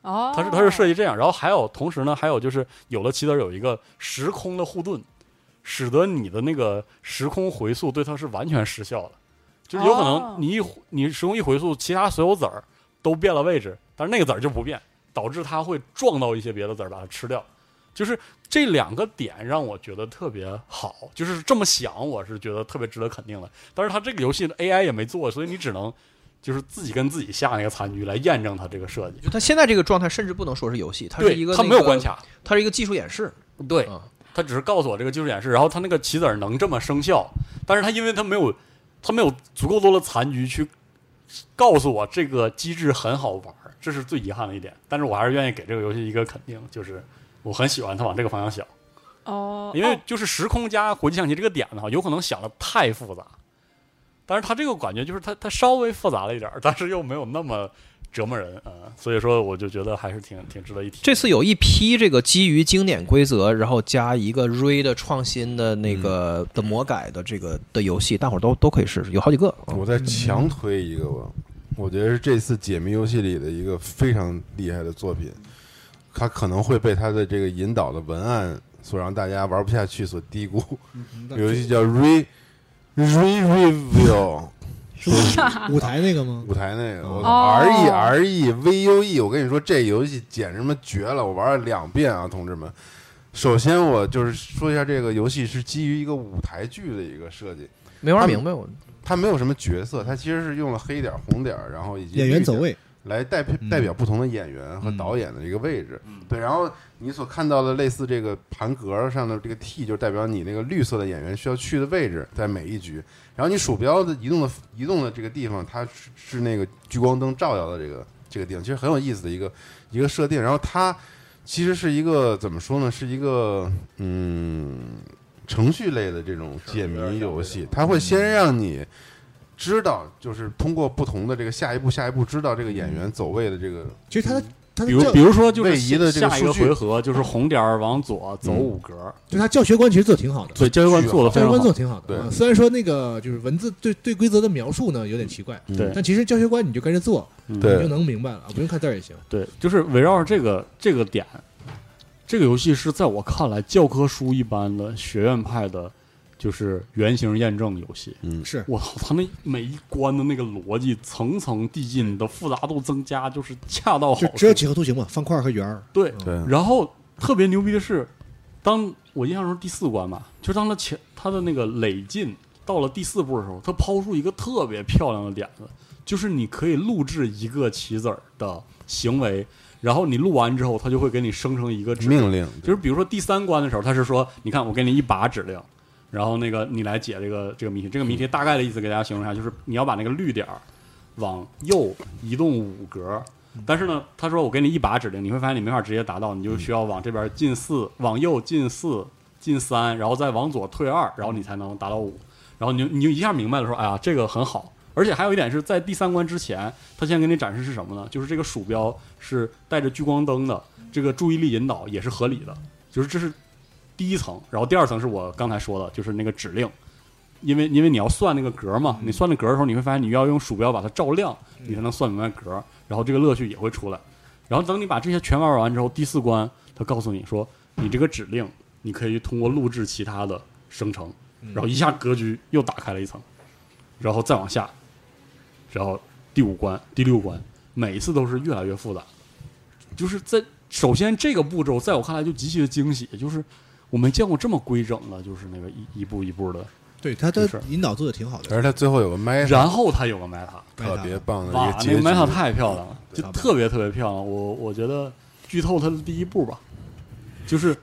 S4: 哦，
S3: 它是它是设计这样，然后还有同时呢，还有就是有了棋子儿有一个时空的护盾，使得你的那个时空回溯对它是完全失效的，就是有可
S4: 哦
S3: 能你一回你时空一回溯，其他所有子儿都变了位置，但是那个子儿就不变，导致它会撞到一些别的子儿把它吃掉。就是这两个点让我觉得特别好，就是这么想，我是觉得特别值得肯定的。但是它这个游戏的 AI 也没做，所以你只能就是自己跟自己下那个残局来验证它这个设计。
S5: 就它现在这个状态，甚至不能说是游戏，它
S3: 对，
S5: 是一个
S3: 它
S5: 那
S3: 没有
S5: 个
S3: 关，卡，
S5: 它是一个技术演示。
S3: 对
S5: 嗯，
S3: 他只是告诉我这个技术演示，然后他那个棋子儿能这么生效，但是他因为他没有他没有足够多的残局去告诉我这个机制很好玩儿，这是最遗憾的一点。但是我还是愿意给这个游戏一个肯定，就是我很喜欢他往这个方向想，
S4: 哦，
S3: 因为
S4: 哦
S3: 就是时空加国际象棋这个点呢，有可能想的太复杂，但是他这个感觉就是他他稍微复杂了一点儿，但是又没有那么折磨人啊、呃所以说我就觉得还是挺挺值得一提。
S5: 这次有一批这个基于经典规则，然后加一个 Ray 的创新的那个、的魔改的这个的游戏，大伙儿都都可以试试，有好几个。嗯
S2: 我再强推一个吧，我觉得是这次解谜游戏里的一个非常厉害的作品，它可能会被它的这个引导的文案所让大家玩不下去所低估。
S1: 嗯那
S2: 有游戏叫 Re Re Reveal
S1: 是 舞台那个吗？
S2: 舞台那个，我
S4: 哦
S2: R E R E V U E，我跟你说这游戏简直他妈绝了，我玩了两遍啊，同志们。首先，我就是说一下这个游戏是基于一个舞台剧的一个设计，
S5: 没玩明白我。
S2: 它没有什么角色，它其实是用了黑点儿、红点儿，然后以及
S1: 演员
S2: 绿
S1: 走
S2: 点儿
S1: 位，
S2: 来代表
S1: 嗯
S2: 代表不同的演员和
S1: 嗯
S2: 导演的一个位置。对，然后你所看到的类似这个盘格上的这个 T，就是代表你那个绿色的演员需要去的位置，在每一局。然后你鼠标的移动的移动的这个地方，它是是那个聚光灯照耀的这个这个地方，其实很有意思的一个一个设定。然后它其实是一个怎么说呢？是一个嗯程序类的这种解谜游戏，它
S1: 嗯
S2: 会先让你。知道，就是通过不同的这个下一步、下一步，知道这个演
S3: 嗯
S2: 员走位的这个
S1: 其实他的他的
S3: 比如，
S1: 教
S3: 比，如说，就是
S2: 位移的这个
S3: 下一个
S2: 数据嗯
S3: 回合就是红点儿往左走五格，
S1: 就他教学观其实做得挺好的，
S3: 对，教育观做的
S1: 教学
S3: 非常
S1: 观
S3: 好
S1: 做得。挺好的。
S2: 对
S1: 啊虽然说那个就是文字对对规则的描述呢有点奇怪，
S3: 对
S1: 但其实教学观你就跟着做，
S3: 嗯
S1: 你
S2: 对
S1: 就能明白了，啊不用看字儿也行。
S3: 对，就是围绕着这个这个点，这个游戏是在我看来教科书一般的学院派的，就是原型验证游戏。
S1: 是
S3: 我操，他那每一关的那个逻辑层层递进的复杂度增加，就是恰到好
S1: 就
S3: 处。
S1: 只有几何图形嘛，方块和圆儿。
S3: 对，
S2: 对
S3: 然后特别牛逼的是，当我印象中第四关吧，就当他前他的那个累进到了第四步的时候，他抛出一个特别漂亮的点子，就是你可以录制一个棋子儿的行为，然后你录完之后，他就会给你生成一个指令。
S2: 命令，
S3: 就是比如说第三关的时候，他是说，你看我给你一把指令，然后那个你来解这个这个谜题。这个谜题大概的意思给大家形容一下，就是你要把那个绿点儿往右移动五格。但是呢，他说我给你一把指令，你会发现你没法直接达到，你就需要往这边进四，往右进四，进三，然后再往左退二，然后你才能达到五。然后你就你就一下明白了说，哎呀，这个很好。而且还有一点是在第三关之前，他先给你展示是什么呢？就是这个鼠标是带着聚光灯的，这个注意力引导也是合理的，就是这是第一层。然后第二层是我刚才说的，就是那个指令，因为因为你要算那个格嘛，你算那格的时候，你会发现你要用鼠标把它照亮，你才能算明白格，然后这个乐趣也会出来。然后等你把这些全玩完之后，第四关他告诉你说，你这个指令你可以通过录制其他的生成，
S1: 嗯
S3: 然后一下格局又打开了一层，然后再往下，然后第五关、第六关，每一次都是越来越复杂。就是在首先这个步骤，在我看来就极其的惊喜，就是我没见过这么规整的，就是那个一一步一步的。
S1: 对，他的
S3: 是
S1: 引导做的挺好的，
S2: 而它最后有个 meta
S3: 然后它有个 meta，
S2: 特别棒的
S3: 哇
S2: 一，
S3: 那
S2: 结
S3: 个
S2: 局，
S3: meta 太漂亮了，
S1: 对
S3: 就特别特别漂亮。我我觉得剧透它的第一步吧，就是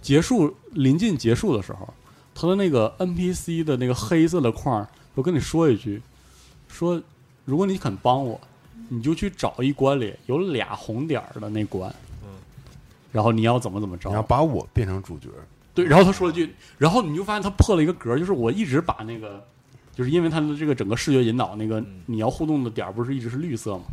S3: 结束临近结束的时候，它的那个 NPC 的那个黑色的框儿，我跟你说一句，说如果你肯帮我，你就去找一关里有俩红点儿的那关，然后你要怎么怎么着
S2: 嗯你，要把我变成主角，
S3: 对，然后他说了句，然后你就发现他破了一个格儿，就是我一直把那个，就是因为他的这个整个视觉引导，那个
S1: 嗯
S3: 你要互动的点儿不是一直是绿色吗？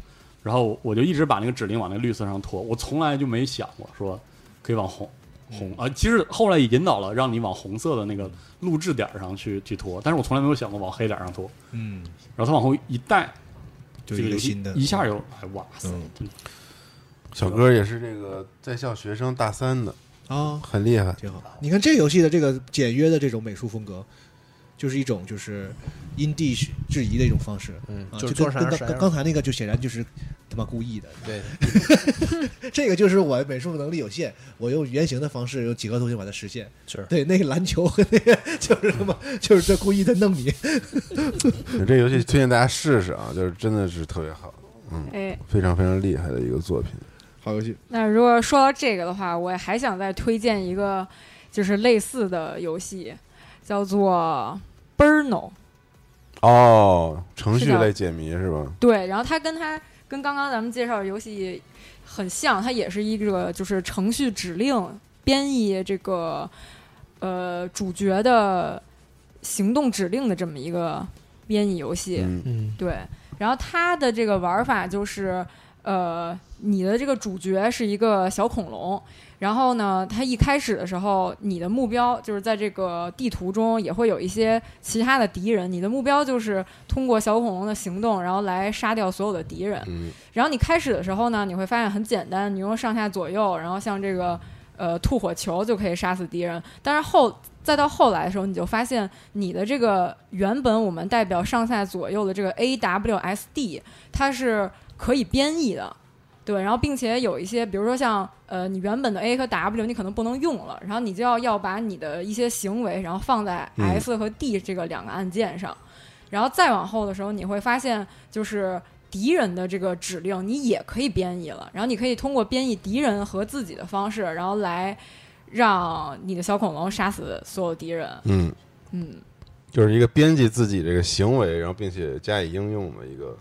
S3: 然后我就一直把那个指令往那个绿色上拖，我从来就没想过说可以往红
S1: 嗯
S3: 红啊、其实后来也引导了让你往红色的那个录制点儿上去去拖，但是我从来没有想过往黑点儿上拖。
S1: 嗯，
S3: 然后他往后一带，
S1: 就一
S3: 这个
S1: 个
S3: 游戏
S1: 新的，
S3: 一下就哎哇塞，
S1: 嗯
S3: 真的
S2: 小哥也是这个在校学生大三的，
S1: 啊，
S2: 很厉害。
S1: 挺好。你看这游戏的这个简约的这种美术风格，就是一种就是因地制宜的一种方式。
S5: 嗯
S1: 啊，
S5: 就是
S1: 跟
S5: 做啥
S1: 跟
S5: 啥
S1: 刚
S5: 样
S1: 刚刚才那个就显然就是他妈故意的，
S5: 对，
S1: 这个就是我美术能力有限，我用原型的方式用几何图形把它实现。
S5: 是
S1: 对那个篮球和那个就是他妈就是这故意在弄你。
S2: 这游戏推荐大家试试啊，就是真的是特别好，
S4: 哎，
S2: 非常非常厉害的一个作品。
S1: 好游戏，
S4: 那如果说到这个的话，我还想再推荐一个，就是类似的游戏，叫做 Burno。
S2: 哦，程
S4: 是
S2: 序
S4: 的
S2: 类解谜是吧？
S4: 对，然后它跟它跟刚刚咱们介绍的游戏很像，它也是一个就是程序指令编译这个呃主角的行动指令的这么一个编译游戏。
S2: 嗯，
S5: 嗯
S4: 对，然后它的这个玩法就是，呃，你的这个主角是一个小恐龙，然后呢，它一开始的时候，你的目标就是在这个地图中也会有一些其他的敌人，你的目标就是通过小恐龙的行动，然后来杀掉所有的敌人。
S2: 嗯
S4: 然后你开始的时候呢，你会发现很简单，你用上下左右，然后像这个呃吐火球就可以杀死敌人。但是后再到后来的时候，你就发现你的这个原本我们代表上下左右的这个 A W S D，它是可以编译的。对，然后并且有一些，比如说像呃，你原本的 A 和 W 你可能不能用了，然后你就要要把你的一些行为，然后放在
S2: 嗯
S4: F 和 D 这个两个按键上，然后再往后的时候，你会发现就是敌人的这个指令你也可以编译了，然后你可以通过编译敌人和自己的方式，然后来让你的小恐龙杀死所有敌人。
S2: 嗯，
S4: 嗯，
S2: 就是一个编辑自己这个行为，然后并且加以应用的一个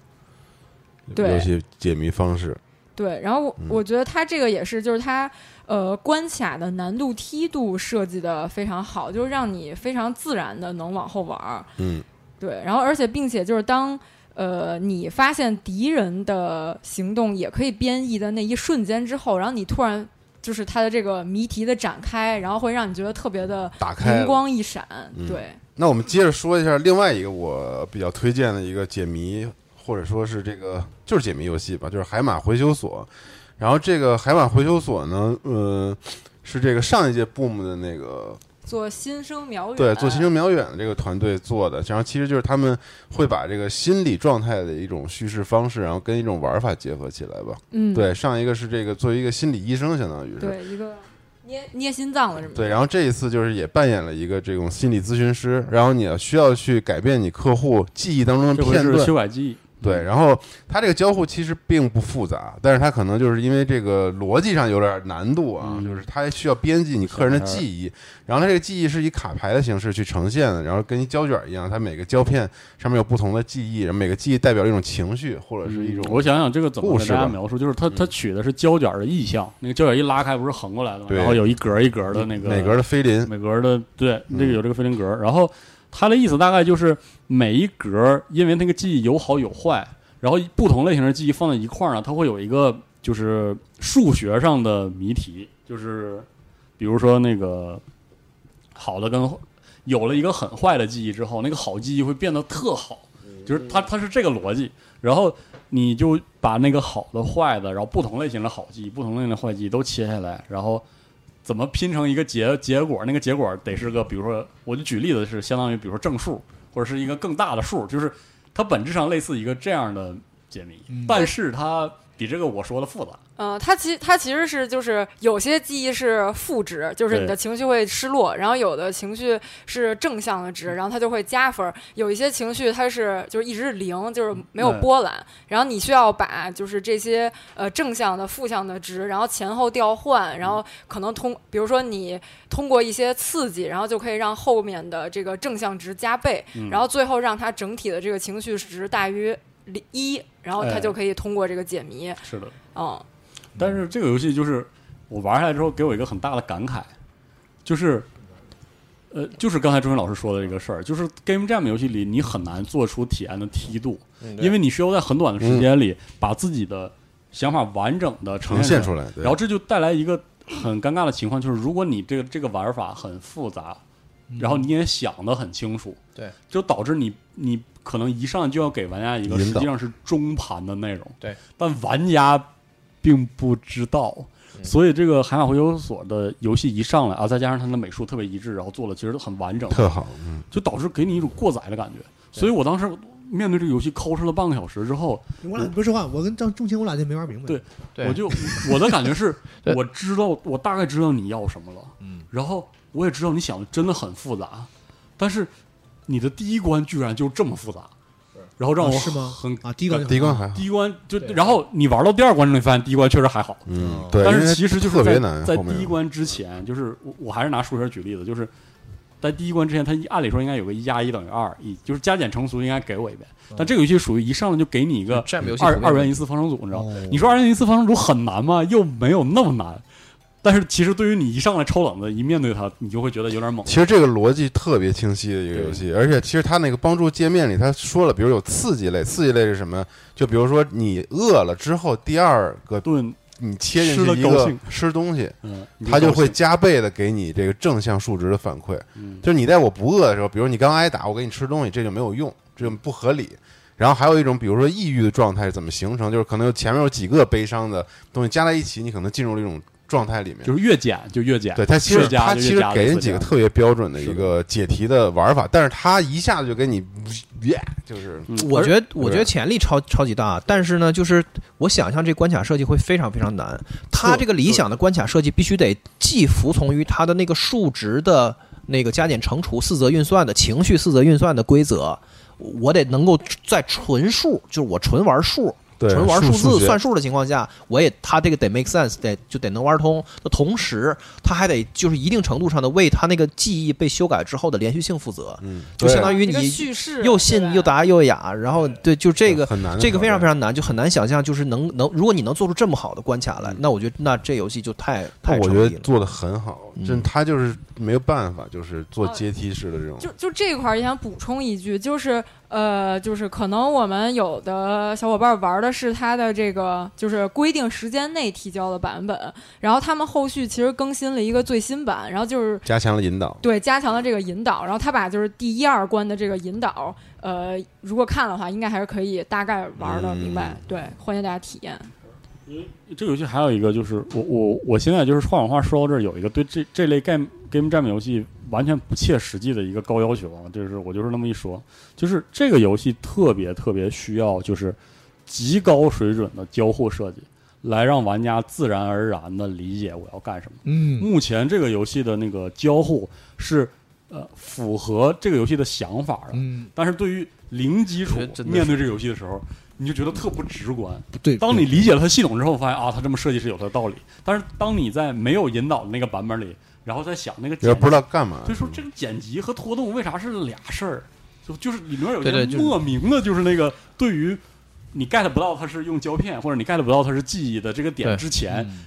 S4: 对
S2: 游戏解谜方式。
S4: 对。然后我
S2: 嗯
S4: 我觉得它这个也是，就是它呃关卡的难度梯度设计的非常好，就是让你非常自然的能往后玩儿。
S2: 嗯，
S4: 对，然后而且并且就是当呃你发现敌人的行动也可以编译的那一瞬间之后，然后你突然就是它的这个谜题的展开，然后会让你觉得特别的
S2: 打开
S4: 灵
S2: 了
S4: 光一闪。
S2: 嗯
S4: 对，
S2: 那我们接着说一下另外一个我比较推荐的一个解谜，或者说是这个就是解谜游戏吧，就是海马回修所。然后这个海马回修所呢，呃，是这个上一届 Boom 的那个
S4: 做新生啊苗语，
S2: 对做新生苗远的这个团队做的。然后其实就是他们会把这个心理状态的一种叙事方式，然后跟一种玩法结合起来吧。
S4: 嗯，
S2: 对，上一个是这个作为一个心理医生，相当于是
S4: 对一个捏捏心脏的这么一个
S2: 对，然后这一次就是也扮演了一个这种心理咨询师，然后你要需要去改变你客户记忆当中的
S3: 这回
S2: 片
S3: 是修嗯
S2: 段。
S3: 改记忆，
S2: 对，然后它这个交互其实并不复杂，但是它可能就是因为这个逻辑上有点难度啊，
S3: 嗯
S2: 就是它需要编辑你客人的记忆，然后它这个记忆是以卡牌的形式去呈现的，然后跟一胶卷一样，它每个胶片上面有不同的记忆，然后每个记忆代表一种情绪或者是一种。
S3: 嗯我想想这个怎么
S2: 故
S3: 给
S2: 事
S3: 大家
S2: 吧嗯
S3: 描述，就是它它取的是胶卷的意象，那个胶卷一拉开不是横过来的吗？
S2: 对
S3: 然后有一格一格的那个
S2: 每格的嗯菲林，
S3: 每格的对，这个有这个飞灵格。然后它的意思大概就是每一格，因为那个记忆有好有坏，然后不同类型的记忆放在一块儿呢，它会有一个就是数学上的谜题，就是比如说那个好的跟有了一个很坏的记忆之后，那个好记忆会变得特好，就是它它是这个逻辑。然后你就把那个好的、坏的，然后不同类型的好记忆、不同类型的坏记忆都切下来，然后怎么拼成一个结结果？那个结果得是个，比如说，我就举例子是相当于，比如说正数，或者是
S1: 嗯
S3: 一个更大的数，就是它本质上类似一个这样的解谜，但是它。比这个我说的复杂。
S4: 嗯、它其它其实是就是有些记忆是负值，就是你
S3: 对
S4: 的情绪会失落，然后有的情绪是正向的值，然后它就会加分儿；有一些情绪它是就是一直是零，就是没有
S3: 嗯
S4: 波澜。然后你需要把就是这些呃正向的、负向的值，然后前后调换，然后可能通，比如说你通过一些刺激，然后就可以让后面的这个正向值加倍，
S3: 嗯
S4: 然后最后让它整体的这个情绪值大于零一，然后它
S3: 哎
S4: 就可以通过这个解谜，
S3: 是的，
S4: 嗯。
S3: 但是这个游戏就是我玩下来之后，给我一个很大的感慨，就是，呃，就是刚才周深老师说的这个事儿，就是 Game Jam 游戏里你很难做出体验的梯度，
S1: 嗯
S3: 因为你需要在很短的
S2: 嗯
S3: 时间里把自己的想法完整的
S2: 呈现
S3: 现
S2: 出
S3: 来。
S2: 来，对
S3: 然后这就带来一个很尴尬的情况，就是如果你这个这个玩法很复杂，
S1: 嗯
S3: 然后你也想得很清楚，
S5: 嗯对，
S3: 就导致你你可能一上就要给玩家一个
S2: 引
S3: 实
S2: 导
S3: 际上是中盘的内容，
S5: 对，
S3: 但玩家并不知道。
S5: 嗯
S3: 所以这个《海马回球所》的游戏一上来啊，再加上它的美术特别一致，然后做的其实很完整，
S2: 特好，嗯，
S3: 就导致给你一种过载的感觉。所以我当时面对这个游戏抠出了半个小时之后，
S1: 我俩不是话，我跟张仲卿我俩就没玩明白。
S3: 对
S5: 对
S3: 我就我的感 觉是
S5: 对，
S3: 我知道我大概知道你要什么了，
S1: 嗯，
S3: 然后我也知道你想的真的很复杂，但是你的第一关居然就这么复杂，然后让
S1: 啊
S3: 我
S1: 是吗？
S3: 很
S1: 啊，第一关就
S2: 第一关
S1: 好
S2: 还好，
S3: 第一关就，
S1: 对
S3: 然后你玩到第二关之后，你发现第一关确实还好，
S2: 嗯
S1: 哦，
S2: 对，
S3: 但
S2: 因
S3: 是
S2: 为
S3: 其实就是
S2: 特别
S3: 在
S2: 难，
S3: 在
S2: 后面
S3: 第一关之前，就是我我还是拿数学举例子，就是在第一关之前，它一按理说应该有个一加一等于二，一就是加减乘除应该给我一遍，但这个游戏属于一上来就给你一
S2: 嗯
S3: 个
S5: 占游戏
S3: 二
S5: 普遍
S3: 二元一次方程组，你知道吗？
S1: 哦
S3: 你说二元一次方程组很难吗？又没有那么难，但是其实对于你一上来抽冷子，一面对它，你就会觉得有点猛。
S2: 其实这个逻辑特别清晰的一个游戏，而且其实它那个帮助界面里，它说了，比如有刺激类，刺激类是什么？就比如说你饿了之后，第二个
S3: 顿，
S2: 你切进
S3: 吃了
S2: 去一
S3: 高
S2: 个
S3: 兴
S2: 吃东西，
S3: 嗯，
S2: 它就会
S3: 你高兴
S2: 加倍的给你这个正向数值的反馈。
S3: 嗯
S2: 就是你在我不饿的时候，比如你刚挨打，我给你吃东西，这就没有用，这就不合理。然后还有一种，比如说抑郁的状态是怎么形成？就是可能有前面有几个悲伤的东西加在一起，你可能进入了一种状态里面。
S3: 就是越减就越减，
S2: 对他其
S3: 越
S2: 实
S3: 加
S2: 他
S3: 就
S2: 其
S3: 越
S2: 实
S3: 加
S2: 给人
S3: 次
S2: 几个
S3: 加
S2: 特别标准的
S3: 是
S2: 一
S3: 的
S2: 个解题的玩法，但是他一下子就给你，耶，就是
S3: 嗯
S5: 我觉得我
S2: 对
S5: 觉得潜力超超级大，啊但是呢，就是我想象这关卡设计会非常非常难。它这个理想的关卡设计必须得既服从于它的那个数值的那个加减乘除四则运算的情绪四则运算的规则，我得能够在纯数，就是我纯玩数，
S2: 对
S5: 纯玩数字
S2: 学
S5: 算数的情况下，我也它这个得 make sense，得就得能玩通。那同时，它还得就是一定程度上的为它那个记忆被修改之后的连续性负责，
S2: 嗯，
S5: 就
S2: 对
S5: 相当于
S4: 这个
S5: 你
S4: 叙事
S5: 又
S4: 啊对
S5: 信
S4: 吧
S5: 又达又雅，然后对，就这个
S2: 很难的
S5: 这个非常非
S2: 挑
S5: 常难，就很难想象，就是能能，如果你能做出这么好的关卡来，那我觉得那这游戏就太
S2: 战。
S5: 太
S2: 嗯我
S5: 成
S2: 觉
S5: 立
S2: 得
S5: 了。
S2: 做的很好，真
S5: 嗯
S2: 他就是没有办法，就是做
S3: 哦
S2: 阶梯式的这种，
S4: 就就这一块儿也想补充一句，就是呃，就是可能我们有的小伙伴玩的是它的这个就是规定时间内提交的版本，然后他们后续其实更新了一个最新版，然后就是
S2: 加强了引导。
S4: 对加强了这个引导，然后他把就是第一二关的这个引导，呃，如果看的话，应该还是可以大概玩的
S2: 嗯
S4: 明白，对，欢迎大家体验。
S3: 这个游戏还有一个就是，我我我现在就是换句话说到这儿，有一个对这这类 game game jam 游戏完全不切实际的一个高要求啊，就是我就是那么一说，就是这个游戏特别特别需要就是极高水准的交互设计，来让玩家自然而然的理解我要干什么。
S1: 嗯，
S3: 目前这个游戏的那个交互是呃符合这个游戏的想法的，
S1: 嗯，
S3: 但是对于零基础
S5: 我觉得真的是
S3: 面对这个游戏的时候，你就觉得特不直观。
S1: 不对，
S3: 当
S1: 对
S3: 你理解了它系统之后，发现啊，它这么设计是有它的道理。但是当你在没有引导的那个版本里，然后再想那个
S2: 也
S3: 剪，
S2: 不知道，干嘛，嗯
S3: 所以说这个剪辑和拖动为啥是俩事儿？就就是里面有一
S5: 对对
S3: 个
S5: 就是
S3: 莫名的，就是那个对于你 get 不到它是用胶片，或者你 get 不到它是记忆的这个点
S5: 对
S3: 之前，
S1: 嗯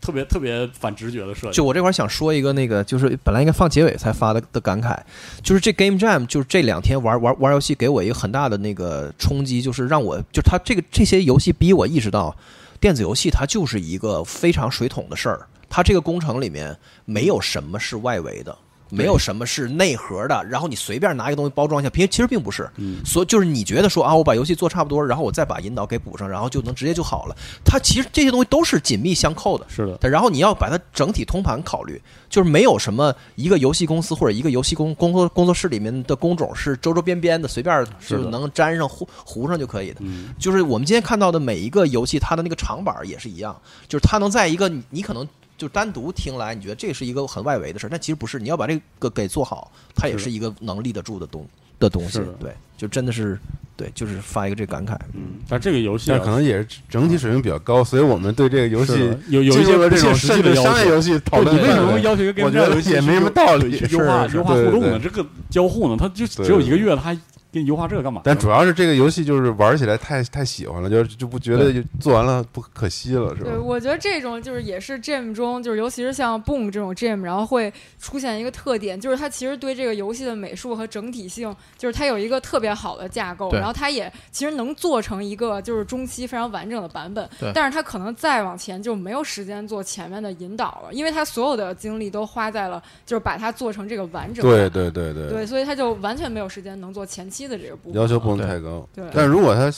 S3: 特别特别反直觉的设计。
S5: 就我这块儿想说一个那个，就是本来应该放结尾才发的的感慨，就是这 Game Jam，就是这两天玩玩玩游戏给我一个很大的那个冲击，就是让我就它这个这些游戏逼我意识到，电子游戏它就是一个非常水桶的事儿，它这个工程里面没有什么是外围的。没有什么是内核的，然后你随便拿一个东西包装一下，其实其实并不是，
S2: 嗯
S5: 所以就是你觉得说啊，我把游戏做差不多，然后我再把引导给补上，然后就能直接就好了。它其实这些东西都是紧密相扣的，
S3: 是的，
S5: 但然后你要把它整体通盘考虑，就是没有什么一个游戏公司或者一个游戏工工作工作室里面的工种是周周边边的，随便就是
S3: 的
S5: 能粘上糊糊上就可以的。
S3: 嗯，
S5: 就是我们今天看到的每一个游戏，它的那个长板儿也是一样，就是它能在一个你你可能就单独听来，你觉得这是一个很外围的事儿，但其实不是。你要把这个给做好，它也
S3: 是的
S5: 是一个能立得住的东的东西
S3: 是的。
S5: 对，就真的是对，就是发一个这感慨。
S3: 嗯，但这个游戏啊
S2: 但可能也是整体水平比较高，所以我们对这个游戏
S3: 是的有有一
S2: 进
S3: 些
S2: 入了
S3: 不
S2: 这
S3: 切
S2: 种
S3: 实际
S2: 甚
S3: 的
S2: 至
S3: 要
S2: 商业
S3: 求。
S2: 游戏讨
S3: 对，
S2: 论
S3: 你为什
S2: 范
S3: 么
S2: 围
S3: 要求一个 game
S2: 我觉得
S3: 游戏
S2: 也没什么
S3: 去
S2: 道
S3: 对
S2: 理
S3: 去优化
S5: 是是
S3: 优化
S2: 对
S3: 互动
S2: 对
S3: 的这个交互呢，它就
S2: 对
S3: 只有一个月，它还给你优化这个干嘛？
S2: 但主要是这个游戏就是玩起来太太喜欢了，就是就不觉得做完了不可惜了，是吧
S4: 对，？我觉得这种就是也是 Jam 中，就是尤其是像 Boom 这种 Jam，然后会出现一个特点，就是它其实对这个游戏的美术和整体性，就是它有一个特别好的架构，
S5: 对
S4: 然后它也其实能做成一个就是中期非常完整的版本
S5: 对，
S4: 但是它可能再往前就没有时间做前面的引导了，因为它所有的精力都花在了就是把它做成这个完整
S2: 对
S4: 版。
S2: 对对对
S4: 对，所以它就完全没有时间能做前期的这个部分了。
S2: 要求不能太高。
S4: 对
S2: 但如果他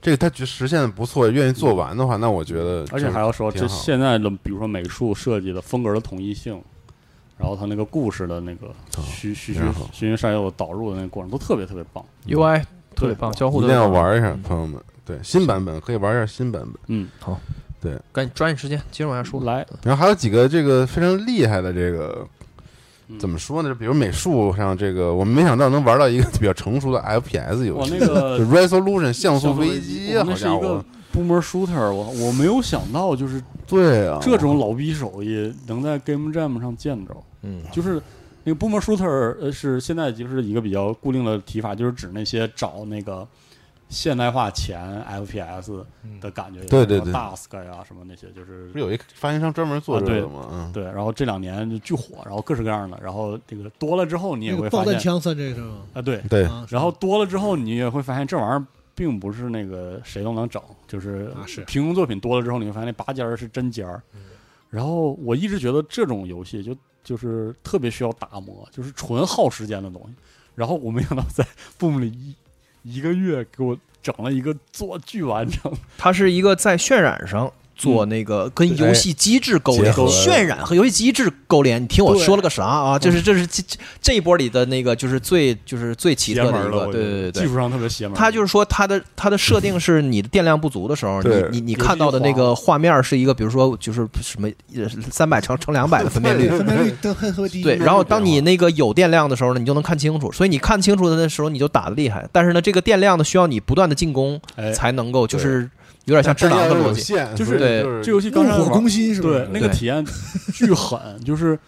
S2: 这个他觉实现的不错，愿意做完的话，那我觉得
S3: 嗯而且还要说，
S2: 挺
S3: 这
S2: 好
S3: 现在的比如说美术设计的风格的统一性，然后它那个故事的那个
S2: 哦
S3: 虚虚虚
S2: 非常好
S3: 虚云闪耀导入的那个过程都特别特别棒。
S5: UI 特别
S3: 对
S5: 棒，交互
S2: 一
S5: 特
S2: 定
S5: 别
S2: 要
S5: 棒。
S2: 玩一下
S5: 嗯，
S2: 朋友们。对新版本可以玩一下新版本，
S3: 嗯，
S5: 赶紧抓紧时间，接着往下说。
S3: 来，
S2: 然后还有几个这个非常厉害的这个
S3: 嗯
S2: 怎么说呢？比如美术上这个，我们没想到能玩到一个比较成熟的 FPS 游
S3: 我
S2: 戏，
S3: 那个
S2: 就 Resolution 像素
S3: 像素
S2: 危
S3: 危
S2: 机，
S3: 我
S2: 好
S3: 那是
S2: 家
S3: 一
S2: 伙
S3: 个，boomer shooter，我我没有想到就是
S2: 对啊，
S3: 这种老逼手艺能在 Game Jam 上见着，
S5: 嗯，
S3: 就是那个 Boomer Shooter，呃，是现在就是一个比较固定的提法，就是指那些找那个现代化前 FPS
S1: 嗯
S3: 的感觉，
S2: 对对对
S3: 大 Sky 啊什么那些，就是
S2: 不是有一个发行商专门做
S3: 啊
S2: 这
S3: 对
S2: 个吗？嗯，
S3: 对，然后这两年就巨火，然后各式各样的，然后这个多了之后你也
S1: 那
S3: 会
S1: 个
S3: 发
S1: 爆弹
S3: 现
S1: 枪算这个是吗？
S3: 啊，对，
S2: 对，
S1: 啊，
S3: 然后多了之后你也会发现这玩意儿。并不是那个谁都能整，就是
S1: 啊是
S3: 平庸作品多了之后，你会发现那拔尖儿是真尖儿。然后我一直觉得这种游戏就就是特别需要打磨，就是纯耗时间的东西。然后我没想到在 Boom 里一一个月给我整了一个做巨完整，
S5: 它是一个在渲染上做那个跟游戏机制勾
S2: 结
S5: 连，
S2: 合
S5: 渲染和游戏机制勾连。你听我
S3: 对嗯
S5: 说了个啥啊？这是这是这这这一波里的那个就是最就是最奇
S3: 邪
S5: 特
S3: 门
S5: 的
S3: 儿
S5: 一
S3: 了
S5: 个，
S3: 我
S5: 对
S3: 觉得
S5: 对对
S3: 技
S5: 对。
S3: 术上特别邪门儿。
S5: 它就是说，它的它的设定是你的电量不足的时候，你
S2: 对
S5: 你你
S3: 游戏
S5: 看到的那
S3: 化
S5: 个画面是一个，比如说就是什么三百乘乘两百的分 辨率，
S1: 分辨率都很特别低。
S5: 对，
S2: 那
S5: 然后
S2: 就这
S5: 当
S2: 样
S5: 你
S2: 了
S5: 那个有电量的时候呢，你就能看清楚。所以你看清楚的时候，你就打的厉害。但是呢，这个电量呢，需要你不断的进攻
S3: 哎，
S5: 才能够，就是有点像智囊的
S2: 但要
S5: 逻
S2: 有
S5: 辑。
S2: 限，
S3: 就
S2: 所
S3: 是
S2: 以
S5: 对
S2: 就是
S3: 这游戏
S1: 怒
S3: 刚上
S1: 火
S3: 玩
S1: 攻心是不是
S3: 对，？那个
S5: 对
S3: 体验巨狠，就是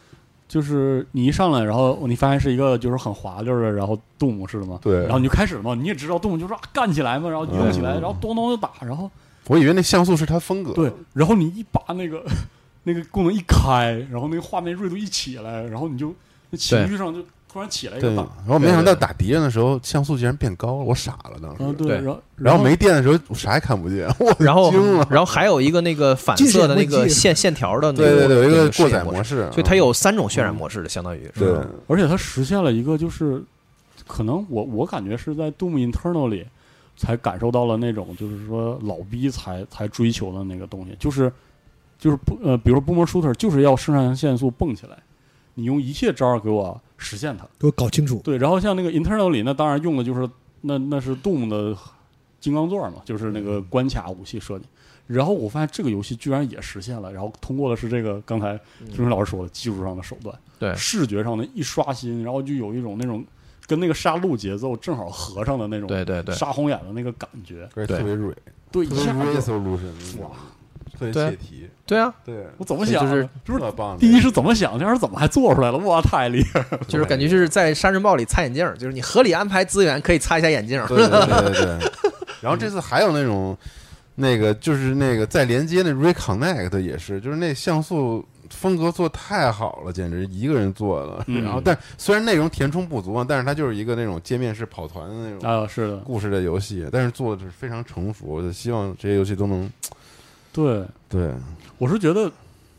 S3: 就是你一上来，然后你发现是一个就是很滑溜的，然后杜牧式的嘛，
S2: 对
S3: 然后你就开始了嘛，你也知道杜牧就是啊干起来嘛，然后移动起来，
S2: 嗯
S3: 然后咚咚就打，然后
S2: 我以为那像素是他风格，
S3: 对，然后你一把那个 那个功能一开，然后那个画面锐度一起来，然后你就那情绪上就突然起来一
S2: 对，
S3: 个打，
S2: 然后没想到打敌人的时候像素竟然变高了，我傻了当
S3: 然后
S2: 时。
S3: 啊嗯对，
S5: 对
S3: 然后嗯
S2: 然后没电的时候，我啥也看不 见。我
S5: 然后
S2: 惊了，
S5: 然后还有一个那个反
S1: 近视
S5: 射的
S1: 眼
S5: 那
S1: 会
S5: 个
S1: 近视
S5: 线线条的那
S2: 对对对，有一
S5: 个
S2: 个
S5: 视
S2: 过
S5: 野
S2: 载
S5: 模
S2: 模
S5: 式，
S2: 式，嗯
S5: 所以它有三种渲染模式的，相当于是
S2: 对
S5: 吧
S3: 而且它实现了一个，就是可能我我感觉是在 Doom Internal 里才感受到了那种，就是说老逼才才追求的那个东西，就是就是不呃，比如说 Boomer Shooter 就是要肾上腺素蹦起来，你用一切招儿给我实现它。
S1: 给我搞清楚。
S3: 对，然后像那个 Internal 里，那当然用的就是那那是 Doom 的金刚钻嘛，就是那个关卡武器设计。然后我发现这个游戏居然也实现了，然后通过的是这个刚才朱晨老师说的技术上的手段，
S5: 对
S3: 视觉上的一刷新，然后就有一种那种跟那个杀戮节奏正好合上的那种
S5: 对对对，
S3: 杀红眼的那个感觉，
S2: 对
S5: 对
S2: 特别蕊，
S3: 对，
S2: 特
S3: 一
S2: 别
S3: 下就
S2: resolution，
S3: 哇，
S2: 特别
S5: 对啊
S2: 解题，
S5: 对啊，
S2: 对，
S3: 我怎么想
S5: 所以就
S3: 的
S5: 是
S3: 不是
S2: 特棒的。
S3: 第一是怎么想，第二是怎么还做出来了，哇，太厉害了！
S5: 就是感觉就是在杀人暴里擦眼镜儿，就是你合理安排资源可以擦一下眼 镜儿。
S2: 对对对对对。然后这次还有那种，那个就是那个再连接那 reconnect 也是，就是那像素风格做太好了，简直一个人做的。
S3: 嗯
S2: 然后，但虽然内容填充不足啊，但是它就是一个那种界面式跑团的那种
S3: 啊，是的，
S2: 故事的游戏，但是做的是非常成熟。我就希望这些游戏都能
S3: 对，
S2: 对
S3: 我是觉得，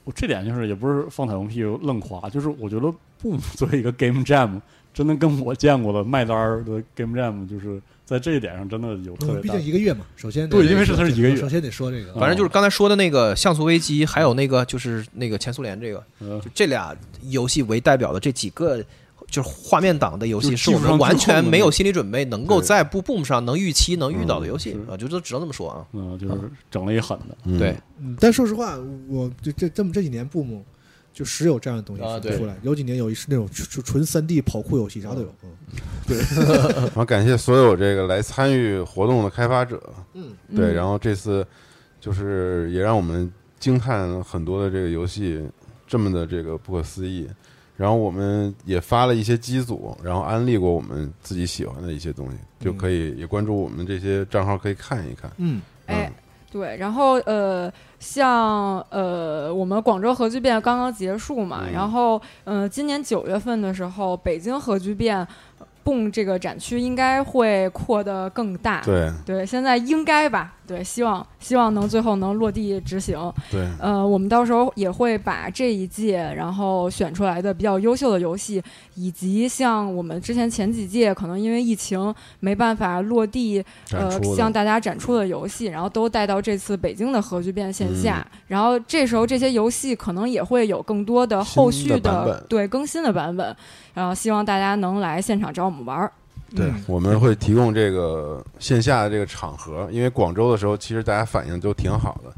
S3: 我这点就是也不是放彩虹屁愣夸，就是我觉得不作为一个 Game Jam，真的跟我见过的卖单儿的 Game Jam，就是在这一点上真的有
S5: 嗯
S3: 特别
S1: 毕
S3: 大
S1: 竟。一个月嘛，首先得
S3: 对因为是它是一个月
S1: 首先得说这个，
S5: 反正就是刚才说的那个《像素危机》，还有那个就是那个《前苏联》这个，
S3: 嗯
S5: 就这俩游戏为代表的这几个。就是画面党的游戏，
S3: 就是技
S5: 我
S3: 术
S5: 们
S3: 上
S5: 完
S3: 自控的
S5: 全
S3: 那
S5: 没有
S3: 种
S5: 心理准备，能够
S2: 对
S5: 在不 boom 上能预期、能遇到的游戏
S3: 嗯是
S5: 啊，就都只能这么说啊。
S3: 嗯，就是整了一狠的，
S2: 嗯
S5: 对，
S1: 嗯，但说实话，我就这这么这几年 boom 就时有这样的东西
S5: 啊对
S1: 出来，有几年有一是那种纯纯三 D 跑酷游戏，啥都有。嗯
S2: 然后感谢所有这个来参与活动的开发者，对，
S4: 嗯
S2: 然后这次就是也让我们惊叹很多的这个游戏这么的这个不可思议。然后我们也发了一些机组，然后安利过我们自己喜欢的一些东西，
S4: 嗯
S2: 就可以也关注我们这些账号，可以看一看。
S1: 嗯，
S4: 哎，对，然后呃，像呃，我们广州核聚变刚刚结束嘛，
S2: 嗯
S4: 然后呃，今年九月份的时候，北京核聚变。蹦这个展区应该会扩得更大，
S2: 对
S4: 对，现在应该吧，对，希望希望能最后能落地执行。
S2: 对，
S4: 呃，我们到时候也会把这一届然后选出来的比较优秀的游戏，以及像我们之前前几届可能因为疫情没办法落地，
S2: 展
S4: 呃，
S2: 出
S4: 向
S2: 的
S4: 大家展出的游戏，然后都带到这次北京的核聚变线下。然后这时候这些游戏可能也会有更多的后续
S2: 新的版本
S4: 对更新的版本，然后希望大家能来现场找我们玩儿。
S2: 对，
S4: 嗯
S2: 我们会提供这个线下的这个场合，因为广州的时候，其实大家反应都挺好的，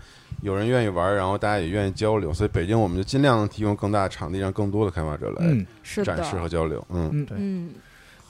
S2: 有人愿意玩，然后大家也愿意交流，所以北京我们就尽量提供更大的场地，让更多的开发者来
S1: 嗯
S4: 是的
S2: 展，示和交流。嗯，
S1: 嗯，
S5: 对
S4: 嗯，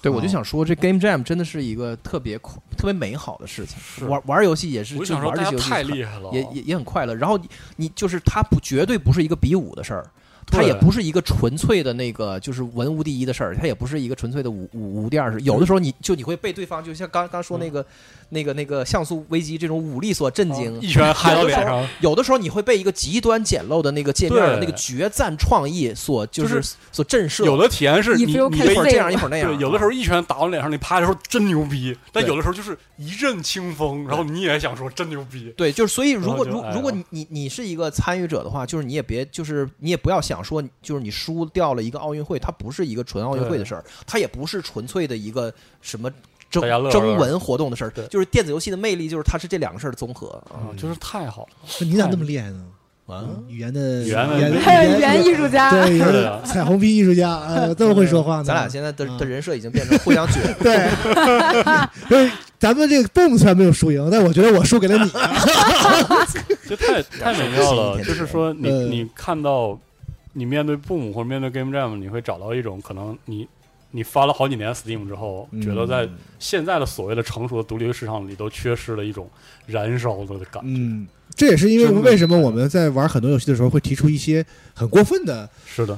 S5: 对，
S1: 好
S5: 我就想说，这 Game Jam 真的是一个特别恐特别美好的事情。玩玩游戏也是，
S3: 我就
S5: 就
S3: 想
S5: 玩这
S3: 说大
S5: 些
S3: 家
S5: 游戏
S3: 太
S5: 很
S3: 厉害了，
S5: 也也也很快乐。然后你你就是它不绝对不是一个比武的事儿，它
S3: 对
S5: 也不是一个纯粹的那个就是文无第一的事儿，它也不是一个纯粹的武武无第二事。有的时候
S3: 嗯
S5: 你就你会被对方就像刚刚说那个、那个那个像素危机这种武力所震惊。
S3: 啊一拳嗨到脸上，
S5: 有的时候你会被一个极端简陋的那个界面的那
S3: 对
S5: 个决战创意所就是、
S3: 就是
S5: 所震慑，
S3: 有的体验是
S4: You
S3: 你
S4: feel
S3: 你
S5: 一
S3: 被
S5: 会儿
S4: crazy
S5: 这样一会儿那样
S3: 对，，有的时候一拳打到脸上，你趴的时候真牛逼，但
S5: 对
S3: 有的时候就是一阵清风，然后你也想说真牛逼，
S5: 对，就是所以，
S3: 然
S5: 如
S3: 后
S5: 果
S3: 就
S5: 如
S3: 哎呀
S5: 如果你你你是一个参与者的话，就是你也别就是你也不要想说，就是你输掉了一个奥运会，它不是一个纯奥运会的事儿，它也不是纯粹的一个什么征
S3: 大家乐呵
S5: 征文活动的事儿
S3: 对，
S5: 就是电子游戏的魅力，就是它是这两个事儿的综合啊。
S3: 啊，就是太好了，
S1: 那你咋那么厉害呢？
S5: 完
S1: 嗯语言的
S3: 语言的
S1: 的
S4: 还有语言艺术家，
S1: 对，语言
S3: 是
S1: 的
S3: 的
S1: 彩虹屁艺术家， 呃，这么会说话呢？
S5: 咱俩现在的
S1: 嗯
S5: 的人设已经变成互 相角逐
S1: 对，不 是咱们这个 boom 虽然没有输赢，但我觉得我输给了你。啊
S3: 这太太美妙了。
S5: 天
S3: 就是说你，
S1: 嗯
S3: 你看到你面对 Boom 或者面对 Game Jam，你会找到一种可能你你发了好几年 Steam 之后，觉得
S1: 嗯
S3: 在现在的所谓的成熟的独立市场里，都缺失了一种燃烧的感觉。
S1: 嗯，这也是因为
S3: 真的
S1: 为什么我们在玩很多游戏的时候会提出一些很过分的
S3: 是的，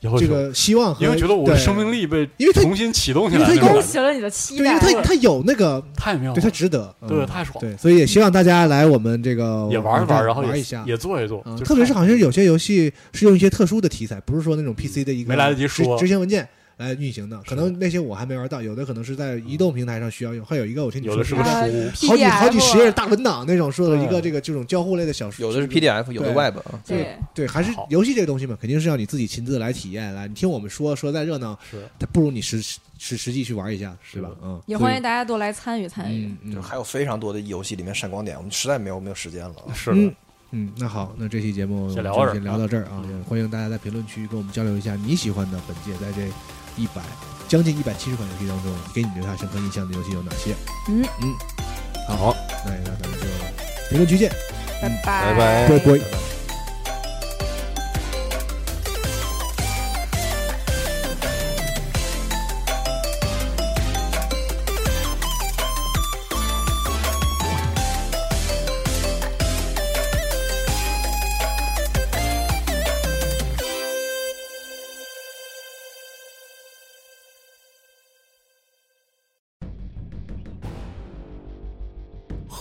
S3: 也会
S1: 这
S3: 说
S1: 个希望和
S3: 因为觉得我的
S1: 对
S3: 生命力被
S1: 因为它
S3: 重新启动起
S1: 因为
S3: 来
S1: 它
S3: 那种
S1: 有
S4: 勾
S3: 感
S4: 起
S3: 觉，
S4: 了你的期
S1: 对，因
S4: 待
S1: 为。它它有那个，
S3: 太妙了
S1: 对，它值得，嗯
S3: 哦对，太爽了。
S1: 对，所以也希望大家来我们这个
S3: 也玩一
S1: 网站
S3: 玩，然后
S1: 玩
S3: 也
S1: 一下，
S3: 也做一做
S1: 嗯，
S3: 就
S1: 特别是
S3: 太
S1: 好像是有些游戏是用一些特殊的题材，不是说那种 PC 的一个
S3: 没来得及
S1: 执
S3: 说
S1: 执行文件来运行的，可
S3: 是
S1: 能那些我还没玩到，有的可能是在移动平台上需要用，还有一个我听你
S3: 有
S1: 说
S3: 的是个嗯
S4: 啊
S1: 好
S3: 书，
S1: 几好几
S4: PDF
S1: 十页大文档那种，说的一个
S3: 对
S1: 这个这种交互类的小说，
S5: 有的是
S1: 这种
S5: PDF，有
S1: 对
S5: 的 Web 啊。
S4: 对，
S1: 对，还是
S3: 好
S1: 游戏这个东西嘛，肯定是要你自己亲自来体验，来你听我们说说再热闹，
S3: 是
S1: 它不如你实实实际去玩一下，
S3: 是
S1: 对吧
S3: 的？
S1: 嗯，
S4: 也
S1: 所以
S4: 欢迎大家多来参与参与。
S1: 嗯
S5: 就是
S1: 嗯
S5: 还有非常多的游戏里面闪光点，我们实在没有没有时间了啊。
S3: 是的
S1: 嗯，嗯，那好，那这期节目
S3: 先聊
S1: 我们
S3: 到这儿
S1: 就先聊到这儿啊，
S3: 嗯
S1: 也欢迎大家在评论区跟我们交流一下你喜欢的本届在这一百将近一百七十款游戏当中，给你留下深刻印象的游戏有哪些？
S4: 嗯
S1: 嗯，好，
S2: 好，
S1: 那那咱们就评论区见，
S4: 拜
S2: 拜拜
S1: 波波。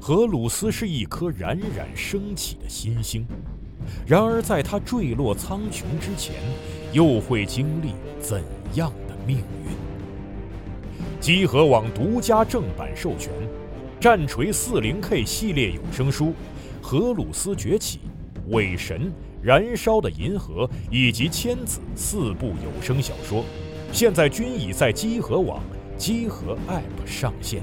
S6: 荷鲁斯是一颗冉冉升起的新星，然而在他坠落苍穹之前，又会经历怎样的命运？集合网独家正版授权，《战锤 40K 系列有声书》《荷鲁斯崛起》《伪神》《燃烧的银河》以及《千子》四部有声小说，现在均已在集合网、集合 App 上线。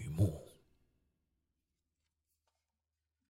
S6: 幕。